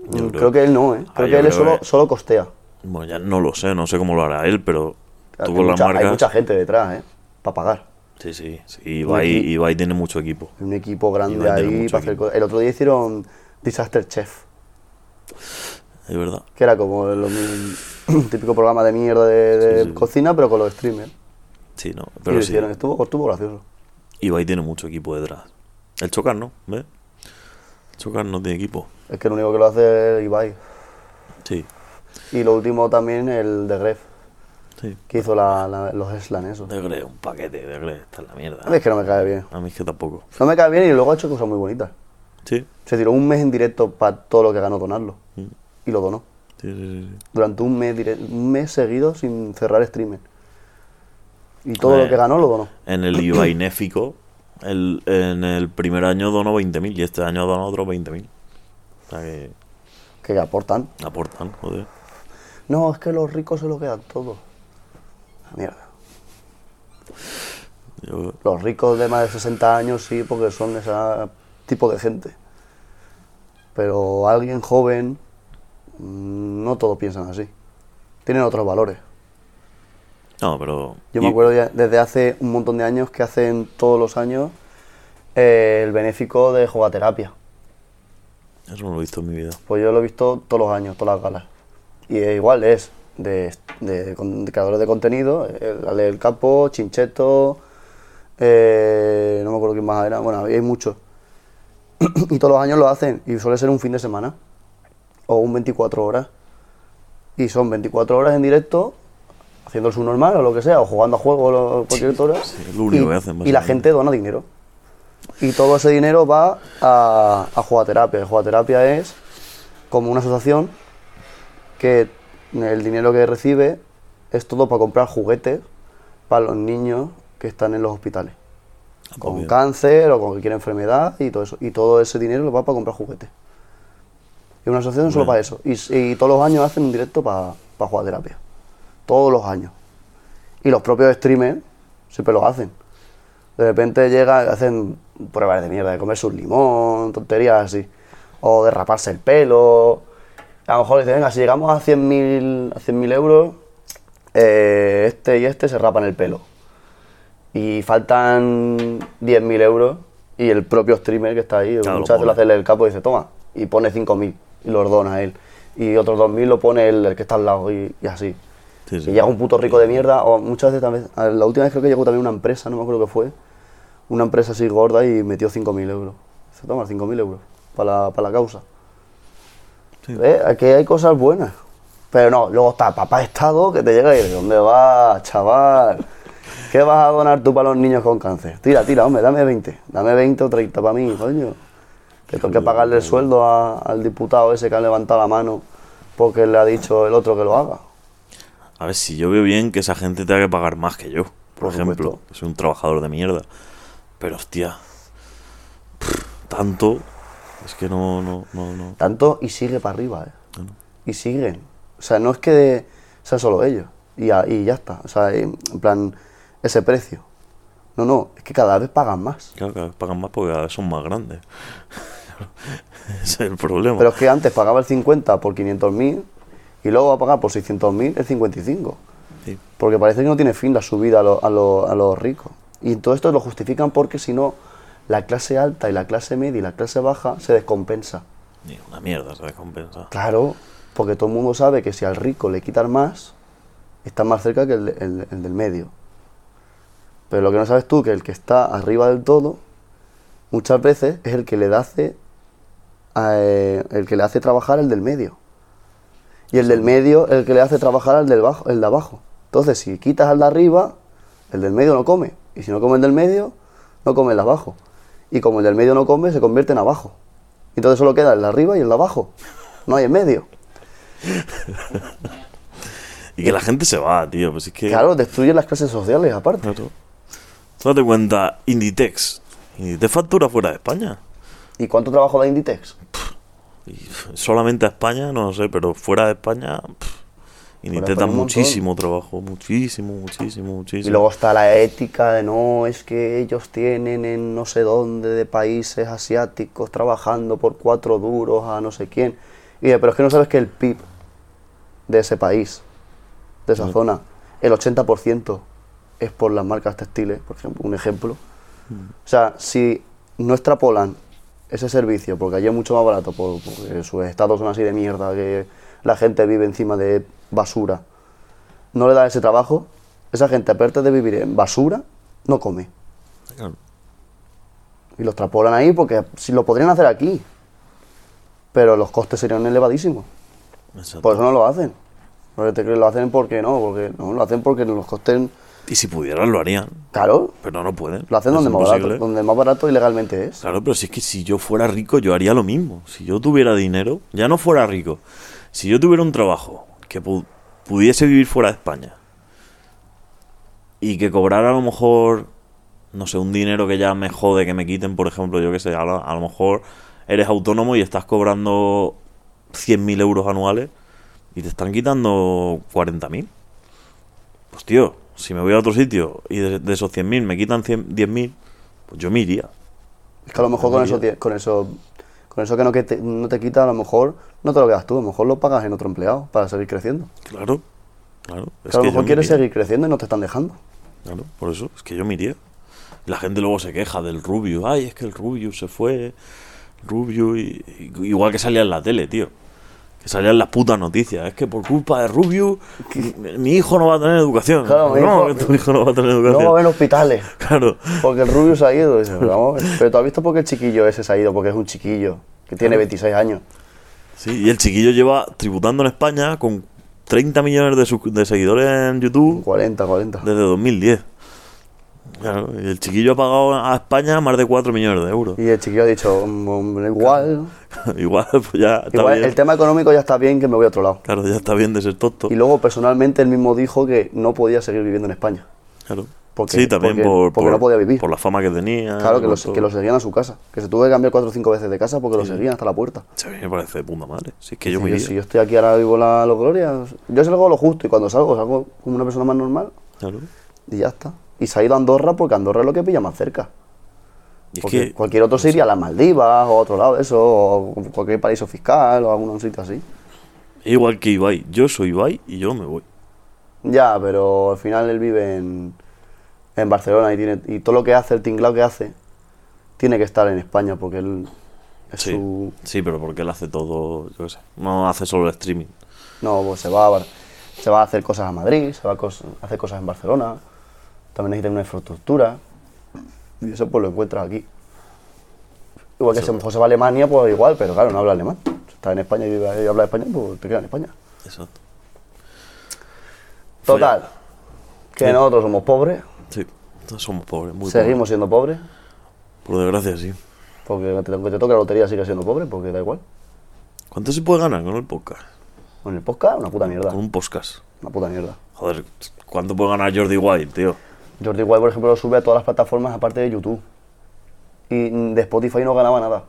Speaker 1: Mm,
Speaker 2: Yo
Speaker 1: Creo,
Speaker 2: creo-
Speaker 1: que él no, ¿eh?
Speaker 2: Ah,
Speaker 1: Creo
Speaker 2: yo
Speaker 1: que él
Speaker 2: creo
Speaker 1: es solo,
Speaker 2: que-
Speaker 1: solo costea.
Speaker 2: Bueno, ya no lo sé, no sé cómo lo hará él, pero tú
Speaker 1: Hay
Speaker 2: con las
Speaker 1: mucha, hay
Speaker 2: marcas.
Speaker 1: mucha gente detrás, ¿eh? Para pagar.
Speaker 2: Sí, sí, sí. Ibai,
Speaker 1: equipo.
Speaker 2: Ibai tiene mucho equipo.
Speaker 1: Un equipo grande
Speaker 2: Ibai tiene
Speaker 1: ahí
Speaker 2: mucho
Speaker 1: para hacer
Speaker 2: equipo.
Speaker 1: cosas. El otro día hicieron Disaster Chef,
Speaker 2: Es verdad.
Speaker 1: que era como el, el típico programa de mierda de, de
Speaker 2: Sí, sí.
Speaker 1: cocina, pero con los streamers.
Speaker 2: Sí, no.
Speaker 1: y
Speaker 2: Pero
Speaker 1: lo
Speaker 2: sí.
Speaker 1: hicieron, estuvo, estuvo gracioso.
Speaker 2: Ibai tiene mucho equipo detrás. El Chocar no, ¿ves? El Chocar no tiene equipo.
Speaker 1: Es que lo único que lo hace es Ibai.
Speaker 2: Sí,
Speaker 1: Y lo último también el de Gref,
Speaker 2: sí.
Speaker 1: que hizo la- la- los Eslan, eso.
Speaker 2: De Grey, un paquete de Grey. Está en la
Speaker 1: A mí
Speaker 2: mierda.
Speaker 1: es que no me cae bien.
Speaker 2: A mí es que tampoco.
Speaker 1: No me cae bien y luego ha hecho cosas muy bonitas.
Speaker 2: Sí,
Speaker 1: Se tiró un mes en directo para todo lo que ganó donarlo.
Speaker 2: Mm.
Speaker 1: Y lo donó.
Speaker 2: sí, sí. sí.
Speaker 1: Durante un mes, dire- un mes seguido sin cerrar streaming. Y todo
Speaker 2: Eh.
Speaker 1: lo que ganó lo donó.
Speaker 2: En el Ibai Néfico, el, en el primer año donó 20.000 y este año donó otros 20.000. O sea que
Speaker 1: Que aportan.
Speaker 2: aportan, joder.
Speaker 1: No, es que los ricos se lo quedan todo. La mierda.
Speaker 2: Yo,
Speaker 1: Los ricos de más de 60 años sí, porque son ese tipo de gente. Pero alguien joven, mm, no todos piensan así. Tienen otros valores.
Speaker 2: no, pero.
Speaker 1: Yo me
Speaker 2: y-
Speaker 1: acuerdo ya desde hace un montón de años que hacen todos los años eh, el benéfico de jugaterapia.
Speaker 2: Eso no lo he visto en mi vida.
Speaker 1: Pues yo lo he visto todos los años, todas las galas. Y eh, igual es de, de con- de creadores de contenido, el, Ale del Capo, Chincheto, eh, no me acuerdo quién más era, bueno, hay muchos. y todos los años lo hacen y suele ser un fin de semana o un 24 horas. Y son 24 horas en directo haciendo el subnormal o lo que sea, o jugando a juegos o lo- cualquier otra hora.
Speaker 2: sí, es lo único
Speaker 1: y,
Speaker 2: que hacen,
Speaker 1: y la
Speaker 2: básicamente.
Speaker 1: gente dona dinero. Y todo ese dinero va a, a Jugaterapia. Jugaterapia es como una asociación que el dinero que recibe es todo para comprar juguetes para los niños que están en los hospitales.
Speaker 2: Ah, pues
Speaker 1: Con
Speaker 2: bien.
Speaker 1: cáncer o con cualquier enfermedad y todo eso. Y todo ese dinero lo va para comprar juguetes. Es una asociación solo
Speaker 2: Bueno.
Speaker 1: para eso. Y, s- y todos los años hacen un directo para jugar terapia. Todos los años. Y los propios streamers siempre lo hacen. De repente llega, hacen pruebas de mierda, de comerse un limón, tonterías así. O de raparse el pelo. A lo mejor dicen, venga, si llegamos a 100.000 a 100.000 euros, eh, este y este se rapan el pelo. y faltan 10.000 euros y el propio streamer que está ahí,
Speaker 2: Claro, lo
Speaker 1: muchas veces
Speaker 2: pone.
Speaker 1: lo hace el del capo y dice, toma, y pone 5.000 y los dona a él. Y otros 2.000 lo pone el, el que está al lado y, y así.
Speaker 2: Sí, sí.
Speaker 1: Y llega un puto rico de mierda, o muchas veces también, a la última vez creo que llegó también una empresa, no me acuerdo qué fue, una empresa así gorda y metió 5.000 euros. Dice, toma, 5.000 euros para la, para la causa.
Speaker 2: Sí.
Speaker 1: Eh, Aquí hay cosas buenas. Pero no, luego está papá Estado que te llega y dice, ¿dónde vas, chaval? ¿Qué vas a donar tú para los niños con cáncer? Tira, tira, hombre, dame 20. Dame 20 o 30 para mí, coño. Que tengo que pagarle el sueldo a- al diputado ese que ha levantado la mano porque le ha dicho el otro que lo haga.
Speaker 2: A ver, si yo veo bien que esa gente tenga que pagar más que yo, por,
Speaker 1: Por
Speaker 2: ejemplo.
Speaker 1: supuesto.
Speaker 2: Soy un trabajador de mierda. Pero hostia. pff, tanto. Es que no, no, no, no.
Speaker 1: Tanto y sigue para arriba, ¿eh?
Speaker 2: Bueno.
Speaker 1: Y siguen. O sea, no es que sean solo ellos. Y, a- y ya está. O sea, en en plan, ese precio. No, no, es que cada vez pagan más.
Speaker 2: Claro, cada vez pagan más porque cada vez son más grandes. Ese es el problema.
Speaker 1: Pero es que antes pagaba el 50 por 500.000 y luego va a pagar por 600.000 el 55.
Speaker 2: Sí.
Speaker 1: Porque parece que no tiene fin la subida a, lo- a lo- a los ricos. Y todo esto lo justifican porque si no, la clase alta y la clase media y la clase baja se descompensa.
Speaker 2: Ni Una mierda se descompensa.
Speaker 1: Claro, porque todo el mundo sabe que si al rico le quitan más, está más cerca que el, de- el- el del medio. Pero lo que no sabes tú, que el que está arriba del todo, muchas veces es el que le hace, eh, el que le hace trabajar el del medio. Y el del medio, el que le hace trabajar al del bajo, el de abajo. Entonces, si quitas al de arriba, el del medio no come. Y si no come el del medio, no come el de abajo. Y como el del medio no come, se convierte en abajo. Entonces solo queda el de arriba y el de abajo. No hay en medio.
Speaker 2: Y que la gente se va, tío. Pues es que.
Speaker 1: Claro, destruyen las clases sociales aparte.
Speaker 2: Claro. Tú date cuenta, Inditex. Inditex factura fuera de España.
Speaker 1: ¿Y cuánto trabajo da Inditex?
Speaker 2: Y pf, solamente a España, no lo sé, pero fuera de España. pf, Inditex
Speaker 1: España
Speaker 2: da
Speaker 1: un montón.
Speaker 2: muchísimo trabajo. Muchísimo, muchísimo, muchísimo.
Speaker 1: Y luego está la ética de no, es que ellos tienen en no sé dónde de países asiáticos trabajando por cuatro duros a no sé quién. Y dice, pero es que no sabes que el PIB de ese país, de esa zona, el 80% es por las marcas textiles, por ejemplo, un ejemplo. O sea, si no extrapolan ese servicio, porque allí es mucho más barato, por- porque sus estados son así de mierda, que la gente vive encima de basura, no le dan ese trabajo, esa gente, aparte de vivir en basura, no come.
Speaker 2: Claro.
Speaker 1: Y los extrapolan ahí porque si lo podrían hacer aquí, pero los costes serían elevadísimos.
Speaker 2: Exacto.
Speaker 1: Por eso no lo hacen. Porque te crees, lo hacen porque no, porque no, lo hacen porque los costes,
Speaker 2: Y si pudieran, lo harían.
Speaker 1: claro,
Speaker 2: Pero no pueden.
Speaker 1: lo hacen
Speaker 2: Es
Speaker 1: donde más barato,
Speaker 2: imposible.
Speaker 1: donde más barato ilegalmente es.
Speaker 2: Claro, pero si es que si yo fuera rico, yo haría lo mismo. Si yo tuviera dinero, ya no fuera rico. Si yo tuviera un trabajo que pu- pudiese vivir fuera de España y que cobrara a lo mejor, no sé, un dinero que ya me jode que me quiten, por ejemplo, yo qué sé, a, la- a lo mejor eres autónomo y estás cobrando 100.000 euros anuales y te están quitando 40.000. Pues tío, si me voy a otro sitio y de, de esos 100.000 me quitan 100 10.000, pues yo me iría.
Speaker 1: Es que a lo mejor con eso,
Speaker 2: Mayoría.
Speaker 1: tie- con eso, con eso que, no, que te, no te quita, a lo mejor no te lo quedas tú, a lo mejor lo pagas en otro empleado para seguir creciendo.
Speaker 2: Claro, claro. Es
Speaker 1: que a lo
Speaker 2: yo
Speaker 1: mejor
Speaker 2: me
Speaker 1: quieres
Speaker 2: iría.
Speaker 1: seguir creciendo y no te están dejando.
Speaker 2: Claro, por eso, es que yo me iría. Y La gente luego se queja del Rubio. Ay, es que el Rubio se fue. Rubio, y, y- igual que salía en la tele, tío. Que salían las putas noticias. Es que por culpa de Rubio, mi, mi hijo no va a tener educación.
Speaker 1: Claro, mi
Speaker 2: no,
Speaker 1: hijo-
Speaker 2: que tu hijo no va a tener
Speaker 1: No
Speaker 2: educación.
Speaker 1: va a haber hospitales,
Speaker 2: Claro.
Speaker 1: porque el Rubio se ha ido. Dices, pero, vamos, pero tú has visto por qué el chiquillo ese se ha ido, porque es un chiquillo que tiene 26 años.
Speaker 2: Sí, y el chiquillo lleva tributando en España con 30 millones de, sus- de seguidores en YouTube
Speaker 1: 40, 40.
Speaker 2: desde 2010. Claro, y el chiquillo ha pagado a España más de 4 millones de euros.
Speaker 1: Y el chiquillo ha dicho, "Mm, hombre, igual,
Speaker 2: Igual, pues ya está
Speaker 1: igual
Speaker 2: bien.
Speaker 1: el tema económico ya está bien, que me voy a otro lado.
Speaker 2: Claro, ya está bien de ser tonto.
Speaker 1: Y luego personalmente él mismo dijo que no podía seguir viviendo en España.
Speaker 2: Claro.
Speaker 1: Porque-
Speaker 2: sí, también
Speaker 1: porque-
Speaker 2: por,
Speaker 1: porque
Speaker 2: por-
Speaker 1: no podía vivir.
Speaker 2: por la fama que tenía.
Speaker 1: Claro, que
Speaker 2: por
Speaker 1: lo,
Speaker 2: todo.
Speaker 1: que lo seguían a su casa. Que se tuvo que cambiar cuatro o cinco veces de casa porque lo seguían hasta la puerta.
Speaker 2: Sí, a mí me parece de puta madre. Si es que yo
Speaker 1: Si
Speaker 2: me
Speaker 1: yo,
Speaker 2: iría.
Speaker 1: si yo estoy aquí ahora vivo la los glorias, yo salgo a lo justo y cuando salgo, salgo como una persona más normal
Speaker 2: Claro.
Speaker 1: y ya está. Y se ha ido a Andorra porque Andorra es lo que pilla más cerca.
Speaker 2: Y es
Speaker 1: Porque
Speaker 2: que,
Speaker 1: cualquier otro se iría a las Maldivas o a otro lado de eso, o cualquier paraíso fiscal o algún sitio así.
Speaker 2: igual que Ibai, yo soy Ibai y yo me voy.
Speaker 1: Ya, pero al final él vive en, en Barcelona y, tiene, y todo lo que hace, el tinglao que hace, tiene que estar en España porque él es
Speaker 2: Sí.
Speaker 1: su...
Speaker 2: Sí, pero porque él hace todo, yo qué sé. No hace solo el streaming.
Speaker 1: No, pues se va a, Bar- se va a hacer cosas a Madrid, se va a cos- a hacer cosas en Barcelona, también necesita una infraestructura y eso pues lo encuentras aquí. Igual que si a lo mejor se va a Alemania, pues igual, pero claro, no habla alemán. Si está en España y, vive- y habla español, pues te queda en España.
Speaker 2: Exacto.
Speaker 1: Total, que
Speaker 2: Sí.
Speaker 1: nosotros somos pobres,
Speaker 2: Sí. Todos somos pobres, muy
Speaker 1: seguimos siendo pobres,
Speaker 2: pobres. Por desgracia, sí.
Speaker 1: porque te, que te toque la lotería sigue siendo pobre, porque da igual.
Speaker 2: ¿Cuánto se puede ganar con el podcast?
Speaker 1: Con el podcast, una puta mierda,
Speaker 2: Con un podcast.
Speaker 1: una puta mierda.
Speaker 2: Joder, ¿cuánto puede ganar Jordi White, tío?
Speaker 1: Jordi Wild, por ejemplo, lo sube a todas las plataformas aparte de YouTube. Y mm, de Spotify no ganaba nada.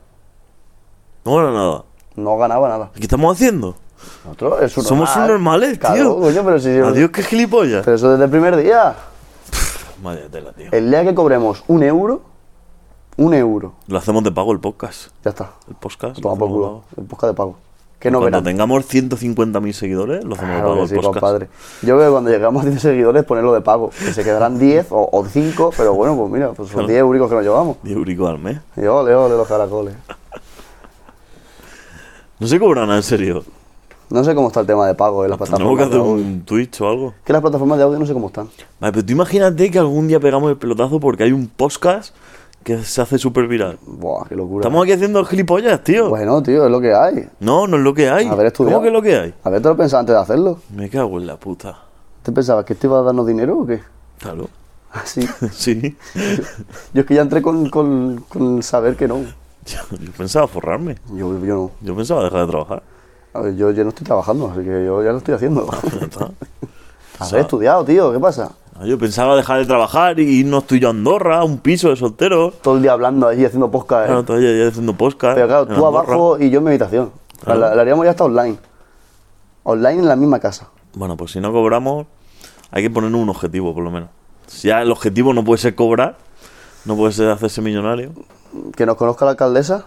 Speaker 2: No gana nada.
Speaker 1: No ganaba nada.
Speaker 2: ¿Qué estamos haciendo?
Speaker 1: Nosotros es un
Speaker 2: Somos
Speaker 1: normal.
Speaker 2: subnormales,
Speaker 1: Claro,
Speaker 2: tío.
Speaker 1: coño, pero, si-
Speaker 2: Adiós, qué gilipollas.
Speaker 1: pero eso desde el primer día.
Speaker 2: Madre tela, tío.
Speaker 1: El día que cobremos un euro, un euro.
Speaker 2: Lo hacemos de pago el podcast.
Speaker 1: Ya está.
Speaker 2: El podcast. lo
Speaker 1: Toma por
Speaker 2: hacemos de
Speaker 1: culo.
Speaker 2: pago.
Speaker 1: El podcast de pago. Que no
Speaker 2: Cuando
Speaker 1: verán.
Speaker 2: tengamos 150.000 seguidores, lo hacemos de
Speaker 1: Claro
Speaker 2: pago
Speaker 1: que
Speaker 2: el
Speaker 1: sí,
Speaker 2: podcast.
Speaker 1: compadre. Yo veo que cuando llegamos a 10 seguidores ponerlo de pago. Que se quedarán 10 o, o 5, pero bueno, pues mira, pues son 10 euricos que nos llevamos.
Speaker 2: 10 euricos al mes.
Speaker 1: Y ole, ole los caracoles.
Speaker 2: No se cobran nada, en serio.
Speaker 1: No sé cómo está el tema de pago en las
Speaker 2: Tenemos que
Speaker 1: plataformas. de
Speaker 2: hacer
Speaker 1: audio.
Speaker 2: un Twitch o algo.
Speaker 1: Que las plataformas de audio no sé cómo están.
Speaker 2: Vale, pero tú imagínate que algún día pegamos el pelotazo porque hay un podcast que se hace súper viral.
Speaker 1: Buah, qué locura.
Speaker 2: Estamos aquí haciendo gilipollas, tío.
Speaker 1: Bueno, tío, es lo que hay.
Speaker 2: No, no es lo que hay.
Speaker 1: Haber estudiado.
Speaker 2: ¿Cómo que es lo que hay?
Speaker 1: A ver, te lo pensaba antes de hacerlo.
Speaker 2: Me cago en la puta.
Speaker 1: ¿Te pensabas que esto iba a darnos dinero o qué?
Speaker 2: Claro.
Speaker 1: Así.
Speaker 2: Sí.
Speaker 1: Yo es que ya entré con, con, con el saber que no.
Speaker 2: Yo, yo pensaba forrarme.
Speaker 1: Yo, yo no.
Speaker 2: Yo pensaba dejar de trabajar.
Speaker 1: A ver, yo ya no estoy trabajando, así que yo ya lo estoy haciendo.
Speaker 2: Ya está.
Speaker 1: Haber estudiado, tío, ¿qué pasa?
Speaker 2: No, Ah, Yo pensaba dejar de trabajar y irnos tú y yo a Andorra, a un piso de soltero.
Speaker 1: Todo el día hablando allí, haciendo podcast. ¿eh?
Speaker 2: Claro, todavía ya haciendo podcast.
Speaker 1: Pero claro,
Speaker 2: en
Speaker 1: tú
Speaker 2: Andorra.
Speaker 1: abajo y yo en mi habitación. O sea, La, la haríamos ya hasta online. Online en la misma casa.
Speaker 2: Bueno, pues si no cobramos, hay que poner un objetivo, por lo menos. Si ya el objetivo no puede ser cobrar, no puede ser hacerse millonario.
Speaker 1: Que nos conozca la alcaldesa.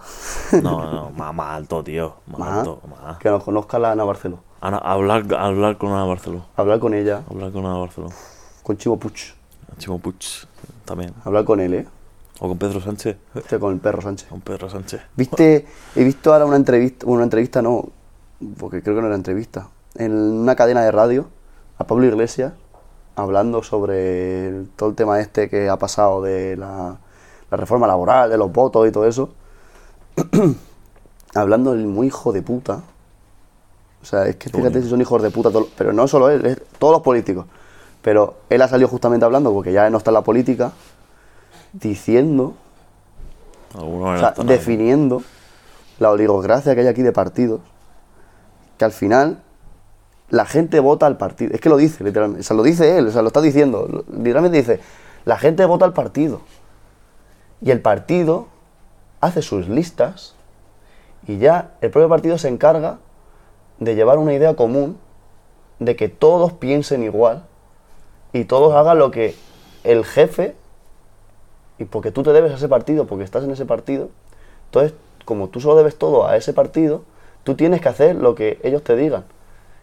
Speaker 2: No, no, más, más alto, tío. Más,
Speaker 1: Más.
Speaker 2: alto, más.
Speaker 1: Que nos conozca la Ana Barceló.
Speaker 2: Ahora, hablar, hablar con Ana Barceló.
Speaker 1: Hablar con ella,
Speaker 2: Hablar con Ana Barceló.
Speaker 1: con Chivo Puch.
Speaker 2: Chimo Puig, también.
Speaker 1: Hablar con él, ¿eh?
Speaker 2: O con Pedro Sánchez.
Speaker 1: Hostia, con el perro Sánchez.
Speaker 2: Con Pedro Sánchez.
Speaker 1: ¿Viste? He visto ahora una entrevista, una entrevista no, porque creo que no era entrevista, en una cadena de radio a Pablo Iglesias hablando sobre el- todo el tema este que ha pasado de la, la reforma laboral, de los votos y todo eso. hablando del muy hijo de puta. O sea, es que fíjate si son hijos de puta, todo- pero no solo él, es todos los políticos. Pero él ha salido justamente hablando, porque ya no está en la política, diciendo
Speaker 2: De alguna manera
Speaker 1: o sea,
Speaker 2: está nada.
Speaker 1: definiendo la oligocracia que hay aquí de partidos, que al final la gente vota al partido. Es que lo dice, literalmente. O sea, lo dice él, o sea, lo está diciendo. Lo- Literalmente dice, la gente vota al partido. Y el partido hace sus listas y ya el propio partido se encarga de llevar una idea común de que todos piensen igual y todos hagan lo que el jefe y porque tú te debes a ese partido, porque estás en ese partido, entonces, como tú solo debes todo a ese partido, tú tienes que hacer lo que ellos te digan.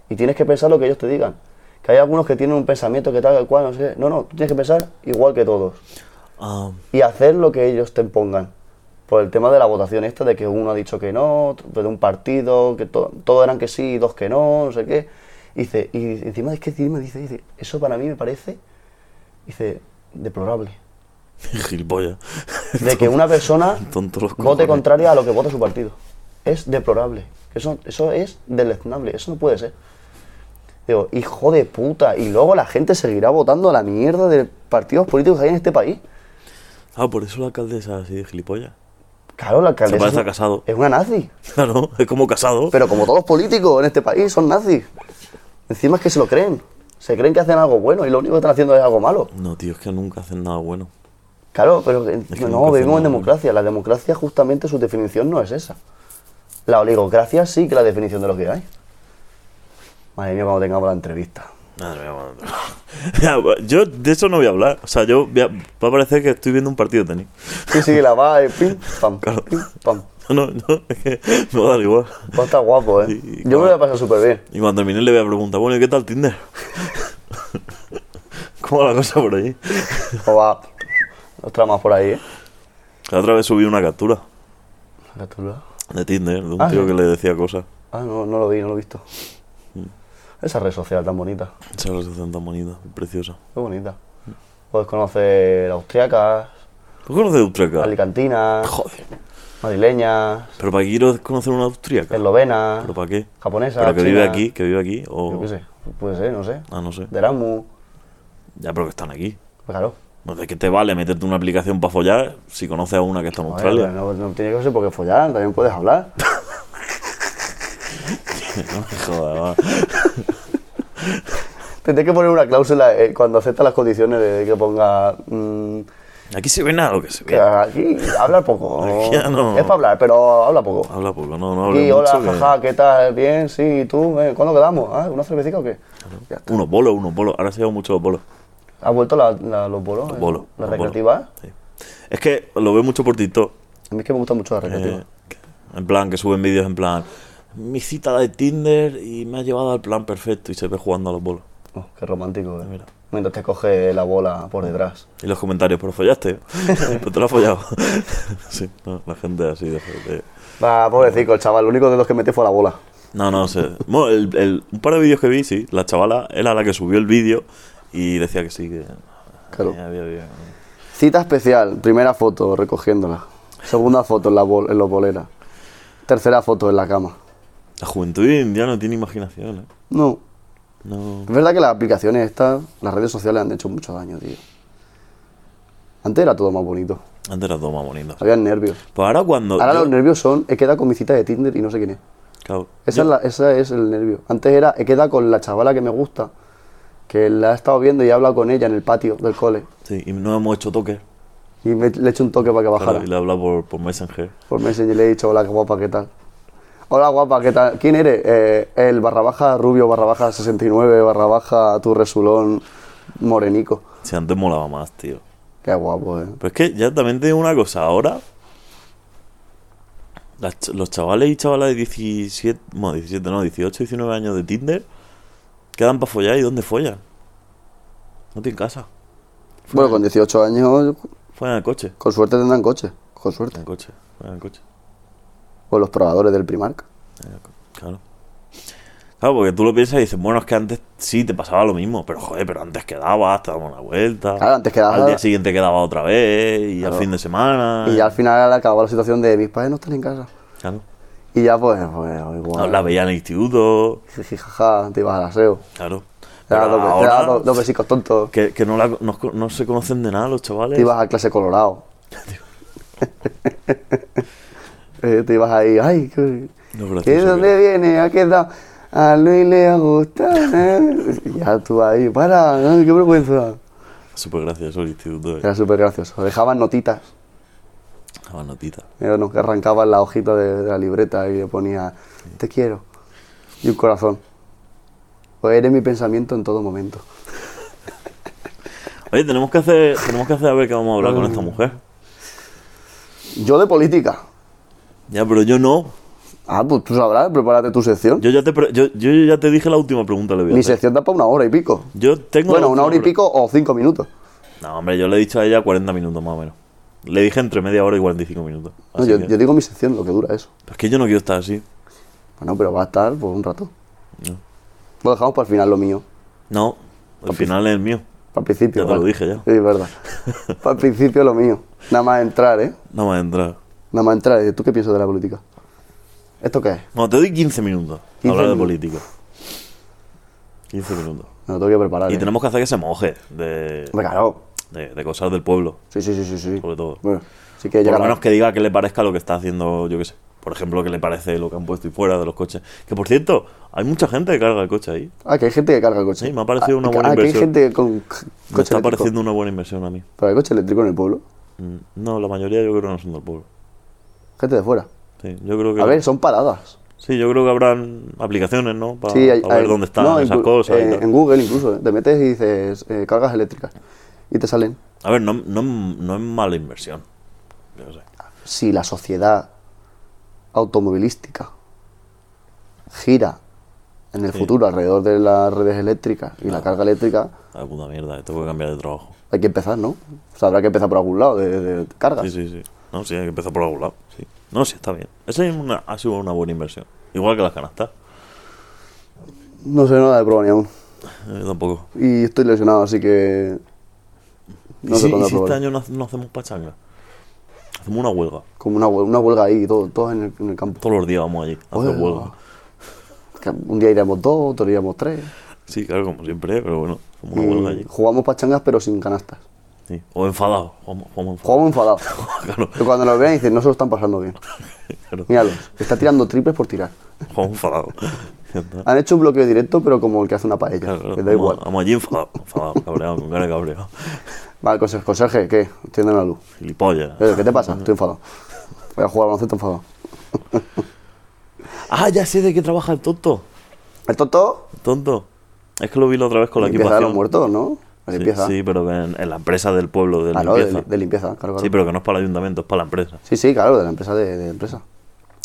Speaker 1: Y tienes que pensar lo que ellos te digan. Que hay algunos que tienen un pensamiento que tal, que cual, no sé. No, no, tú tienes que pensar igual que todos.
Speaker 2: Ah,
Speaker 1: Y hacer lo que ellos te impongan. Por el tema de la votación esta, de que uno ha dicho que no, otro- de un partido, que to- todos eran que sí, dos que no, no sé qué. Y, dice, y encima es que encima dice, dice, eso para mí me parece, dice, deplorable.
Speaker 2: gilipollas.
Speaker 1: De que una persona
Speaker 2: Tonto los
Speaker 1: vote
Speaker 2: cojones.
Speaker 1: contraria a lo que vota su partido. Es deplorable. Eso, eso es deleznable. Eso no puede ser. Digo, hijo de puta. Y luego la gente seguirá votando a la mierda de partidos políticos que hay en este país.
Speaker 2: Ah, por eso la alcaldesa así de gilipollas.
Speaker 1: Claro, la alcaldesa
Speaker 2: parece
Speaker 1: es un-
Speaker 2: a Casado.
Speaker 1: es una nazi.
Speaker 2: Claro, es como casado.
Speaker 1: Pero como todos los políticos en este país son nazis. Encima es que se lo creen. Se creen que hacen algo bueno y lo único que están haciendo es algo malo.
Speaker 2: No, tío, es que nunca hacen nada bueno.
Speaker 1: Claro, pero que-
Speaker 2: que nunca
Speaker 1: no, vivimos
Speaker 2: hacemos
Speaker 1: en
Speaker 2: nada.
Speaker 1: democracia. La democracia justamente su definición no es esa. La oligocracia sí que es la definición de lo que hay. Madre mía, cuando tengamos la entrevista.
Speaker 2: Madre mía, madre mía. Ya, bueno, Yo de eso no voy a hablar. O sea, yo voy a- va a parecer que estoy viendo un partido de tenis.
Speaker 1: Sí, sí, la va, eh, pim, pam,
Speaker 2: Claro.
Speaker 1: pim, pam.
Speaker 2: No, no, es que me va a dar igual.
Speaker 1: Va a estar guapo, ¿eh?
Speaker 2: Sí, y
Speaker 1: Yo me lo voy a pasar súper bien.
Speaker 2: Y cuando termine le voy a preguntar, bueno, ¿y qué tal Tinder? ¿Cómo va la cosa por ahí?
Speaker 1: O va. Los tramas por ahí, ¿eh?
Speaker 2: La otra vez subí una captura
Speaker 1: La captura.
Speaker 2: de Tinder, de un
Speaker 1: Ah,
Speaker 2: tío
Speaker 1: sí.
Speaker 2: que le decía cosas.
Speaker 1: Ah, no, no lo vi, no lo he visto. Esa red social tan bonita.
Speaker 2: Esa relación tan bonita, preciosa.
Speaker 1: Qué bonita. Puedes conocer austriacas,
Speaker 2: ¿Tú conoces Austriaca?
Speaker 1: alicantinas,
Speaker 2: Joder.
Speaker 1: madrileñas,
Speaker 2: ¿Pero para qué quiero conocer una austriaca?
Speaker 1: eslovenas,
Speaker 2: ¿Pero para qué?
Speaker 1: japonesas.
Speaker 2: ¿Pero que vive
Speaker 1: chinas.
Speaker 2: aquí? ¿Que vive aquí?
Speaker 1: Yo
Speaker 2: O...
Speaker 1: qué sé. Puede ser, no sé.
Speaker 2: Ah, no sé.
Speaker 1: De Erasmus.
Speaker 2: Ya, pero que están aquí.
Speaker 1: Pues Claro.
Speaker 2: No, ¿De qué te vale meterte una aplicación para follar si conoces a una que está en
Speaker 1: Joder,
Speaker 2: Australia?
Speaker 1: pero no, no tiene que ser porque follar, también puedes hablar.
Speaker 2: No me jodas, va.
Speaker 1: Tendré que poner una cláusula eh, cuando aceptas las condiciones de que ponga. mm,
Speaker 2: Aquí se ve nada lo que se
Speaker 1: que
Speaker 2: ve.
Speaker 1: aquí habla poco.
Speaker 2: Aquí ya no. Ah,
Speaker 1: Es para hablar, pero habla poco.
Speaker 2: Habla poco, no, no hables
Speaker 1: Aquí, hola,
Speaker 2: mucho. que-
Speaker 1: jaja, ¿qué tal? Bien, sí, ¿y tú? Eh, ¿Cuándo quedamos? ¿Ah, ¿Una cervecita o qué? Ya está.
Speaker 2: Unos bolos, unos bolos. Ahora se llevan mucho los bolos.
Speaker 1: ¿Ha vuelto la- la- los bolos?
Speaker 2: Los
Speaker 1: eh?
Speaker 2: bolos.
Speaker 1: ¿Las
Speaker 2: los bolos.
Speaker 1: recreativas?
Speaker 2: Sí. Es que lo veo mucho por TikTok.
Speaker 1: A mí es que me gustan mucho las
Speaker 2: eh,
Speaker 1: recreativas.
Speaker 2: en plan, que suben vídeos en plan. Mi cita de Tinder y me ha llevado al plan perfecto y se ve jugando a los bolos.
Speaker 1: Oh, qué romántico, eh.
Speaker 2: Mira.
Speaker 1: Mientras te coge la bola por detrás.
Speaker 2: Y los comentarios, pero follaste. pero te lo has follado. sí, no, la gente así de. de-
Speaker 1: Va, pobrecito, el chaval, lo único de los que metió fue la bola.
Speaker 2: No, no sé. Bueno, el- el- un par de vídeos que vi, sí. La chavala era la que subió el vídeo y decía que sí, que.
Speaker 1: Claro.
Speaker 2: Ya había- había-
Speaker 1: Cita especial, primera foto recogiéndola. Segunda foto en, la bol- en los boleras. Tercera foto en la cama.
Speaker 2: La juventud hoy en día no tiene imaginación, ¿eh?
Speaker 1: No.
Speaker 2: No.
Speaker 1: Es verdad que las aplicaciones estas, las redes sociales han hecho mucho daño, tío. Antes era todo más bonito.
Speaker 2: Antes era todo más bonito.
Speaker 1: Había nervios.
Speaker 2: Pues ahora cuando.
Speaker 1: Ahora
Speaker 2: yo-
Speaker 1: los nervios son he quedado con mi cita de Tinder y no sé quién es.
Speaker 2: Claro,
Speaker 1: Esa, es, la- esa es el nervio. Antes era he quedado con la chavala que me gusta, que la he estado viendo y he hablado con ella en el patio del cole.
Speaker 2: sí, y no hemos hecho toques.
Speaker 1: Y me- le he hecho un toque para que bajara.
Speaker 2: Claro, y le he hablado por, por Messenger.
Speaker 1: Por Messenger le he dicho, hola guapa, ¿qué tal? Hola guapa, ¿qué tal? ¿Quién eres? Eh, el barra baja rubio, barra baja 69, barra baja tu resulón morenico.
Speaker 2: Si antes molaba más, tío.
Speaker 1: Qué guapo, eh.
Speaker 2: Pero Pues es que ya también te digo una cosa. Ahora. las ch- los chavales y chavalas de 17. Bueno, 17, no, 18, 19 años de Tinder. Quedan para follar y ¿dónde follan? No tienen casa.
Speaker 1: Bueno, con 18 años,
Speaker 2: Follan en el coche.
Speaker 1: con suerte tendrán coche. Con
Speaker 2: En
Speaker 1: suerte.
Speaker 2: el coche. Follan en el coche.
Speaker 1: O los probadores del Primark.
Speaker 2: Claro. Claro, porque tú lo piensas y dices, bueno, es que antes sí te pasaba lo mismo, pero joder, pero antes quedabas, te dabas una vuelta.
Speaker 1: Claro, antes quedabas-
Speaker 2: Al día siguiente quedabas otra vez, y al fin de semana.
Speaker 1: Y ya al final acababa la situación de mis padres no están en casa.
Speaker 2: Claro.
Speaker 1: Y ya pues, pues igual.
Speaker 2: No, la veía en el instituto.
Speaker 1: Jiji, jaja, te ibas al aseo.
Speaker 2: Claro.
Speaker 1: Te
Speaker 2: Pero
Speaker 1: dabas dos, te dabas
Speaker 2: ahora,
Speaker 1: dos- dos besicos tontos.
Speaker 2: que, que no, la- no, no se conocen de nada los chavales.
Speaker 1: Te ibas a clase colorado. Eh, te ibas ahí, ay, qué...
Speaker 2: Lo gracioso
Speaker 1: ¿qué-
Speaker 2: que
Speaker 1: ¿Dónde viene? ¿A qué edad? A Luis le ha gustado. ¿eh? Y Ya tú ahí, para, ay, qué vergüenza.
Speaker 2: Súper gracioso el instituto. Eh.
Speaker 1: Era súper gracioso. Dejaban notitas.
Speaker 2: Daban notitas.
Speaker 1: Era, no, que arrancaban la hojita de, de la libreta y le ponía, te quiero. Y un corazón. O eres mi pensamiento en todo momento.
Speaker 2: Oye, tenemos que hacer, tenemos que hacer a ver qué vamos a hablar con
Speaker 1: Mm.
Speaker 2: esta mujer.
Speaker 1: Yo de política.
Speaker 2: Ya, pero yo no.
Speaker 1: Ah, pues tú sabrás, prepárate tu sección.
Speaker 2: Yo ya te, pre- yo, yo ya te dije la última pregunta, le voy a
Speaker 1: Mi
Speaker 2: hacer.
Speaker 1: sección da para una hora y pico.
Speaker 2: Yo tengo.
Speaker 1: Bueno,
Speaker 2: la
Speaker 1: una hora y
Speaker 2: última pre-
Speaker 1: pico o cinco minutos.
Speaker 2: No, hombre, yo le he dicho a ella 40 minutos más o menos. Le dije entre media hora y 45 minutos.
Speaker 1: No,
Speaker 2: Así
Speaker 1: yo,
Speaker 2: que-
Speaker 1: yo digo mi sección, lo que dura eso.
Speaker 2: Es que yo no quiero estar así.
Speaker 1: Bueno, pero va a estar por un rato.
Speaker 2: No.
Speaker 1: Lo dejamos para el final, lo mío.
Speaker 2: No, al final es el mío.
Speaker 1: Para el principio.
Speaker 2: Ya te lo
Speaker 1: vale.
Speaker 2: dije ya.
Speaker 1: Sí, es verdad. para el principio, lo mío. Nada más entrar, ¿eh?
Speaker 2: No me entrar.
Speaker 1: Nada más entrar. ¿Tú qué piensas de la política? ¿Esto qué es?
Speaker 2: Bueno, te doy 15 minutos a
Speaker 1: 15
Speaker 2: hablar de
Speaker 1: minutos.
Speaker 2: política. 15 minutos.
Speaker 1: Me lo tengo que preparar.
Speaker 2: Y
Speaker 1: ¿eh?
Speaker 2: tenemos que hacer que se moje de,
Speaker 1: Hombre, claro.
Speaker 2: de- de cosas del pueblo,
Speaker 1: Sí, sí, sí, sí. sí.
Speaker 2: sobre todo.
Speaker 1: Bueno, sí que
Speaker 2: Por lo
Speaker 1: llegará.
Speaker 2: menos que diga que le parezca lo que está haciendo, yo qué sé. Por ejemplo, que le parece lo que han puesto y fuera de los coches. Que por cierto, hay mucha gente que carga el coche ahí.
Speaker 1: Ah, que hay gente que carga el coche.
Speaker 2: Sí, me ha parecido una
Speaker 1: ah,
Speaker 2: buena
Speaker 1: ah, que hay
Speaker 2: inversión.
Speaker 1: gente con c-
Speaker 2: Me
Speaker 1: coche
Speaker 2: está
Speaker 1: eléctrico.
Speaker 2: pareciendo una buena inversión a mí.
Speaker 1: Pero hay coche eléctrico en el pueblo.
Speaker 2: Mm, No, la mayoría yo creo que no son del pueblo.
Speaker 1: Gente de fuera.
Speaker 2: Sí, yo creo que.
Speaker 1: A ver, son paradas.
Speaker 2: Sí, yo creo que habrán aplicaciones, ¿no? Para
Speaker 1: Sí, hay-
Speaker 2: ver
Speaker 1: hay-
Speaker 2: dónde están
Speaker 1: no,
Speaker 2: esas
Speaker 1: inclu-
Speaker 2: cosas. y
Speaker 1: eh,
Speaker 2: tal.
Speaker 1: en Google incluso, eh, te metes y dices eh, cargas eléctricas y te salen.
Speaker 2: A ver, no, no, no es mala inversión. Yo no sé.
Speaker 1: Si la sociedad automovilística gira en el futuro alrededor de las redes eléctricas y la carga eléctrica,
Speaker 2: A la puta mierda, tengo que cambiar de trabajo.
Speaker 1: Hay que empezar, ¿no? O sea, habrá que empezar por algún lado, de, de carga.
Speaker 2: Sí, sí, sí. No, sí, hay que empezar por algún lado. Sí. No, sí, está bien. Esa es una, ha sido una buena inversión. Igual que las canastas.
Speaker 1: No sé nada de probar ni aún.
Speaker 2: Eh, tampoco.
Speaker 1: Y estoy lesionado, así que. No
Speaker 2: ¿Y
Speaker 1: sé
Speaker 2: si,
Speaker 1: cuándo
Speaker 2: y si este
Speaker 1: probar.
Speaker 2: año no, ha- no hacemos pachanga? Hacemos una huelga.
Speaker 1: Como una, hue- una huelga ahí, todo- todos en el, en el campo.
Speaker 2: Todos los días vamos allí. a Hacer
Speaker 1: Huelga.
Speaker 2: huelga.
Speaker 1: Que Un día iremos dos, otro día iremos tres.
Speaker 2: Sí, claro, como siempre, pero bueno. Hacemos una huelga
Speaker 1: Y
Speaker 2: allí.
Speaker 1: Mm, jugamos pachangas, pero sin canastas.
Speaker 2: Sí. O enfadados. Jugamos, jugamos enfadados.
Speaker 1: Jugamos enfadados.
Speaker 2: Claro,
Speaker 1: Pero cuando lo vean dicen, no se lo están pasando bien.
Speaker 2: claro.
Speaker 1: Míralos, está tirando triples por tirar.
Speaker 2: Jugamos enfadados. Ya está.
Speaker 1: Han hecho un bloqueo directo, pero como el que hace una paella.
Speaker 2: Claro, claro.
Speaker 1: que Ah, da
Speaker 2: Vamos-
Speaker 1: igual.
Speaker 2: Vamos allí enfadados. Enfadados, cabreados, con cara de cabreado.
Speaker 1: Vale, conserje, conserje, ¿qué? Enciende la luz.
Speaker 2: Gilipollas.
Speaker 1: Eh, ¿Qué te pasa? Estoy enfadado. Voy a jugar al baloncesto enfadado.
Speaker 2: Ah, ya sé de qué trabaja el tonto.
Speaker 1: El Toto
Speaker 2: Tonto. Es que lo vi la otra vez con la
Speaker 1: empieza a los
Speaker 2: equipación.
Speaker 1: muertos, ¿no? La
Speaker 2: Sí,
Speaker 1: limpieza. Ah,
Speaker 2: Sí, pero que en, en la empresa del pueblo, de
Speaker 1: claro,
Speaker 2: limpieza.
Speaker 1: De, de limpieza, claro, claro.
Speaker 2: Sí, pero que no es para el ayuntamiento, es para la empresa.
Speaker 1: Sí, sí, claro, de la empresa de, de la empresa.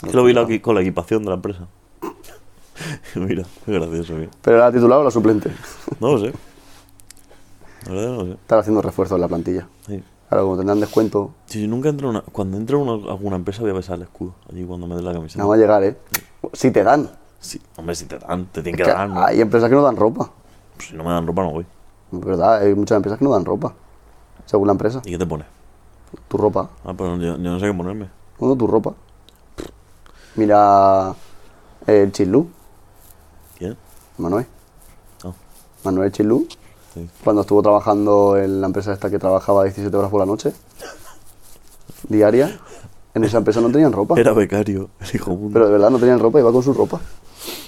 Speaker 2: Es que lo vi la- con la equipación de la empresa. Mira, qué gracioso. Mira.
Speaker 1: Pero era titular o la suplente.
Speaker 2: No lo sé. La verdad no lo sé.
Speaker 1: Están haciendo refuerzos en la plantilla.
Speaker 2: Sí.
Speaker 1: Claro, como tendrán descuento.
Speaker 2: Si yo nunca entro a una, cuando entro a una- a alguna empresa voy a besar el escudo. Allí cuando me den la camiseta.
Speaker 1: Nada más llegar, ¿eh? Si te dan.
Speaker 2: Sí, hombre, si te dan, te tienen
Speaker 1: Es
Speaker 2: que
Speaker 1: que
Speaker 2: dar. ¿no?
Speaker 1: Hay empresas que no dan ropa.
Speaker 2: Si no me dan ropa no voy.
Speaker 1: Es verdad, hay muchas empresas que no dan ropa. Según la empresa.
Speaker 2: ¿Y qué te pones?
Speaker 1: Tu ropa.
Speaker 2: Ah, pero yo, yo no sé qué ponerme.
Speaker 1: No, no, tu ropa. Mira el Chislú,
Speaker 2: ¿Quién?
Speaker 1: Manuel.
Speaker 2: No.
Speaker 1: Manuel Chislú,
Speaker 2: Sí.
Speaker 1: cuando estuvo trabajando en la empresa esta que trabajaba 17 horas por la noche, diaria, en esa empresa no tenían ropa.
Speaker 2: Era becario, el hijo puta.
Speaker 1: Pero de verdad no tenían ropa, iba con su ropa.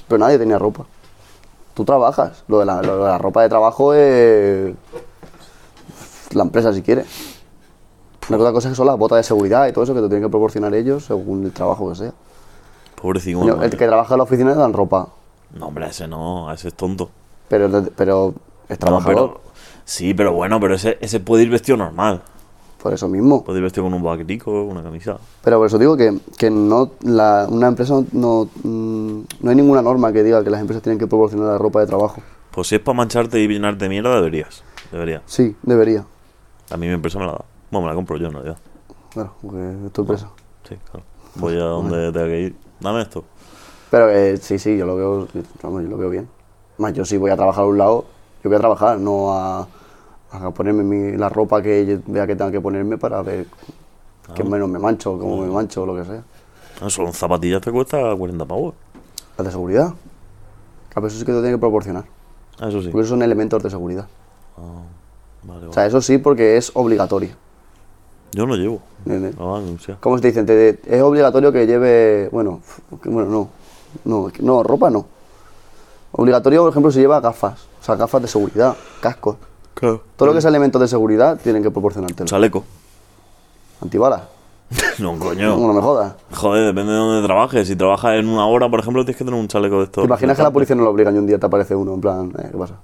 Speaker 1: Pero nadie tenía ropa. Tú trabajas. Lo de la, lo de la ropa de trabajo es. La empresa, si quiere. Una otra cosa es que son las botas de seguridad y todo eso que te tienen que proporcionar ellos según el trabajo que sea.
Speaker 2: Pobrecito.
Speaker 1: Coño,
Speaker 2: mamá.
Speaker 1: el que trabaja en la oficina le dan ropa.
Speaker 2: No, hombre, ese no, ese es tonto.
Speaker 1: Pero, pero es
Speaker 2: No,
Speaker 1: trabajador.
Speaker 2: pero- sí, pero bueno, pero ese, ese puede ir vestido normal.
Speaker 1: Por eso mismo.
Speaker 2: Puede ir vestido con un bacrico, una camisa.
Speaker 1: Pero por eso digo que, que no la- una empresa no, no, mm, no hay ninguna norma que diga que las empresas tienen que proporcionar la ropa de trabajo.
Speaker 2: Pues si es para mancharte y llenarte de mierda, deberías. Deberías.
Speaker 1: Sí, debería.
Speaker 2: A mí mi empresa me la da. Bueno, me la compro yo en realidad.
Speaker 1: Claro, porque es tu empresa.
Speaker 2: Sí, claro. Voy a donde tenga que ir. Dame esto.
Speaker 1: Pero eh, sí, sí, yo lo veo, vamos, yo lo veo bien. Más, yo sí voy a trabajar a un lado, yo voy a trabajar, no a, a ponerme mi- la ropa que yo vea que tenga que ponerme para ver qué menos me mancho, cómo me mancho, lo que sea.
Speaker 2: Ah, solo un zapatillas te cuesta 40 pavos.
Speaker 1: Las de seguridad. Claro, pero eso sí que te tiene que proporcionar.
Speaker 2: Ah, eso sí.
Speaker 1: Porque esos son elementos de seguridad.
Speaker 2: Ah, vale,
Speaker 1: O
Speaker 2: vale.
Speaker 1: sea, eso sí porque es obligatorio.
Speaker 2: Yo no llevo.
Speaker 1: ¿entiendes?
Speaker 2: No, ah, no sea.
Speaker 1: ¿Cómo se te dicen? Te- te- es obligatorio que lleve. Bueno, f- que- bueno, no. No, es que- no, ropa no. Obligatorio, por ejemplo, si lleva gafas. O sea, gafas de seguridad, cascos.
Speaker 2: Claro.
Speaker 1: Todo lo que es elementos de seguridad tienen que proporcionártelo.
Speaker 2: Chaleco.
Speaker 1: Antibalas.
Speaker 2: no,
Speaker 1: No,
Speaker 2: coño.
Speaker 1: no me jodas.
Speaker 2: Joder, depende de dónde trabajes. Si trabajas en una hora, por ejemplo, tienes que tener un chaleco de estos.
Speaker 1: ¿Te imaginas que la
Speaker 2: flotantes.
Speaker 1: policía no lo obliga y un día te aparece uno en plan, eh, ¿qué pasa?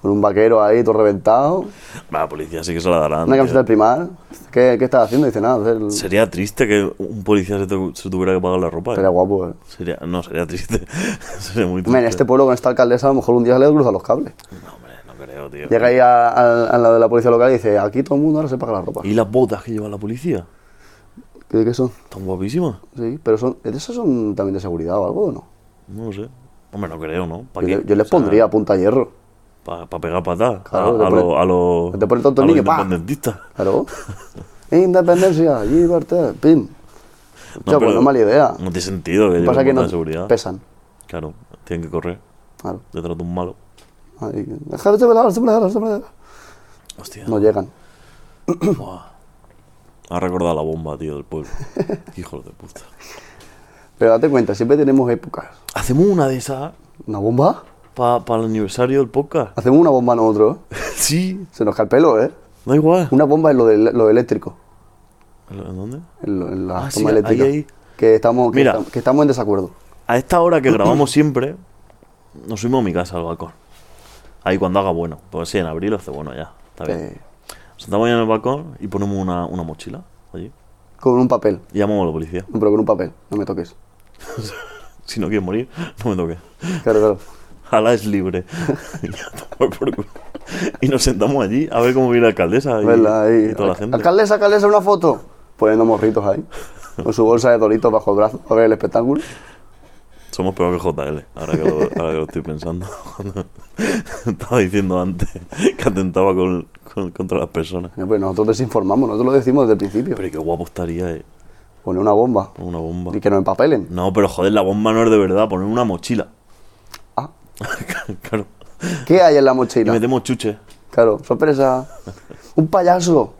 Speaker 1: Con un vaquero ahí, todo reventado,
Speaker 2: Bah, La policía sí que se la darán.
Speaker 1: una
Speaker 2: tío.
Speaker 1: camiseta del primar. ¿Qué, qué estás haciendo? Dice nada, hacer el-
Speaker 2: Sería triste que un policía se, tu- se tuviera que pagar la ropa. ¿eh?
Speaker 1: Sería guapo, eh.
Speaker 2: Sería, no, sería triste. sería
Speaker 1: Hombre,
Speaker 2: muy
Speaker 1: este-
Speaker 2: triste.
Speaker 1: en este pueblo con esta alcaldesa a lo mejor un día se le cruzan los cables.
Speaker 2: No, hombre, no creo, tío.
Speaker 1: Llega ahí a, a- a la de la policía local y dice, aquí todo el mundo ahora se paga la ropa.
Speaker 2: ¿Y las botas que lleva la policía?
Speaker 1: ¿Qué, qué son?
Speaker 2: Tan guapísimas.
Speaker 1: Sí, pero son, ¿esos son también de seguridad o algo o no?
Speaker 2: No lo sé. Hombre, no creo, ¿no?
Speaker 1: Yo, le- yo les pondría punta hierro.
Speaker 2: Para pegar patadas.
Speaker 1: Claro,
Speaker 2: a,
Speaker 1: te
Speaker 2: a
Speaker 1: pone-
Speaker 2: los- a los.
Speaker 1: te pone el tonto
Speaker 2: a los
Speaker 1: niño, pa.
Speaker 2: independentistas.
Speaker 1: Claro. Independencia, libertad, pim. Hostia, pues
Speaker 2: pero
Speaker 1: no es mala idea.
Speaker 2: No tiene sentido
Speaker 1: Lo que
Speaker 2: que lleven
Speaker 1: pasa es que no
Speaker 2: botas de seguridad.
Speaker 1: pesan.
Speaker 2: Claro, tienen que correr.
Speaker 1: Claro.
Speaker 2: Detrás de un malo.
Speaker 1: Ahí, "Déjame pelar, déjame pelar, déjame pelar".
Speaker 2: Hostia.
Speaker 1: No llegan.
Speaker 2: buah. Ha recordado la bomba, tío, del pueblo. Hijos de puta.
Speaker 1: Pero date cuenta, siempre tenemos épocas.
Speaker 2: Hacemos una de esas
Speaker 1: ¿Una bomba?
Speaker 2: para el aniversario del podcast.
Speaker 1: Hacemos una bomba nosotros. ¿eh?
Speaker 2: sí,
Speaker 1: Se nos cae el pelo, ¿eh?
Speaker 2: da igual.
Speaker 1: Una bomba es lo, de, lo eléctrico.
Speaker 2: ¿En dónde?
Speaker 1: En, lo- en la
Speaker 2: Ah, sí,
Speaker 1: toma
Speaker 2: ahí,
Speaker 1: eléctrica.
Speaker 2: ahí.
Speaker 1: Que, estamos, que,
Speaker 2: Mira.
Speaker 1: estam- que estamos en desacuerdo.
Speaker 2: A esta hora que grabamos siempre, nos subimos a mi casa al balcón. Ahí cuando haga bueno. Pues sí, en abril hace bueno ya. Está bien.
Speaker 1: Eh,
Speaker 2: Nos sentamos ahí en el balcón y ponemos una, una mochila allí.
Speaker 1: con un papel.
Speaker 2: Y llamamos a la policía.
Speaker 1: Pero con un papel, no me toques.
Speaker 2: Si no quieres morir, no me toques.
Speaker 1: Claro, claro.
Speaker 2: Alá es libre. Y ya, tomar por culo. Y nos sentamos allí a ver cómo viene la alcaldesa y,
Speaker 1: ¿Verdad? Ahí.
Speaker 2: y toda la
Speaker 1: Alca-
Speaker 2: gente.
Speaker 1: Alcaldesa, alcaldesa, una foto. Poniendo morritos ahí. Con su bolsa de doritos bajo el brazo para ver el espectáculo.
Speaker 2: Somos peor que JL, ahora que lo, ahora que lo estoy pensando. Cuando Estaba diciendo antes que atentaba con, con- contra las personas.
Speaker 1: Eh, Pues nosotros desinformamos, nosotros lo decimos desde el principio.
Speaker 2: Pero qué guapo estaría eh,
Speaker 1: Poner una bomba
Speaker 2: poner una bomba.
Speaker 1: y que nos empapelen.
Speaker 2: No, pero joder, la bomba no es de verdad, poner una mochila.
Speaker 1: Ah,
Speaker 2: claro.
Speaker 1: ¿Qué hay en la
Speaker 2: Y
Speaker 1: mochila?
Speaker 2: metemos chuche.
Speaker 1: Claro, sorpresa. Un payaso.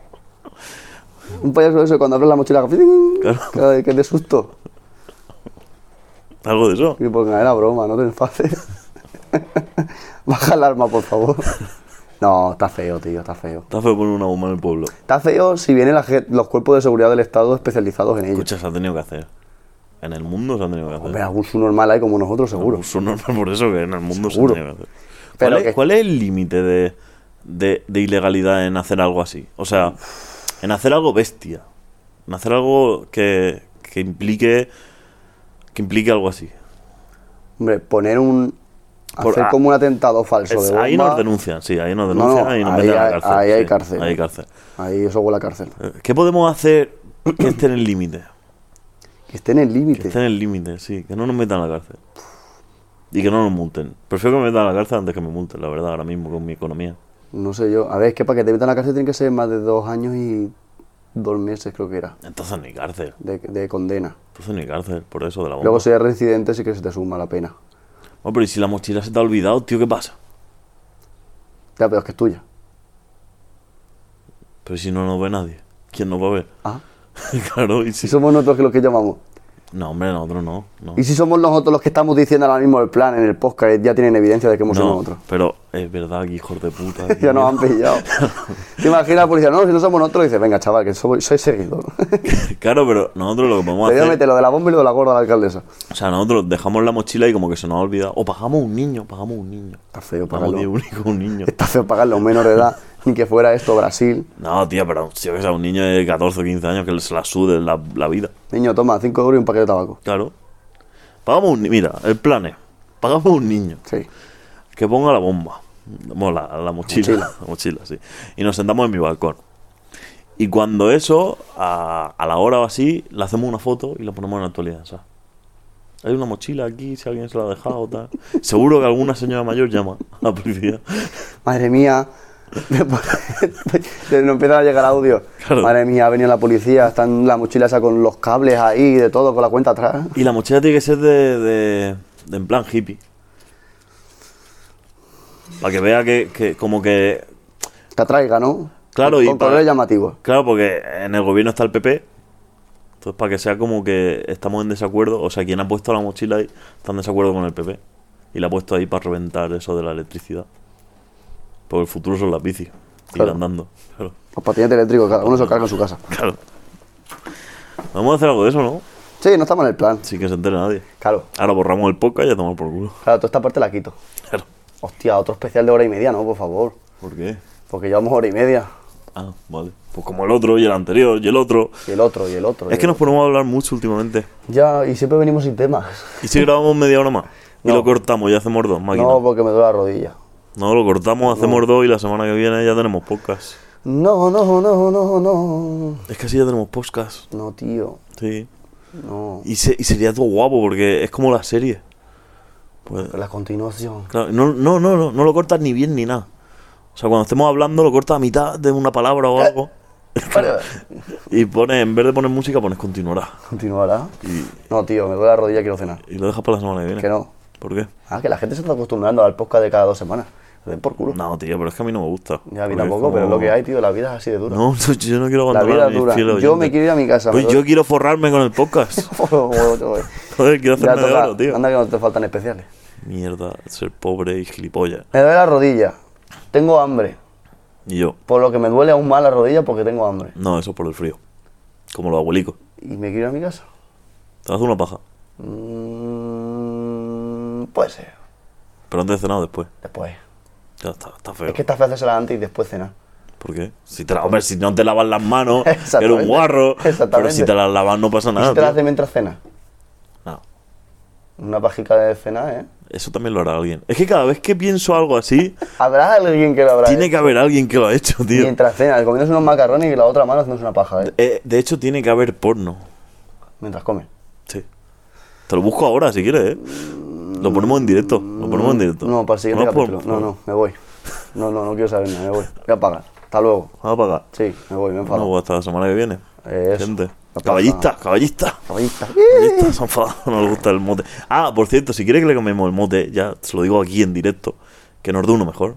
Speaker 1: Un payaso de eso cuando abres la mochila que ¡ting!
Speaker 2: Claro.
Speaker 1: que, que te susto.
Speaker 2: Algo de eso.
Speaker 1: Y pues nada, era broma, no te enfades. Baja el arma, por favor. No, está feo, tío, está feo.
Speaker 2: Está feo poner una bomba en el pueblo.
Speaker 1: Está feo si vienen la gen- los cuerpos de seguridad del Estado especializados en ello.
Speaker 2: Escucha, se ha tenido que hacer. En el mundo se ha tenido que hacer.
Speaker 1: Hombre, algún subnormal hay como nosotros, seguro.
Speaker 2: Uso normal por eso que en el mundo
Speaker 1: Seguro.
Speaker 2: se ha tenido que hacer. ¿Cuál,
Speaker 1: Pero
Speaker 2: es,
Speaker 1: que-
Speaker 2: cuál es el límite de, de- de ilegalidad en hacer algo así? O sea, en hacer algo bestia. En hacer algo que, que implique. Que implique algo así.
Speaker 1: Hombre, poner un.
Speaker 2: Por-
Speaker 1: hacer
Speaker 2: ah,
Speaker 1: como un atentado falso
Speaker 2: Es-
Speaker 1: de bomba.
Speaker 2: ahí nos denuncian, sí, ahí nos denuncian
Speaker 1: no,
Speaker 2: y nos
Speaker 1: ahí
Speaker 2: meten a la
Speaker 1: hay-
Speaker 2: cárcel.
Speaker 1: ahí hay
Speaker 2: sí,
Speaker 1: cárcel.
Speaker 2: ahí hay cárcel.
Speaker 1: Ahí eso huele a cárcel.
Speaker 2: Eh, ¿Qué podemos hacer que esté en el límite?
Speaker 1: Que esté en el
Speaker 2: Que
Speaker 1: límite.
Speaker 2: esté en el límite, sí, que no nos metan a la cárcel. Y que no nos multen. Prefiero que me metan a la cárcel antes que me multen, la verdad, ahora mismo con mi economía.
Speaker 1: No sé yo. A ver, es que para que te metan a la cárcel tienen que ser más de dos años y dos meses, creo que era,
Speaker 2: Entonces ni cárcel.
Speaker 1: de, de condena.
Speaker 2: Entonces ni cárcel, por eso de la bomba.
Speaker 1: Luego si eres residente sí que se te suma la pena.
Speaker 2: Oh, pero ¿y si la mochila se te ha olvidado, tío, qué pasa?
Speaker 1: Ya, pero es que es tuya.
Speaker 2: Pero si no nos ve nadie, ¿quién nos va a ver?
Speaker 1: Ah.
Speaker 2: claro, y
Speaker 1: Si
Speaker 2: si...
Speaker 1: somos nosotros los que llamamos.
Speaker 2: No, hombre, nosotros no. no.
Speaker 1: Y si somos nosotros los que estamos diciendo ahora mismo el plan en el podcast, ya tienen evidencia de que hemos sido
Speaker 2: No,
Speaker 1: nosotros.
Speaker 2: pero es verdad, que hijos de puta.
Speaker 1: Ya
Speaker 2: tío.
Speaker 1: nos han pillado. ¿Te imaginas la policía? No, si no somos nosotros, dice, venga, chaval, que soy, soy seguidor.
Speaker 2: claro, pero nosotros lo que podemos
Speaker 1: Le voy a
Speaker 2: hacer...
Speaker 1: meter lo de la bomba y lo de la gorda a la alcaldesa.
Speaker 2: O sea, nosotros dejamos la mochila y como que se nos ha olvidado. O pagamos un niño, pagamos un niño.
Speaker 1: Está feo
Speaker 2: Pagamos
Speaker 1: pagarlo.
Speaker 2: 10 únicos un niño.
Speaker 1: Pues Está feo pagarlo a un menor de edad, ni que fuera esto Brasil.
Speaker 2: No, tío, pero si yo que sea un niño de 14 o 15 años que se la sude la, la vida.
Speaker 1: Niño, toma, 5 euros y un paquete de tabaco.
Speaker 2: Claro. Pagamos un ni- Mira, el plan es: pagamos un niño
Speaker 1: Sí.
Speaker 2: que ponga la bomba. Bueno, la, la mochila.
Speaker 1: Mochila.
Speaker 2: La mochila, sí. Y nos sentamos en mi balcón. Y cuando eso, a, a la hora o así, le hacemos una foto y la ponemos en la actualidad, ¿sabes? Hay una mochila aquí, si alguien se la ha dejado, tal. Seguro que alguna señora mayor llama a la policía.
Speaker 1: Madre mía. no empiezan a llegar audio.
Speaker 2: Claro.
Speaker 1: Madre mía, ha venido la policía, están la mochila esa con los cables ahí y de todo, con la cuenta atrás.
Speaker 2: Y la mochila tiene que ser de, de, de en plan hippie. Para que vea que, que como que...
Speaker 1: Que atraiga, ¿no?
Speaker 2: Claro,
Speaker 1: con,
Speaker 2: y
Speaker 1: Con
Speaker 2: para-
Speaker 1: colores llamativos.
Speaker 2: Claro, porque en el gobierno está el PP. Entonces, para que sea como que estamos en desacuerdo. O sea, quien ha puesto la mochila ahí está en desacuerdo con el PP. Y la ha puesto ahí para reventar eso de la electricidad. Porque el futuro son las bicis. Y
Speaker 1: Claro.
Speaker 2: Ir andando. Claro,
Speaker 1: Los patinetes eléctricos, cada uno se lo carga en su casa.
Speaker 2: claro. Vamos a hacer algo de eso, ¿no?
Speaker 1: Sí, no está mal el plan.
Speaker 2: Sin que se entere nadie.
Speaker 1: Claro,
Speaker 2: Ahora borramos el podcast y ya tomamos por culo.
Speaker 1: claro, toda esta parte la quito.
Speaker 2: Claro.
Speaker 1: Hostia, otro especial de hora y media, ¿no? Por favor.
Speaker 2: ¿Por qué?
Speaker 1: Porque llevamos hora y media.
Speaker 2: Ah, vale. Pues como el otro y el anterior y el otro.
Speaker 1: Y el otro, y el otro.
Speaker 2: Es
Speaker 1: y
Speaker 2: que
Speaker 1: el-
Speaker 2: nos ponemos a hablar mucho últimamente.
Speaker 1: Ya, y siempre venimos sin temas.
Speaker 2: ¿Y si grabamos media hora más? Y
Speaker 1: No.
Speaker 2: lo cortamos y hacemos dos máquinas.
Speaker 1: No,
Speaker 2: No,
Speaker 1: porque me duele la rodilla.
Speaker 2: lo cortamos, hacemos dos y la semana que viene ya tenemos podcast.
Speaker 1: No, no, no, no, no.
Speaker 2: Es que así ya tenemos podcast.
Speaker 1: No, tío.
Speaker 2: Sí.
Speaker 1: No.
Speaker 2: Y, se- y sería todo guapo porque es como la serie. Pues,
Speaker 1: La continuación.
Speaker 2: claro, no, no, no, no, no lo cortas ni bien ni nada. O sea, cuando estemos hablando lo cortas a mitad de una palabra o algo. y pones, en vez de poner música, pones continuará.
Speaker 1: ¿Continuará? No, tío, me duele la rodilla, quiero cenar.
Speaker 2: Y lo dejas para la semana que viene.
Speaker 1: Que no.
Speaker 2: ¿Por qué?
Speaker 1: Ah, que la gente se está acostumbrando al podcast de cada dos semanas. Me Den por culo.
Speaker 2: No, tío, pero es que a mí no me gusta.
Speaker 1: Ya, a mí
Speaker 2: Porque
Speaker 1: tampoco, pero es
Speaker 2: como-
Speaker 1: lo que hay, tío, la vida es así de dura.
Speaker 2: No, no, yo no quiero
Speaker 1: la
Speaker 2: abandonar
Speaker 1: vida
Speaker 2: a
Speaker 1: es
Speaker 2: mi
Speaker 1: dura.
Speaker 2: fiel
Speaker 1: Yo
Speaker 2: oyente.
Speaker 1: me quiero ir a mi casa. Oh,
Speaker 2: Pues
Speaker 1: me
Speaker 2: yo
Speaker 1: duele.
Speaker 2: quiero forrarme con el podcast. Joder, quiero
Speaker 1: Ya
Speaker 2: hacerme de
Speaker 1: toca.
Speaker 2: oro, tío.
Speaker 1: Anda que no te faltan especiales.
Speaker 2: Mierda, ser pobre y gilipollas.
Speaker 1: Me duele la rodilla. Tengo hambre.
Speaker 2: Y yo,
Speaker 1: Por lo que me duele aún más la rodilla porque tengo hambre.
Speaker 2: no, eso por el frío. Como los abuelicos.
Speaker 1: ¿Y me quiero ir a mi casa?
Speaker 2: Te haces una paja.
Speaker 1: Mm, puede ser.
Speaker 2: Pero antes de cenar o después.
Speaker 1: Después.
Speaker 2: Ya está, está feo.
Speaker 1: Es que esta frase se la antes y después cenar.
Speaker 2: ¿Por qué? Si te la- hombre, si no te lavas las manos,
Speaker 1: Exactamente.
Speaker 2: eres un guarro.
Speaker 1: Exactamente.
Speaker 2: Pero si te las lavas no pasa
Speaker 1: ¿Y
Speaker 2: nada.
Speaker 1: si te la
Speaker 2: tío.
Speaker 1: haces mientras cenas?
Speaker 2: No.
Speaker 1: Una pajica de cena, ¿eh?
Speaker 2: Eso también lo hará alguien. Es que cada vez que pienso algo así,
Speaker 1: Habrá alguien que lo habrá.
Speaker 2: tiene
Speaker 1: hecho?
Speaker 2: que haber alguien que lo ha hecho, tío.
Speaker 1: Mientras cenas, comiéndose unos macarrones y la otra mano haciéndose una paja, ¿eh?
Speaker 2: Eh, de hecho, tiene que haber porno.
Speaker 1: Mientras come.
Speaker 2: Sí. Te lo busco ahora, si quieres, ¿eh? Lo ponemos en directo. Lo ponemos en directo.
Speaker 1: No, para el siguiente
Speaker 2: Vamos por-
Speaker 1: capítulo. No, no, me voy. No, no, no quiero saber nada, me voy. Voy a pagar. Hasta luego.
Speaker 2: Vamos a pagar.
Speaker 1: Sí, me voy, me enfado.
Speaker 2: No, hasta la semana que viene.
Speaker 1: Eso.
Speaker 2: Gente.
Speaker 1: La paja.
Speaker 2: Caballista, caballista.
Speaker 1: Caballista.
Speaker 2: Caballista, se ha enfadado, no le gusta el mote. Ah, por cierto, si quiere que le comemos el mote, ya se lo digo aquí en directo, que nos dé uno mejor.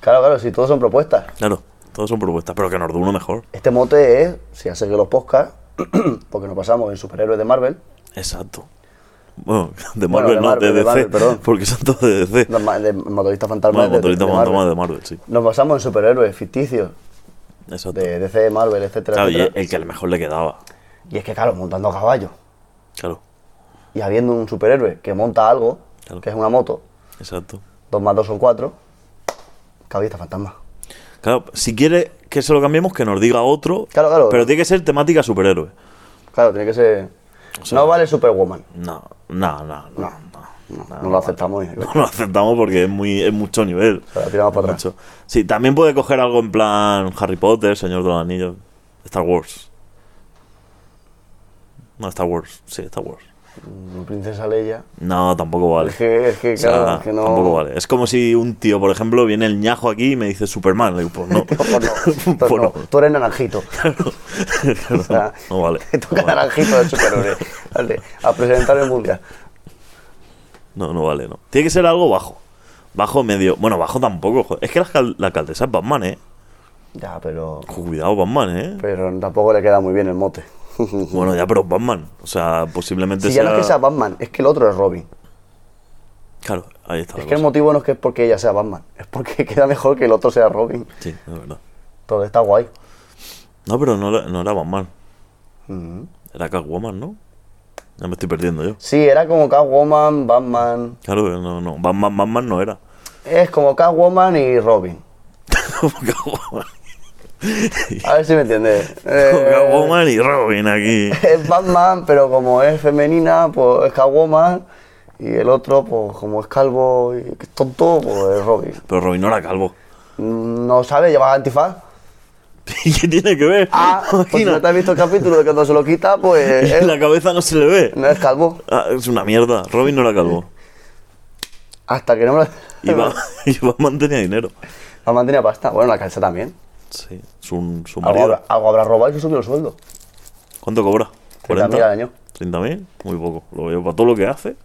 Speaker 1: Claro, claro, si todos son propuestas.
Speaker 2: Claro, todas son propuestas, pero que nos dé uno mejor.
Speaker 1: Este mote es, si hace que los podcasts, porque nos pasamos en superhéroes de Marvel,
Speaker 2: Exacto. Bueno, de
Speaker 1: Bueno,
Speaker 2: Marvel,
Speaker 1: de
Speaker 2: no,
Speaker 1: Marvel,
Speaker 2: de
Speaker 1: de
Speaker 2: DC.
Speaker 1: Marvel, perdón.
Speaker 2: Porque son todos de DC.
Speaker 1: de, ma- de motorista fantasma.
Speaker 2: Bueno,
Speaker 1: de- de-
Speaker 2: motorista
Speaker 1: de
Speaker 2: fantasma
Speaker 1: Marvel.
Speaker 2: de Marvel, sí.
Speaker 1: Nos basamos en superhéroes ficticios
Speaker 2: Exacto.
Speaker 1: de DC, Marvel, etcétera,
Speaker 2: Claro, y
Speaker 1: etcétera.
Speaker 2: el que a lo mejor le quedaba.
Speaker 1: Y es que, claro, montando a caballo
Speaker 2: Claro,
Speaker 1: y habiendo un superhéroe que monta algo,
Speaker 2: Claro.
Speaker 1: que es una moto,
Speaker 2: exacto.
Speaker 1: dos más dos son cuatro, caballista fantasma.
Speaker 2: Claro, si quiere que se lo cambiemos, que nos diga otro.
Speaker 1: Claro, claro.
Speaker 2: Pero tiene que ser temática superhéroe.
Speaker 1: Claro, tiene que ser.
Speaker 2: sea-
Speaker 1: no vale Superwoman.
Speaker 2: No, no, no. No,
Speaker 1: No, no lo aceptamos. eh.
Speaker 2: No lo aceptamos porque es muy es mucho nivel.
Speaker 1: Pero la tiramos para
Speaker 2: Es
Speaker 1: atrás.
Speaker 2: mucho. Sí, también puede coger algo en plan Harry Potter, Señor de los Anillos, Star Wars. No, Star Wars. Sí, Star Wars.
Speaker 1: Mm, Princesa Leia.
Speaker 2: No, tampoco vale.
Speaker 1: Es que, es que,
Speaker 2: O sea,
Speaker 1: claro, es que no.
Speaker 2: tampoco vale. Es como si un tío, por ejemplo, viene el ñajo aquí y me dice Superman. Le digo, pues no.
Speaker 1: Pues no, entonces
Speaker 2: Pues
Speaker 1: no,
Speaker 2: no.
Speaker 1: Tú eres naranjito.
Speaker 2: Claro.
Speaker 1: O sea,
Speaker 2: No vale.
Speaker 1: Te toca
Speaker 2: No vale.
Speaker 1: naranjito de superhéroe. Vale, a presentar el mundial.
Speaker 2: No, no vale, no. Tiene que ser algo bajo. Bajo, medio. Bueno, bajo tampoco. joder. Es que la, alcal- la alcaldesa es Batman, ¿eh?
Speaker 1: Ya, pero.
Speaker 2: Ojo, Cuidado, Batman, ¿eh?
Speaker 1: Pero tampoco le queda muy bien el mote.
Speaker 2: Bueno, ya, pero es Batman. O sea, posiblemente
Speaker 1: Si ya
Speaker 2: sea...
Speaker 1: no es que sea Batman, es que el otro es Robin.
Speaker 2: Claro, ahí está. la
Speaker 1: Es que el
Speaker 2: cosa.
Speaker 1: motivo no es que es porque ella sea Batman, es porque queda mejor que el otro sea Robin.
Speaker 2: Sí, es verdad.
Speaker 1: Todo está guay.
Speaker 2: No, pero no, era- no era Batman.
Speaker 1: Mm.
Speaker 2: Era Catwoman, ¿no? Ya me estoy perdiendo yo.
Speaker 1: Sí, era como Catwoman, Batman.
Speaker 2: Claro, no, no. Batman, Batman no era.
Speaker 1: Es como Catwoman y Robin.
Speaker 2: Como Catwoman.
Speaker 1: A ver si me entiendes. Eh,
Speaker 2: Como Catwoman y Robin aquí.
Speaker 1: es Batman, pero como es femenina, pues es Catwoman. Y el otro, pues como es calvo y que es tonto, pues es Robin.
Speaker 2: Pero Robin no era calvo.
Speaker 1: No sabe, lleva antifaz.
Speaker 2: ¿Y qué tiene que ver?
Speaker 1: Ah, pues si no te
Speaker 2: Imagina.
Speaker 1: has visto el capítulo de cuando se lo quita, pues es-
Speaker 2: La cabeza no se le ve.
Speaker 1: no es calvo.
Speaker 2: Ah, es una mierda. Robin no era calvo.
Speaker 1: Hasta que no me lo...
Speaker 2: Y, Ba- y Batman tenía dinero.
Speaker 1: Batman tenía pasta. Bueno, la calza también.
Speaker 2: Sí, su, su
Speaker 1: Algo
Speaker 2: marido.
Speaker 1: habrá, algo habrá robado y se subió el sueldo.
Speaker 2: ¿Cuánto cobra?
Speaker 1: 30.000 al año.
Speaker 2: ¿30.000? Muy poco. Lo veo para todo lo que hace.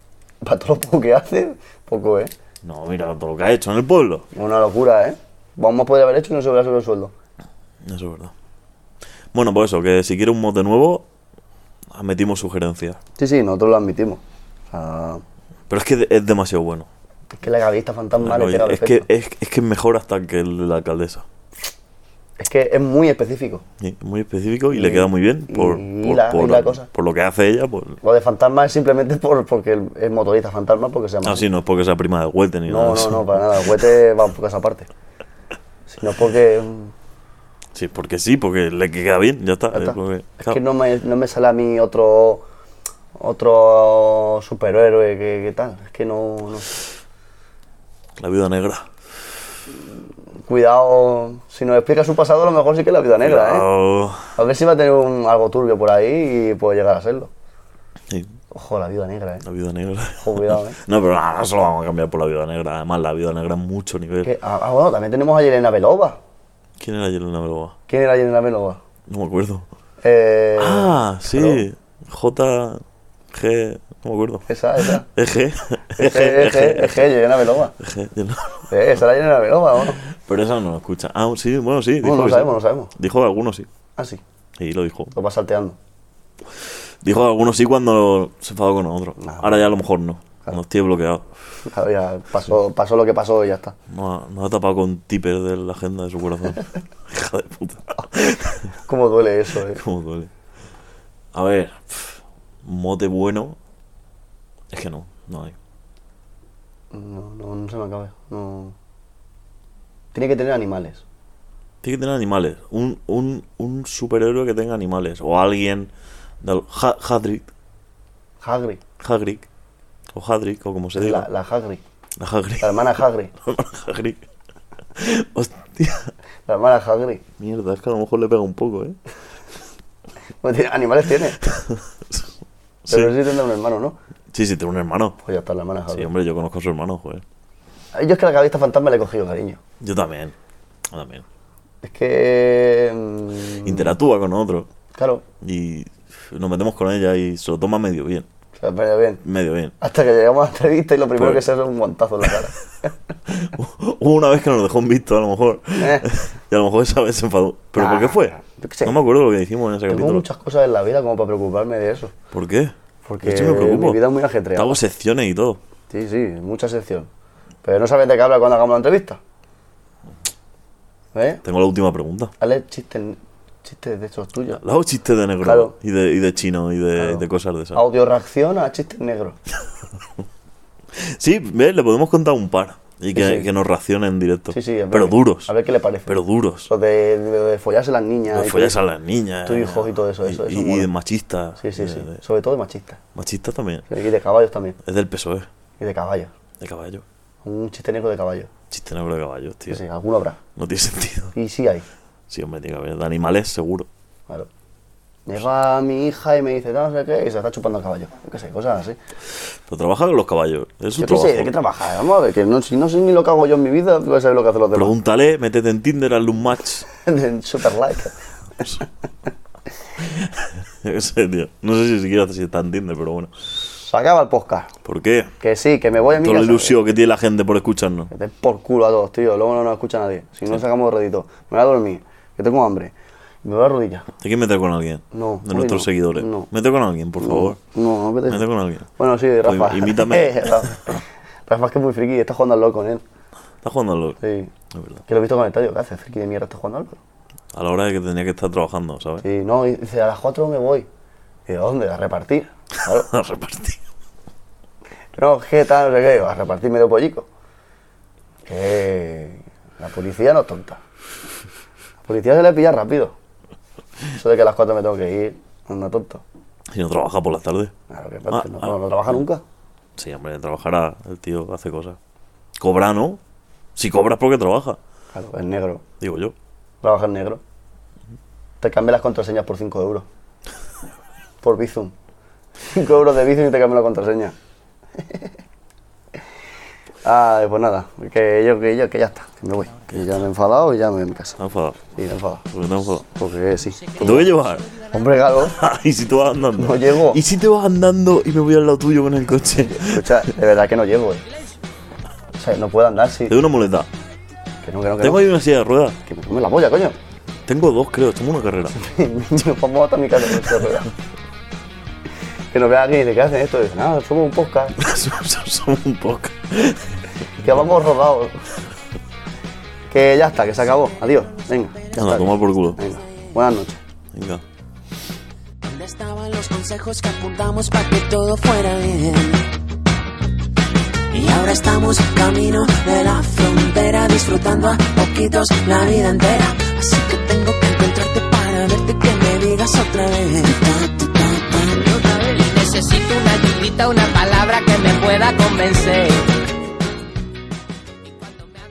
Speaker 1: Para todo lo poco que hace, poco, ¿eh?
Speaker 2: No, mira todo lo que ha hecho en el pueblo.
Speaker 1: Una locura, ¿eh? Vamos a poder haber hecho y no se hubiera subido el sueldo.
Speaker 2: Eso es verdad. Bueno, pues eso, que si quiere un mote nuevo, ah, metimos sugerencias.
Speaker 1: Sí, sí, nosotros lo admitimos. O sea,
Speaker 2: Pero es que de- es demasiado bueno.
Speaker 1: es que la gavista fantasma le
Speaker 2: Oye,
Speaker 1: pega
Speaker 2: es, que,
Speaker 1: perfecto.
Speaker 2: es, es que es mejor hasta que el de la alcaldesa.
Speaker 1: Es que es muy específico.
Speaker 2: Sí, es muy específico y, le queda muy bien por,
Speaker 1: y
Speaker 2: por,
Speaker 1: la- y
Speaker 2: por-
Speaker 1: la cosa.
Speaker 2: por lo que hace ella. pues, Por...
Speaker 1: Lo de fantasma es simplemente por, porque el, el motorista fantasma, porque se llama.
Speaker 2: No, sí, no es porque sea prima de Huete ni nada.
Speaker 1: no,
Speaker 2: de
Speaker 1: no,
Speaker 2: eso.
Speaker 1: no, para nada. El juguete va un poco a esa parte. Sino porque. mm,
Speaker 2: Sí, porque sí, porque le queda bien, ya está.
Speaker 1: ya está.
Speaker 2: es lo que-
Speaker 1: Es
Speaker 2: claro.
Speaker 1: que no me, no me sale a mí otro. Otro superhéroe que, que tal. Es que no- no.
Speaker 2: La vida negra.
Speaker 1: Cuidado, si nos explica su pasado, a lo mejor sí que es la vida negra, ¿eh?
Speaker 2: Cuidado.
Speaker 1: A ver si va a tener un, algo turbio por ahí y puede llegar a serlo.
Speaker 2: Sí,
Speaker 1: Ojo, la vida negra, ¿eh?
Speaker 2: la vida negra.
Speaker 1: Ojo, cuidado, ¿eh?
Speaker 2: No, pero nada, eso lo vamos a cambiar por la vida negra. Además, la vida negra es mucho nivel.
Speaker 1: Que- ah, ah, bueno, también tenemos a Yelena Belova.
Speaker 2: ¿Quién era Yelena Belova?
Speaker 1: ¿Quién era Yelena Belova?
Speaker 2: No me acuerdo.
Speaker 1: Eh,
Speaker 2: ah, sí. J. G. No me acuerdo. E,
Speaker 1: Esa, esa.
Speaker 2: Eje.
Speaker 1: Eje, eje,
Speaker 2: Eje. Eje.
Speaker 1: eje, Yelena Belova.
Speaker 2: Eje. Yelena-
Speaker 1: Eh, esa era Yelena Belova, ¿o ¿no?
Speaker 2: E, Pero esa no lo escucha. Ah, sí, bueno, sí. dijo
Speaker 1: Bueno, no
Speaker 2: que sí.
Speaker 1: sabemos, no sabemos.
Speaker 2: Dijo que algunos sí.
Speaker 1: Ah, sí,
Speaker 2: Y lo dijo.
Speaker 1: lo va salteando.
Speaker 2: Dijo que algunos sí cuando se enfadó con nosotros.
Speaker 1: Nah.
Speaker 2: Ahora ya a lo mejor no. Nos tiene bloqueado.
Speaker 1: Claro, ya pasó, pasó lo que pasó y ya está.
Speaker 2: Nos ha, nos ha tapado con tipper de la agenda de su corazón. Hija de puta.
Speaker 1: ¿Cómo duele eso, eh?
Speaker 2: ¿Cómo duele? A ver, pf, mote bueno. Es que no, no hay.
Speaker 1: No, no, no se me acabe. No. Tiene que tener animales.
Speaker 2: Tiene que tener animales. Un, un, un superhéroe que tenga animales. O alguien. De, al- Ha- Hadrick.
Speaker 1: Hagrid.
Speaker 2: Hagrid. O Hadrick, o como se diga.
Speaker 1: La, la Hagrid.
Speaker 2: La Hagrid.
Speaker 1: La hermana Hagrid.
Speaker 2: Hagrid. Hostia.
Speaker 1: La hermana Hagrid.
Speaker 2: Mierda, es que a lo mejor le pega un poco, ¿eh?
Speaker 1: Bueno, tiene- Animales tiene.
Speaker 2: Sí,
Speaker 1: Pero sí tendrá un hermano, ¿no?
Speaker 2: sí, sí, tiene un hermano.
Speaker 1: Pues ya está, la hermana
Speaker 2: Sí,
Speaker 1: Hagrid.
Speaker 2: hombre, yo conozco a su hermano, joder.
Speaker 1: Yo es que la cabeza fantasma le he cogido cariño.
Speaker 2: Yo también. Yo también.
Speaker 1: Es que. mm,
Speaker 2: Interactúa con otro.
Speaker 1: Claro,
Speaker 2: Y nos metemos con ella y se lo toma medio bien.
Speaker 1: se la pelea bien.
Speaker 2: Medio bien.
Speaker 1: Hasta que llegamos a la entrevista y lo primero
Speaker 2: Pues-
Speaker 1: que se hace es un guantazo en la cara.
Speaker 2: Hubo una vez que nos dejó un visto, a lo mejor.
Speaker 1: Eh.
Speaker 2: Y a lo mejor esa vez se enfadó. ¿Pero por
Speaker 1: Ah,
Speaker 2: qué fue?
Speaker 1: yo qué sé.
Speaker 2: No me acuerdo lo que dijimos en ese
Speaker 1: Tengo
Speaker 2: capítulo.
Speaker 1: muchas cosas en la vida como para preocuparme de eso.
Speaker 2: ¿Por qué?
Speaker 1: Porque
Speaker 2: Yo estoy muy preocupo.
Speaker 1: mi vida es muy
Speaker 2: Te
Speaker 1: ajetreada.
Speaker 2: hago secciones y todo.
Speaker 1: Sí, sí, mucha sección. Pero no sabes de qué habla cuando hagamos la entrevista. ¿Eh?
Speaker 2: Tengo la última pregunta.
Speaker 1: Hazle chistes chistes de estos tuyos.
Speaker 2: Le hago chistes de negro
Speaker 1: Claro.
Speaker 2: y, de, y de chino y de,
Speaker 1: Claro.
Speaker 2: de cosas de esas.
Speaker 1: Audio reacción a chistes negros.
Speaker 2: Sí, ¿ves? le podemos contar un par y que,
Speaker 1: Sí, sí.
Speaker 2: que nos racionen en directo.
Speaker 1: Sí, sí, es
Speaker 2: pero
Speaker 1: verdad.
Speaker 2: duros.
Speaker 1: A ver qué le parece.
Speaker 2: Pero duros.
Speaker 1: Lo de, de, de follarse las niñas.
Speaker 2: Los
Speaker 1: y
Speaker 2: follas a
Speaker 1: todo eso.
Speaker 2: las niñas.
Speaker 1: tu hijo y todo eso, eso-
Speaker 2: y,
Speaker 1: eso
Speaker 2: y
Speaker 1: mola.
Speaker 2: de machistas.
Speaker 1: Sí, sí,
Speaker 2: de-
Speaker 1: sí.
Speaker 2: de-
Speaker 1: Sobre todo de machistas.
Speaker 2: machistas también.
Speaker 1: Y de caballos también.
Speaker 2: Es del PSOE,
Speaker 1: Y de caballos.
Speaker 2: E, de caballo.
Speaker 1: Un chiste negro de caballos.
Speaker 2: Chiste negro de caballos, tío.
Speaker 1: Sí, sí, alguno habrá.
Speaker 2: No tiene sentido.
Speaker 1: Y sí hay.
Speaker 2: Sí, hombre, tiene que haber. De animales, seguro.
Speaker 1: Claro. Llega mi hija y me dice, no sé qué, y se está chupando el caballo. Yo qué sé, cosas así.
Speaker 2: Pero trabaja con los caballos. Es su
Speaker 1: Yo qué
Speaker 2: trabajo.
Speaker 1: sé, ¿de qué trabaja? Vamos a ver, que no, si no sé ni lo que hago yo en mi vida, voy a saber lo que hacen los demás.
Speaker 2: Pregúntale, métete en Tinder, hazle un match.
Speaker 1: en Super Like.
Speaker 2: Yo qué sé, tío. No sé si siquiera si está en Tinder, pero bueno.
Speaker 1: Se acaba el podcast.
Speaker 2: ¿Por qué?
Speaker 1: Que sí, que me voy a mi
Speaker 2: Toda la
Speaker 1: casa.
Speaker 2: ilusión que tiene la gente por escucharnos.
Speaker 1: Que te den por culo a todos, tío. Luego no nos escucha nadie. Si no sacamos redito. Me voy a dormir, que tengo hambre. Me voy a arrodillar.
Speaker 2: Hay que meter con alguien.
Speaker 1: No,
Speaker 2: De
Speaker 1: hoy
Speaker 2: nuestros
Speaker 1: no,
Speaker 2: seguidores.
Speaker 1: no.
Speaker 2: Mete con alguien, por favor.
Speaker 1: No, no me apetece.
Speaker 2: Mete con alguien.
Speaker 1: Bueno, sí,
Speaker 2: Pues
Speaker 1: Rafa.
Speaker 2: imítame.
Speaker 1: Eh, Rafa. Rafa es que es muy friki, está jugando al LOL con él.
Speaker 2: Está jugando a los.
Speaker 1: Sí.
Speaker 2: Es verdad.
Speaker 1: Que lo he visto con el estadio. ¿Qué hace? Friki de mierda, está jugando al LOL.
Speaker 2: A la hora de que tenía que estar trabajando, ¿sabes?
Speaker 1: Sí, no, y dice, a las 4 me voy. ¿Y de dónde? A repartir. Claro.
Speaker 2: A repartir.
Speaker 1: No, ¿qué tal? No sé qué. A repartir medio pollico. Que la policía no es tonta. La policía se le pilla rápido. Eso de que a las 4 me tengo que ir, no es tonto.
Speaker 2: Si no trabaja por las tardes.
Speaker 1: Claro que aparte,
Speaker 2: Ah,
Speaker 1: no,
Speaker 2: ah.
Speaker 1: no- no trabaja nunca.
Speaker 2: Sí, hombre, trabajará. El tío hace cosas. Cobra, ¿no? Si cobras porque trabaja.
Speaker 1: Claro, es negro.
Speaker 2: Digo yo.
Speaker 1: Trabaja en negro. Te cambian las contraseñas por 5 euros. Por Bizum. 5 euros de Bizum y te cambian la contraseña. Ah, pues nada, que yo, que yo, que ya está, que me voy. Que ya me he enfadado y ya me voy a mi casa.
Speaker 2: Está enfadado.
Speaker 1: Sí, me he enfadado.
Speaker 2: Porque está enfadado.
Speaker 1: Porque sí.
Speaker 2: Te tengo que llevar.
Speaker 1: Hombre, claro.
Speaker 2: ¿Y si tú vas andando?
Speaker 1: No llego.
Speaker 2: ¿Y si te vas andando y me voy al lado tuyo con el coche?
Speaker 1: Escucha, de verdad que no llego, eh. O sea, no puedo andar, sí.
Speaker 2: Te doy una muleta.
Speaker 1: Que no, que no, que
Speaker 2: Tengo
Speaker 1: no.
Speaker 2: ahí una silla de ruedas.
Speaker 1: Que me come la polla, coño.
Speaker 2: Tengo dos, creo. Tengo una carrera.
Speaker 1: Nos vamos hasta mi casa con esta rueda. Que nos vea alguien y dice, ¿qué hacen esto? Y dice, nada, somos un podcast.
Speaker 2: Somos un poco.
Speaker 1: Que vamos rodados. Que ya está, que se acabó. Adiós. Venga. ya
Speaker 2: Anda,
Speaker 1: está.
Speaker 2: toma por culo.
Speaker 1: Venga. Buenas noches.
Speaker 2: Venga.
Speaker 3: ¿Dónde estaban los consejos que apuntamos para que todo fuera bien? Y ahora estamos camino de la frontera, disfrutando a poquitos la vida entera. Así que tengo que encontrarte para verte que me digas otra vez. Ta, ta, ta, ta.
Speaker 4: Necesito una ayudita, una palabra que me pueda convencer.